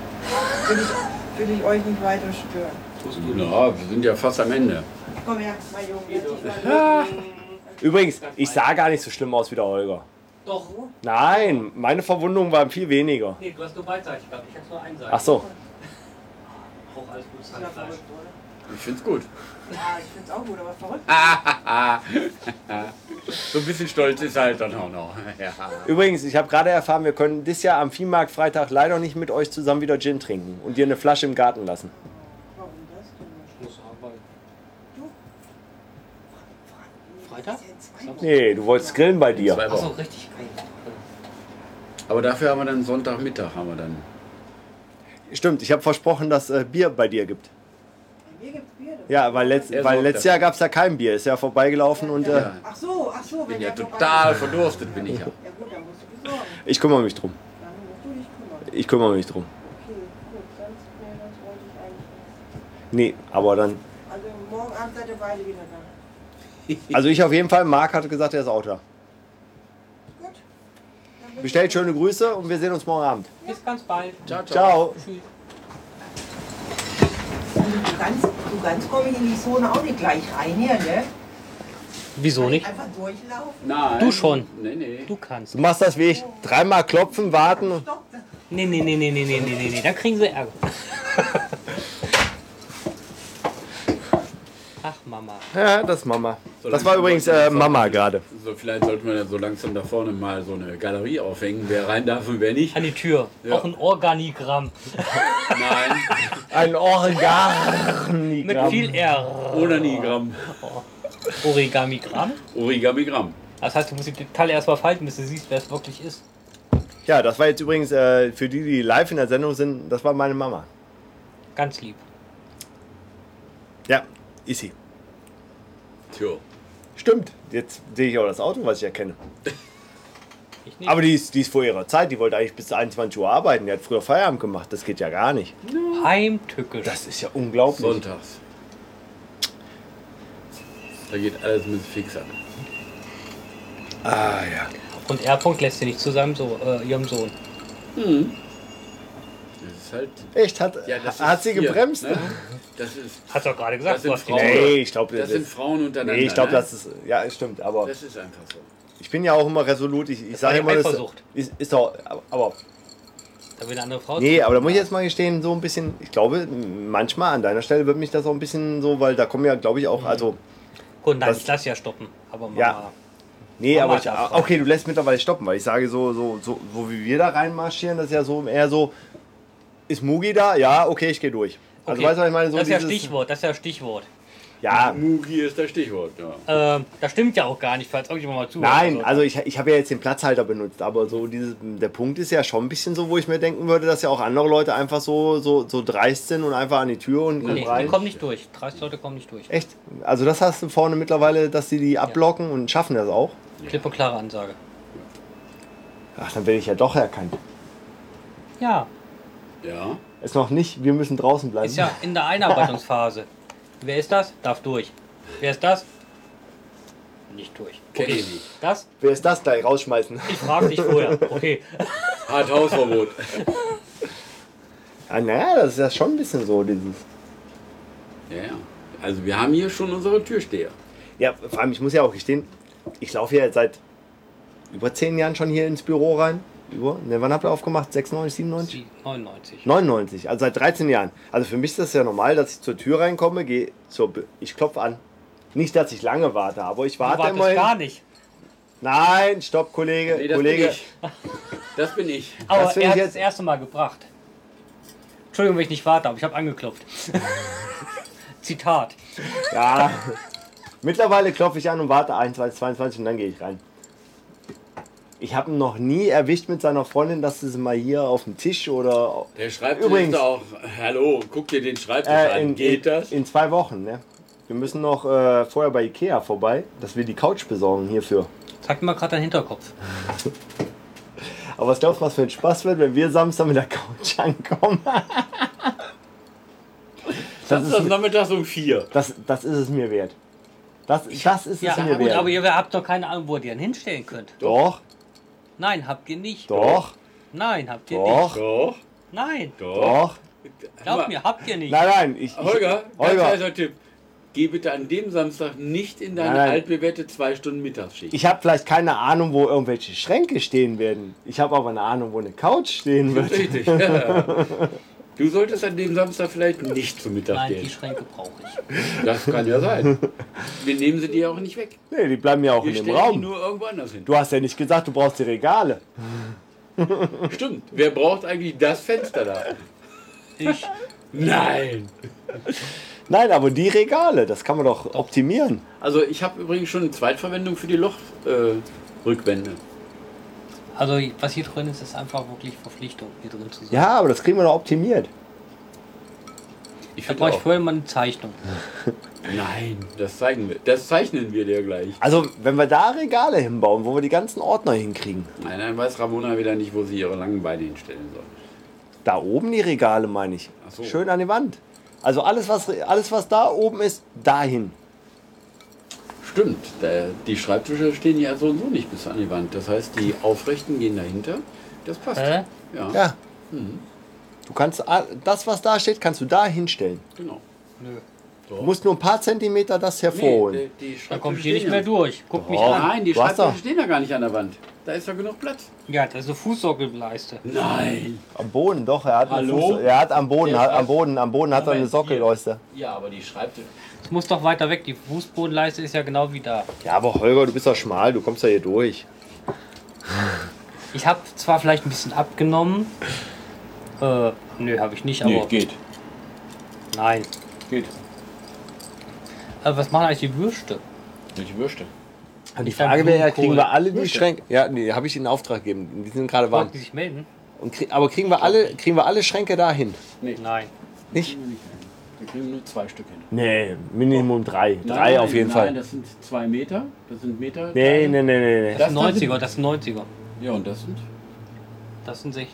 Will ich, will ich euch nicht weiter stören. Na, wir sind ja fast am Ende. Komm her, mein Junge. lass dich mal legen. Übrigens, ich sah gar nicht so schlimm aus wie der Holger. Doch. Nein, meine Verwundungen waren viel weniger. Nee, du hast nur beidseitig gehabt. Ich hab's nur einseitig. Ach so. Auch alles gutes Ist ja Fleisch. verrückt, oder? Ich find's gut. Ja, ich find's auch gut, aber verrückt. Ah. So ein bisschen stolz ist er halt dann auch noch. Ja. Übrigens, ich habe gerade erfahren, wir können dieses Jahr am Viehmarkt Freitag leider nicht mit euch zusammen wieder Gin trinken und dir eine Flasche im Garten lassen. Warum das denn nicht? Muss arbeiten. Du? Freitag? Das ist ja in zwei Wochen. Nee, du wolltest grillen bei dir. Zwei Achso, Wochen. richtig geil. Aber dafür haben wir dann Sonntagmittag haben wir dann. Stimmt, ich habe versprochen, dass äh, Bier bei dir gibt. Bei mir gibt's Bier. doch. Ja, weil, letzt, Er weil sorgt letztes dafür. Jahr gab es ja kein Bier. Ist ja vorbeigelaufen und äh, Ja. Ach so, ach so. Bin wenn ja der vorbei total ist. verdurstet, bin ich ja. Ja gut, dann musst du besorgen. ich kümmere mich drum. Dann musst du dich kümmern. Okay, Ich kümmere mich drum. gut. Sonst, nee, sonst wollte ich eigentlich nicht. Nee, aber dann. Also morgen Abend seid ihr beide wieder da. Also ich auf jeden Fall, Marc hatte gesagt, er ist auch da. Gut. Dann bin Bestellt ich- schöne Grüße und wir sehen uns morgen Abend. Bis ganz bald. Ciao, ciao. Ciao. Tschüss. Also du ganz, du ganz komme ich in die Zone auch nicht gleich rein hier, ne? Wieso nicht? Einfach durchlaufen. Nein. Du schon. Nee, nee. Du kannst. Du machst das wie ich. Dreimal klopfen, warten. Stopp. Nee, nee, nee, nee, nee, nee, nee, nee, nee. Da kriegen sie Ärger. Ach, Mama. Ja, das ist Mama. Das war übrigens äh, Mama gerade. So, vielleicht sollte man ja so langsam da vorne mal so eine Galerie aufhängen, wer rein darf und wer nicht. An die Tür. Ja. Auch ein Organigramm. Nein, Ein Organ. Mit viel R. Onanigramm. Origamigramm. Origamigramm. Das heißt, du musst die Teile erstmal falten, bis du siehst, wer es wirklich ist. Ja, das war jetzt übrigens äh, für die, die live in der Sendung sind, das war meine Mama. Ganz lieb. Ja, ist sie. Tja. Stimmt. Jetzt sehe ich auch das Auto, was ich erkenne. Ich nicht. Aber die ist, die ist vor ihrer Zeit. Die wollte eigentlich bis 21 Uhr arbeiten. Die hat früher Feierabend gemacht. Das geht ja gar nicht. Heimtückisch. Das ist ja unglaublich. Sonntags. Da geht alles mit fix an. Ah ja. Und R. -Punkt lässt sie nicht zu seinem so äh, ihrem Sohn. Das ist halt. Echt? Hat, Ja, das hat ist sie hier, gebremst? ne? Das ist. Hast du doch gerade Das gesagt, sind du hast die- Frauen. Nee, ich glaube, Das das, sind ist. Frauen untereinander. Nee, ich glaube, ne? das ist. Ja, stimmt. Aber Das ist einfach so. ich bin ja auch immer resolut. Ich, ich war sage die immer, das Eifersucht. ist, ist doch. Aber Da will eine andere Frau. Nee, aber da muss ich jetzt mal gestehen, so ein bisschen, ich glaube, manchmal an deiner Stelle wird mich das auch ein bisschen so, weil da kommen ja, glaube ich, auch, Mhm. also, Gut, nein, das- ich lass ja stoppen. Aber Mama. Ja. nee, Mama aber ich, darf ah, okay, du lässt mittlerweile stoppen, weil ich sage so, so, so, so wie wir da reinmarschieren, das ist ja so eher so, ist Mugi da? Ja, okay, ich gehe durch. Also, Okay. weißt du, was ich meine? So das ist ja dieses- Stichwort, das ist ja Stichwort. Ja, Mugi ist das Stichwort, ja. Ähm, das stimmt ja auch gar nicht, falls irgendjemand mal zuhört. nein, also ich, ich habe ja jetzt den Platzhalter benutzt, aber so dieses, der Punkt ist ja schon ein bisschen so, wo ich mir denken würde, dass ja auch andere Leute einfach so, so, so dreist sind und einfach an die Tür und kommen Nee, die rein. kommen nicht durch. 30 Leute kommen nicht durch. Echt? Also das hast du vorne mittlerweile, dass sie die abblocken und schaffen das auch? Klipp und klare Ansage. Ach, dann werde ich ja doch erkannt. Ja, Ja. Ist noch nicht, wir müssen draußen bleiben. ist ja in der Einarbeitungsphase. Wer ist das? Darf durch. Wer ist das? Nicht durch. Kenn ich nicht. Das? Wer ist das gleich rausschmeißen? Ich frage dich vorher. Okay. Hart Hausverbot. Ah, naja, das ist ja schon ein bisschen so dieses. Ja, ja. Also wir haben hier schon unsere Türsteher. Ja, vor allem, ich muss ja auch gestehen, ich laufe ja jetzt seit über zehn Jahren schon hier ins Büro rein. Über, ne, wann habt ihr aufgemacht? 96, 97? 99. 99, also seit 13 Jahren. Also für mich ist das ja normal, dass ich zur Tür reinkomme, gehe zur. Bü- Ich klopfe an. Nicht, dass ich lange warte, aber ich Du warte wartest immerhin. gar nicht. Nein, stopp, Kollege. Nee, das Kollege. bin ich. Das bin ich. Aber finde er ich hat jetzt- das erste Mal gebracht. Entschuldigung, wenn ich nicht warte, aber ich habe angeklopft. Zitat. Ja. Mittlerweile klopfe ich an und warte 21, 22 und dann gehe ich rein. Ich habe ihn noch nie erwischt mit seiner Freundin, dass sie mal hier auf dem Tisch oder Der Schreibtisch Übrigens. ist auch. Hallo, guck dir den Schreibtisch äh, an. in, Geht in, das? in zwei Wochen. Ne? Wir müssen noch äh, vorher bei Ikea vorbei, dass wir die Couch besorgen hierfür. Sag mir mal gerade deinen Hinterkopf. Aber was glaubst du, was für ein Spaß wird, wenn wir Samstag mit der Couch ankommen? das, das ist ist, nachmittags um vier. das, das ist es mir wert. Das, das ist es Ja, mir gut, wert. aber ihr habt doch keine Ahnung, wo ihr ihn hinstellen könnt. doch, Nein, habt ihr nicht. doch, Nein, habt ihr nicht. doch, Doch, Nein, doch. doch. glaub mir, habt ihr nicht. Nein, nein, ich, ich, Holger, ganz Holger. heißer Tipp. Geh bitte an dem Samstag nicht in deine Nein. altbewährte zwei Stunden Mittagsschicht. ich habe vielleicht keine Ahnung, wo irgendwelche Schränke stehen werden. Ich habe aber eine Ahnung, wo eine Couch stehen wird. Richtig. du solltest an dem Samstag vielleicht nicht zum Mittag Nein, die gehen. Schränke brauche ich. Das kann ja sein. Wir nehmen sie dir auch nicht weg. Nee, die bleiben ja auch Wir in stellen dem die Raum. nur irgendwo anders hin. Du hast ja nicht gesagt, du brauchst die Regale. Stimmt. Wer braucht eigentlich das Fenster da? Ich, Nein. Nein, aber die Regale, das kann man doch optimieren. Also ich habe übrigens schon eine Zweitverwendung für die Lochrückwände. Äh, Rückwände. also was hier drin ist, ist einfach wirklich Verpflichtung, hier drin zu sein. Ja, aber das kriegen wir doch optimiert. ich da find brauche ich auch. vorher mal eine Zeichnung. Nein, das zeigen wir. Das zeichnen wir dir gleich. Also, wenn wir da Regale hinbauen, wo wir die ganzen Ordner hinkriegen. Nein, dann weiß Ramona wieder nicht, wo sie ihre langen Beine hinstellen soll. Da oben die Regale, meine ich. Ach so. Schön an die Wand. Also alles was, alles, was da oben ist, dahin. Stimmt, da- die Schreibtische stehen ja so und so nicht bis an die Wand. Das heißt, die Aufrechten gehen dahinter. Das passt. Hä? Ja, Ja. Mhm. Du kannst a- das, was da steht, kannst du da hinstellen. genau. Du musst nur ein paar Zentimeter das hervorholen. Nee, die, die Da Schreibtische komme ich hier nicht stehen mehr ja- durch. Guck mich Oh. an. Nein, die Du hast Schreibtische doch- stehen ja gar nicht an der Wand. Da ist ja genug Platz. Ja, also das ist eine Fußsockelleiste. Nein. Am Boden, doch. Er hat, eine Hallo? Fuß- er hat am Boden, Der hat, am Schreibtisch- Boden, am Boden hat er eine Moment, Sockelleiste. Ja, aber die Schreibtische. Es muss doch weiter weg. Die Fußbodenleiste ist ja genau wie da. Ja, aber Holger, du bist doch schmal, du kommst ja hier durch. Ich habe zwar vielleicht ein bisschen abgenommen. Äh, nö, habe ich nicht, aber. geht. Nein. Geht. Äh, was machen eigentlich die Würste? Welche Würste? Die Ich hab Frage wäre ja, kriegen wir Blumenkohl. alle die Schränke? Ja, nee, habe ich ihnen Auftrag gegeben. Die sind gerade warm. Wollten die sich melden? Und krie aber kriegen wir, alle, kriegen wir alle Schränke dahin? Nein. Nicht? Wir kriegen nur zwei Stück hin. Nee, Minimum drei. drei auf jeden nein, Fall. das sind zwei Meter. Das sind Meter. nee, nee, nee, nee, nee. Das, Das sind da sind- 90er, das sind 90er. Ja, und das sind. Das sind 60er.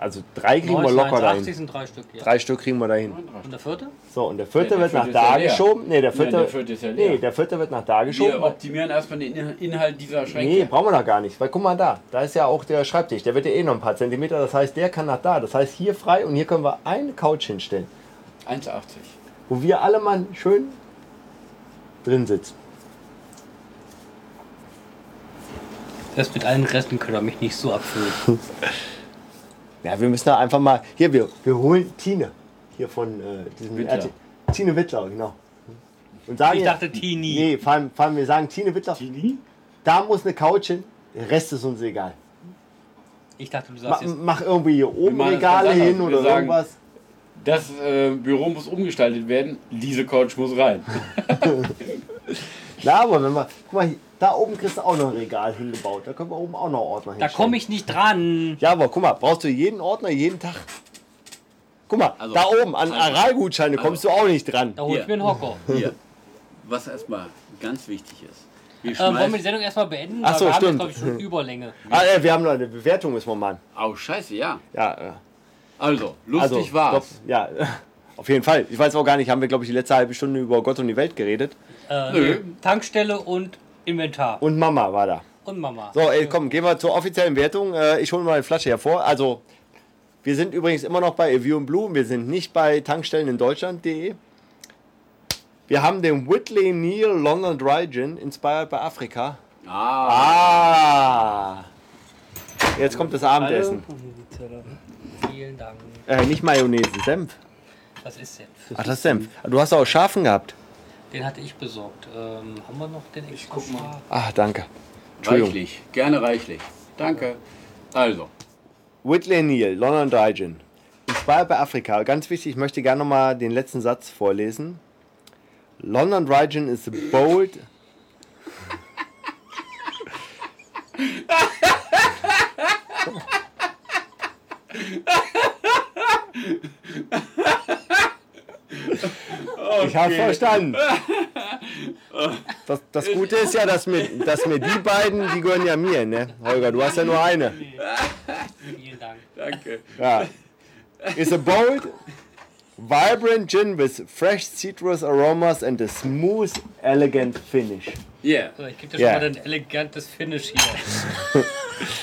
Also drei kriegen wir 90, locker 80 dahin. sind drei Stück, ja. Drei Stück kriegen wir dahin. Und der vierte? So, und der vierte Nee, der wird nach vierte ist da ja leer. geschoben. Nee, der Nee, vierte, der vierte ist ja leer. nee, der vierte wird nach da geschoben. Wir optimieren erstmal den In- Inhalt dieser Schränke. Nee, brauchen wir noch gar nicht. Weil guck mal da, da ist ja auch der Schreibtisch. Der wird ja eh noch ein paar Zentimeter. Das heißt, der kann nach da. Das heißt, hier frei und hier können wir eine Couch hinstellen, 1,80. wo wir alle mal schön drin sitzen. Das mit allen Resten könnt ihr mich nicht so abfüllen. Ja, wir müssen da einfach mal. Hier, wir, wir holen Tine. Hier von äh, diesem Wittler. RT Tine Wittler, genau. Und sagen Ich ihr- dachte Tini. Nee, vor allem, vor allem wir sagen Tine Wittler. Da muss eine Couch hin. Der Rest ist uns egal. Ich dachte, du Ma, sagst jetzt. mach irgendwie hier oben machen das Regale ganz anders. hin Wir oder sagen- irgendwas. Das äh, Büro muss umgestaltet werden. Diese Couch muss rein. Na, aber wenn wir. Guck mal, hier, da oben kriegst du auch noch ein Regal hingebaut. Da können wir oben auch noch Ordner Da hinstellen. komme ich nicht dran. Ja, aber guck mal, brauchst du jeden Ordner jeden Tag? Guck mal, Also- da oben an Aralgutscheine kommst du auch nicht dran. Da hol ich Hier. mir einen Hocker. Hier. Was erstmal ganz wichtig ist. Wir Äh, wollen wir die schmeißen. Sendung erstmal beenden? Ach Weil so, wir stimmt. Haben jetzt, glaub ich, schon Überlänge. Ah, äh, wir haben noch eine Bewertung, müssen wir machen. Au, scheiße, ja. Ja, äh, also, Also, lustig war's. glaub- ja, auf jeden Fall. Ich weiß auch gar nicht, haben wir, glaube ich, die letzte halbe Stunde über Gott und die Welt geredet. Äh, Nö. nee, Tankstelle und Inventar. Und Mama war da. Und Mama. So, ey, komm, gehen wir zur offiziellen Wertung. Äh, ich hole mal eine Flasche hervor. Also, wir sind übrigens immer noch bei View and Blue. Wir sind nicht bei Tankstellen in Deutschland.de. Wir haben den Whitley Neal London Dry Gin, inspired by Afrika. Ah, Ah! Jetzt kommt das Abendessen. Vielen Dank. Äh, nicht Mayonnaise, Senf. Was ist Senf? Ach, das ist Senf. Du hast auch Schafen gehabt. Den hatte ich besorgt. Ähm, haben wir noch den extra? Ich guck mal. Ah, danke. Entschuldigung. reichlich. Gerne reichlich. Danke. Also, Whitley Neal, London Dry Gin. Inspired by Africa. Ganz wichtig, ich möchte gerne nochmal den letzten Satz vorlesen. London Dry Gin is a bold. Ich habe verstanden. Das, das Gute ist ja, dass mir, dass mir die beiden, die gehören ja mir, ne? Holger, du hast ja nur eine. Vielen Dank. Danke. Ja. It's a bold, vibrant gin with fresh citrus aromas and a smooth, elegant finish. Yeah. So, ich gebe dir Ja. schon mal ein elegantes Finish hier.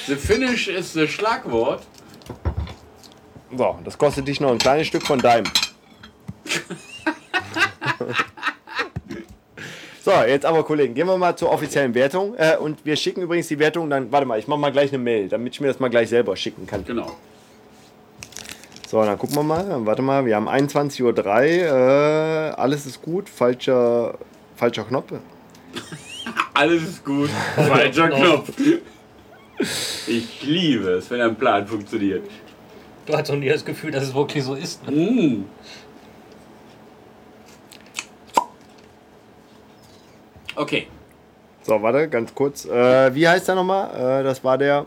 The finish is the Schlagwort. So, das kostet dich noch ein kleines Stück von deinem. So, jetzt aber Kollegen, gehen wir mal zur offiziellen Wertung. Äh, und wir schicken übrigens die Wertung dann, warte mal, ich mache mal gleich eine Mail, damit ich mir das mal gleich selber schicken kann. Genau. So, dann gucken wir mal. Warte mal, wir haben 21.03 Uhr. Äh, alles ist gut, falscher, falscher Knopf. Alles ist gut. Falscher Genau. Knopf. Ich liebe es, wenn ein Plan funktioniert. Du hast doch nie das Gefühl, dass es wirklich so ist. ne? Mm. Okay. So, warte, ganz kurz. Äh, wie heißt der nochmal? Äh, das war der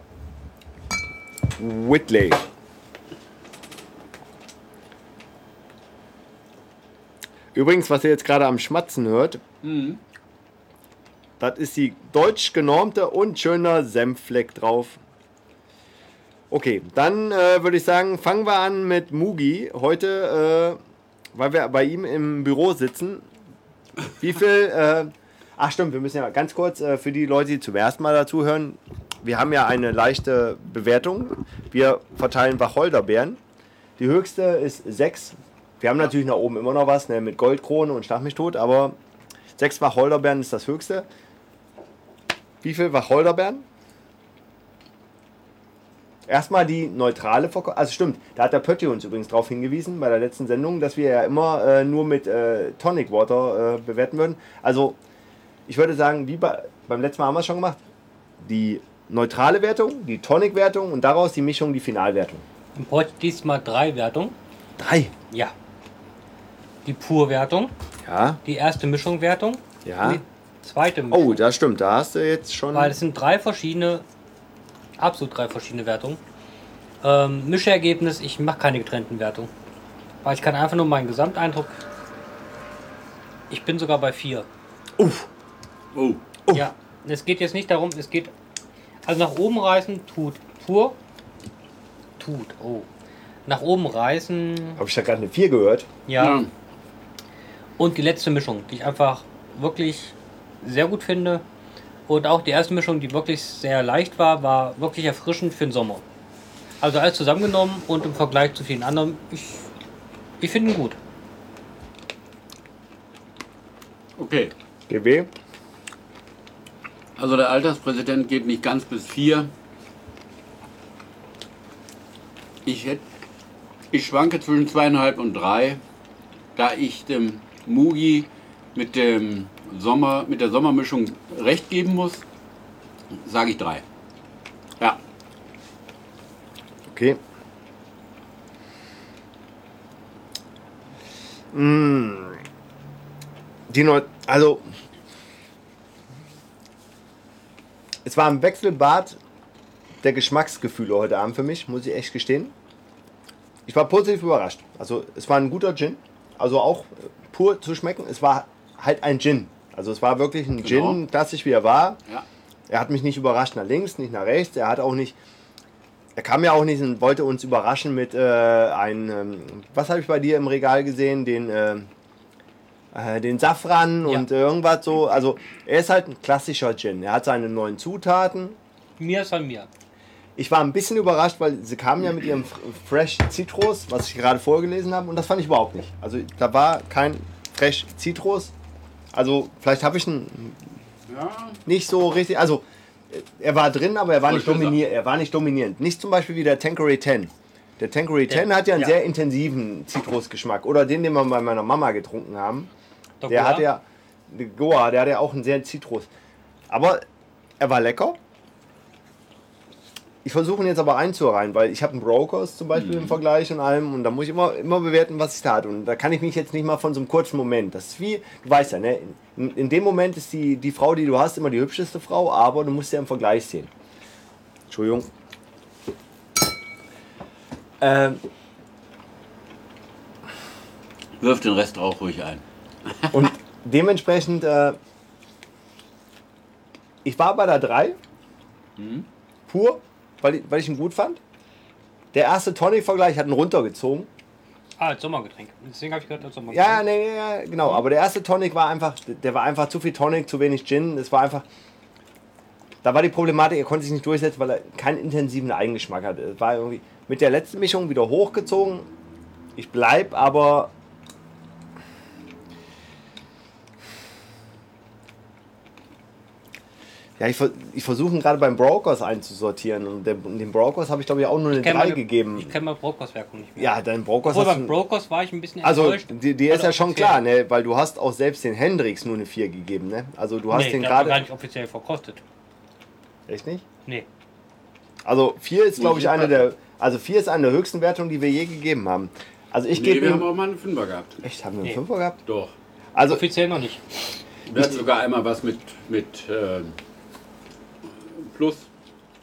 Whitley. Übrigens, was ihr jetzt gerade am Schmatzen hört, das ist die deutsch genormte und schöner Senffleck drauf. Okay, dann äh, würde ich sagen, fangen wir an mit Mugi. Heute, äh, weil wir bei ihm im Büro sitzen. Wie viel äh, Ach stimmt, wir müssen ja mal ganz kurz äh, für die Leute, die zum ersten Mal dazuhören, wir haben ja eine leichte Bewertung. Wir verteilen Wacholderbeeren. Die höchste ist 6. Wir haben natürlich nach oben immer noch was, ne, mit Goldkrone und Schlag mich tot, aber 6 Wacholderbeeren ist das höchste. Wie viel Wacholderbeeren? Erstmal die neutrale Verkäuferin. Also stimmt, da hat der Pötti uns übrigens darauf hingewiesen bei der letzten Sendung, dass wir ja immer äh, nur mit äh, Tonic Water äh, bewerten würden. Also ich würde sagen, wie bei, beim letzten Mal haben wir es schon gemacht, die neutrale Wertung, die Tonic-Wertung und daraus die Mischung, die Finalwertung. Dann bräuchte ich diesmal drei Wertungen. Drei. Ja. Die Pur-Wertung, Ja, die erste Mischung-Wertung, ja. die zweite Mischung. Ah. Oh, das stimmt, da hast du jetzt schon... Weil es sind drei verschiedene, absolut drei verschiedene Wertungen. Ähm, Mischergebnis, ich mache keine getrennten Wertungen. Weil ich kann einfach nur meinen Gesamteindruck. Ich bin sogar bei vier. Oh. Ja. Es geht jetzt nicht darum, es geht. Also nach oben reißen tut pur. Tut, oh. Nach oben reißen. Habe ich da gerade eine 4 gehört? Ja. Hm. Und die letzte Mischung, die ich einfach wirklich sehr gut finde. Und auch die erste Mischung, die wirklich sehr leicht war, war wirklich erfrischend für den Sommer. Also alles zusammengenommen und im Vergleich zu vielen anderen, ich, ich finde ihn gut. Okay. GB? Also der Alterspräsident geht nicht ganz bis vier. Ich hätte, ich schwanke zwischen zweieinhalb und drei, da ich dem Mugi mit dem Sommer, mit der Sommermischung recht geben muss, sage ich drei. Ja, Okay. Mm. Die Neu also es war ein Wechselbad der Geschmacksgefühle heute Abend für mich, muss ich echt gestehen. Ich war positiv überrascht. Also es war ein guter Gin, also auch äh, pur zu schmecken. Es war halt ein Gin. Also es war wirklich ein Genau. Gin, klassisch wie er war. ja, Er hat mich nicht überrascht nach links, nicht nach rechts. Er hat auch nicht. Er kam ja auch nicht und wollte uns überraschen mit äh, einem. Ähm, was habe ich bei dir im Regal gesehen? Den, äh, äh, den Safran Ja. und irgendwas so. Also er ist halt ein klassischer Gin. Er hat seine neuen Zutaten. Mir ist an mir. Ich war ein bisschen überrascht, weil sie kamen ja mit ihrem F- Fresh Citrus, was ich gerade vorgelesen habe, und das fand ich überhaupt nicht. Also da war kein Fresh Citrus. Also vielleicht habe ich einen ja, nicht so richtig. Also äh, er war drin, aber er war, Voll nicht, schön dominier er war nicht dominierend. Nicht zum Beispiel wie der Tanqueray 10. Der Tanqueray 10 hat ja einen ja. sehr intensiven Zitrusgeschmack. Oder den, den wir bei meiner Mama getrunken haben. Doch, Der ja. hat ja, der Goa, der hat ja auch einen sehr Zitrus. Aber er war lecker. Ich versuche ihn jetzt aber einzureihen, weil ich habe einen Brokers zum Beispiel im Vergleich und allem und da muss ich immer, immer bewerten, was ich da hatte. Und da kann ich mich jetzt nicht mal von so einem kurzen Moment. Das ist wie, du weißt ja, ne? in, in dem Moment ist die, die Frau, die du hast, immer die hübscheste Frau, aber du musst sie ja im Vergleich sehen. Entschuldigung. Ähm, Wirf den Rest auch ruhig ein. und dementsprechend, äh, ich war bei der 3. Pur, weil, ich- weil ich ihn gut fand. Der erste Tonic-Vergleich hat ihn runtergezogen. Ah, als Sommergetränk. Deswegen habe ich gehört, als Sommergetränk. Ja, ja, nee, ja, ja, genau. Aber der erste Tonic war einfach, der war einfach zu viel Tonic, zu wenig Gin. Es war einfach, da war die Problematik, er konnte sich nicht durchsetzen, weil er keinen intensiven Eigengeschmack hatte. Es war irgendwie mit der letzten Mischung wieder hochgezogen. Ich bleib aber. Ja, ich, ver- ich versuche ihn gerade beim Brokers einzusortieren. Und dem, dem Brokers habe ich, glaube ich, auch nur eine Ich kenne 3 meine, gegeben. Ich kenne meine Brokos-Werkung nicht mehr. Ja, dein Brokers Obwohl, hast beim du- Brokos war ich ein bisschen also, enttäuscht. die, die ist Also ja schon offiziell. klar, ne? weil du hast auch selbst den Hendrix nur eine 4 gegeben. Ne? Also du hast nee, den der hat gerade... gar nicht offiziell verkostet. Echt nicht? Nee. Also 4 ist, Muss glaube ich, ich eine der... packen. Also 4 ist eine der höchsten Wertungen, die wir je gegeben haben. Also ich Nee, gebe wir haben ihm... auch mal einen Fünfer gehabt. Echt, haben wir Nee. einen Fünfer gehabt? Doch. Also, Offiziell noch nicht. Wir hatten sogar einmal was mit, mit äh, Plus.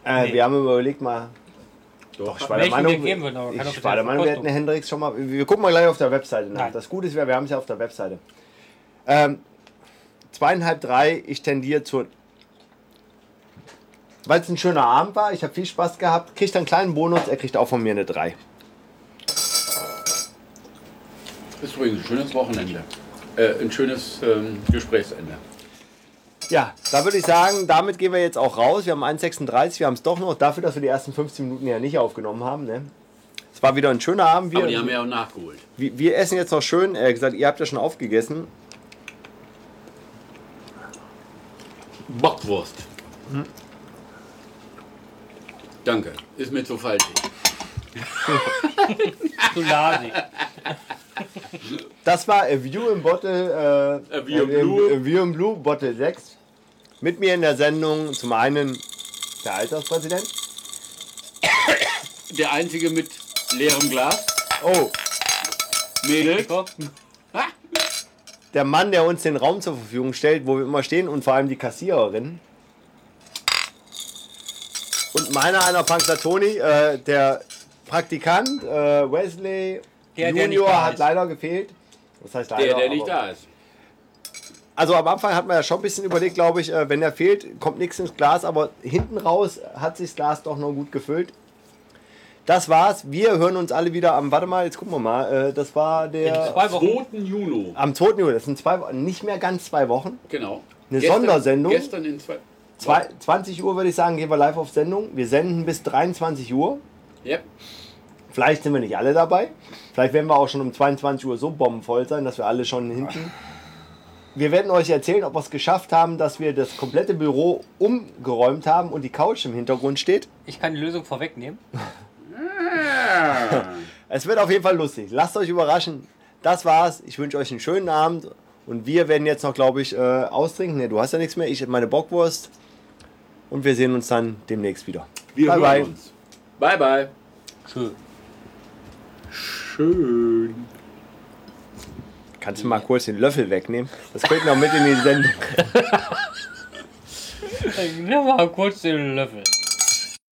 äh, Nee. wir haben überlegt mal... Doch, Ich ich war der Welchen wir Meinung, geben würden, aber keine ich war der Meinung wir hätten offizielle Hendrix schon mal... Wir gucken mal gleich auf der Webseite nach. Nein. Das Gute ist, wir wir haben es ja auf der Webseite. Ähm, zweieinhalb, drei, ich tendiere zu... Weil es ein schöner Abend war, ich habe viel Spaß gehabt, kriegt einen kleinen Bonus, er kriegt auch von mir eine 3. ist übrigens ein schönes Wochenende. Äh, ein schönes ähm, Gesprächsende. Ja, da würde ich sagen, damit gehen wir jetzt auch raus. Wir haben 1,36, wir haben es doch noch, dafür, dass wir die ersten 15 Minuten ja nicht aufgenommen haben. Ne? Es war wieder ein schöner Abend. Wir, Aber die haben ja auch nachgeholt. wir, wir essen jetzt noch schön. Er hat gesagt, ihr habt ja schon aufgegessen. Bockwurst. Danke, ist mir zu falsch. Zu lasig. Das war A View in Bottle, äh, A View in Blue. A View in Blue, Bottle 6. Mit mir in der Sendung zum einen der Alterspräsident. Der einzige mit leerem Glas. Oh, Mädel. Nico? der Mann, der uns den Raum zur Verfügung stellt, wo wir immer stehen und vor allem die Kassiererin. Und meiner einer Panzertoni, äh, der Praktikant äh, Wesley Der, der nicht Junior da hat ist. leider gefehlt. Das heißt leider, Der, der nicht aber- da ist. Also am Anfang hat man ja schon ein bisschen überlegt, glaube ich, äh, wenn er fehlt, kommt nichts ins Glas, aber hinten raus hat sich das Glas doch noch gut gefüllt. Das war's. Wir hören uns alle wieder am, warte mal, jetzt gucken wir mal, äh, das war In der zwei Wochen. 2. Juni. am 2. Juli, das sind zwei Wochen, nicht mehr ganz zwei Wochen. Genau. Eine Sondersendung? Gestern in zwei. Zwei, 20 Uhr würde ich sagen, gehen wir live auf Sendung. Wir senden bis 23 Uhr. Ja. Vielleicht sind wir nicht alle dabei. Vielleicht werden wir auch schon um 22 Uhr so bombenvoll sein, dass wir alle schon hinten. Wir werden euch erzählen, ob wir es geschafft haben, dass wir das komplette Büro umgeräumt haben und die Couch im Hintergrund steht. Ich kann die Lösung vorwegnehmen. Es wird auf jeden Fall lustig. Lasst euch überraschen. Das war's. Ich wünsche euch einen schönen Abend. Und wir werden jetzt noch, glaube ich, äh, austrinken. Nee, du hast ja nichts mehr. Ich hab meine Bockwurst. Und wir sehen uns dann demnächst wieder. Wir Bye, hören bye. uns. Bye, bye. Schön. Schön. Kannst du mal kurz den Löffel wegnehmen? Das fällt noch mit in die Sendung. Ich nehme mal kurz den Löffel.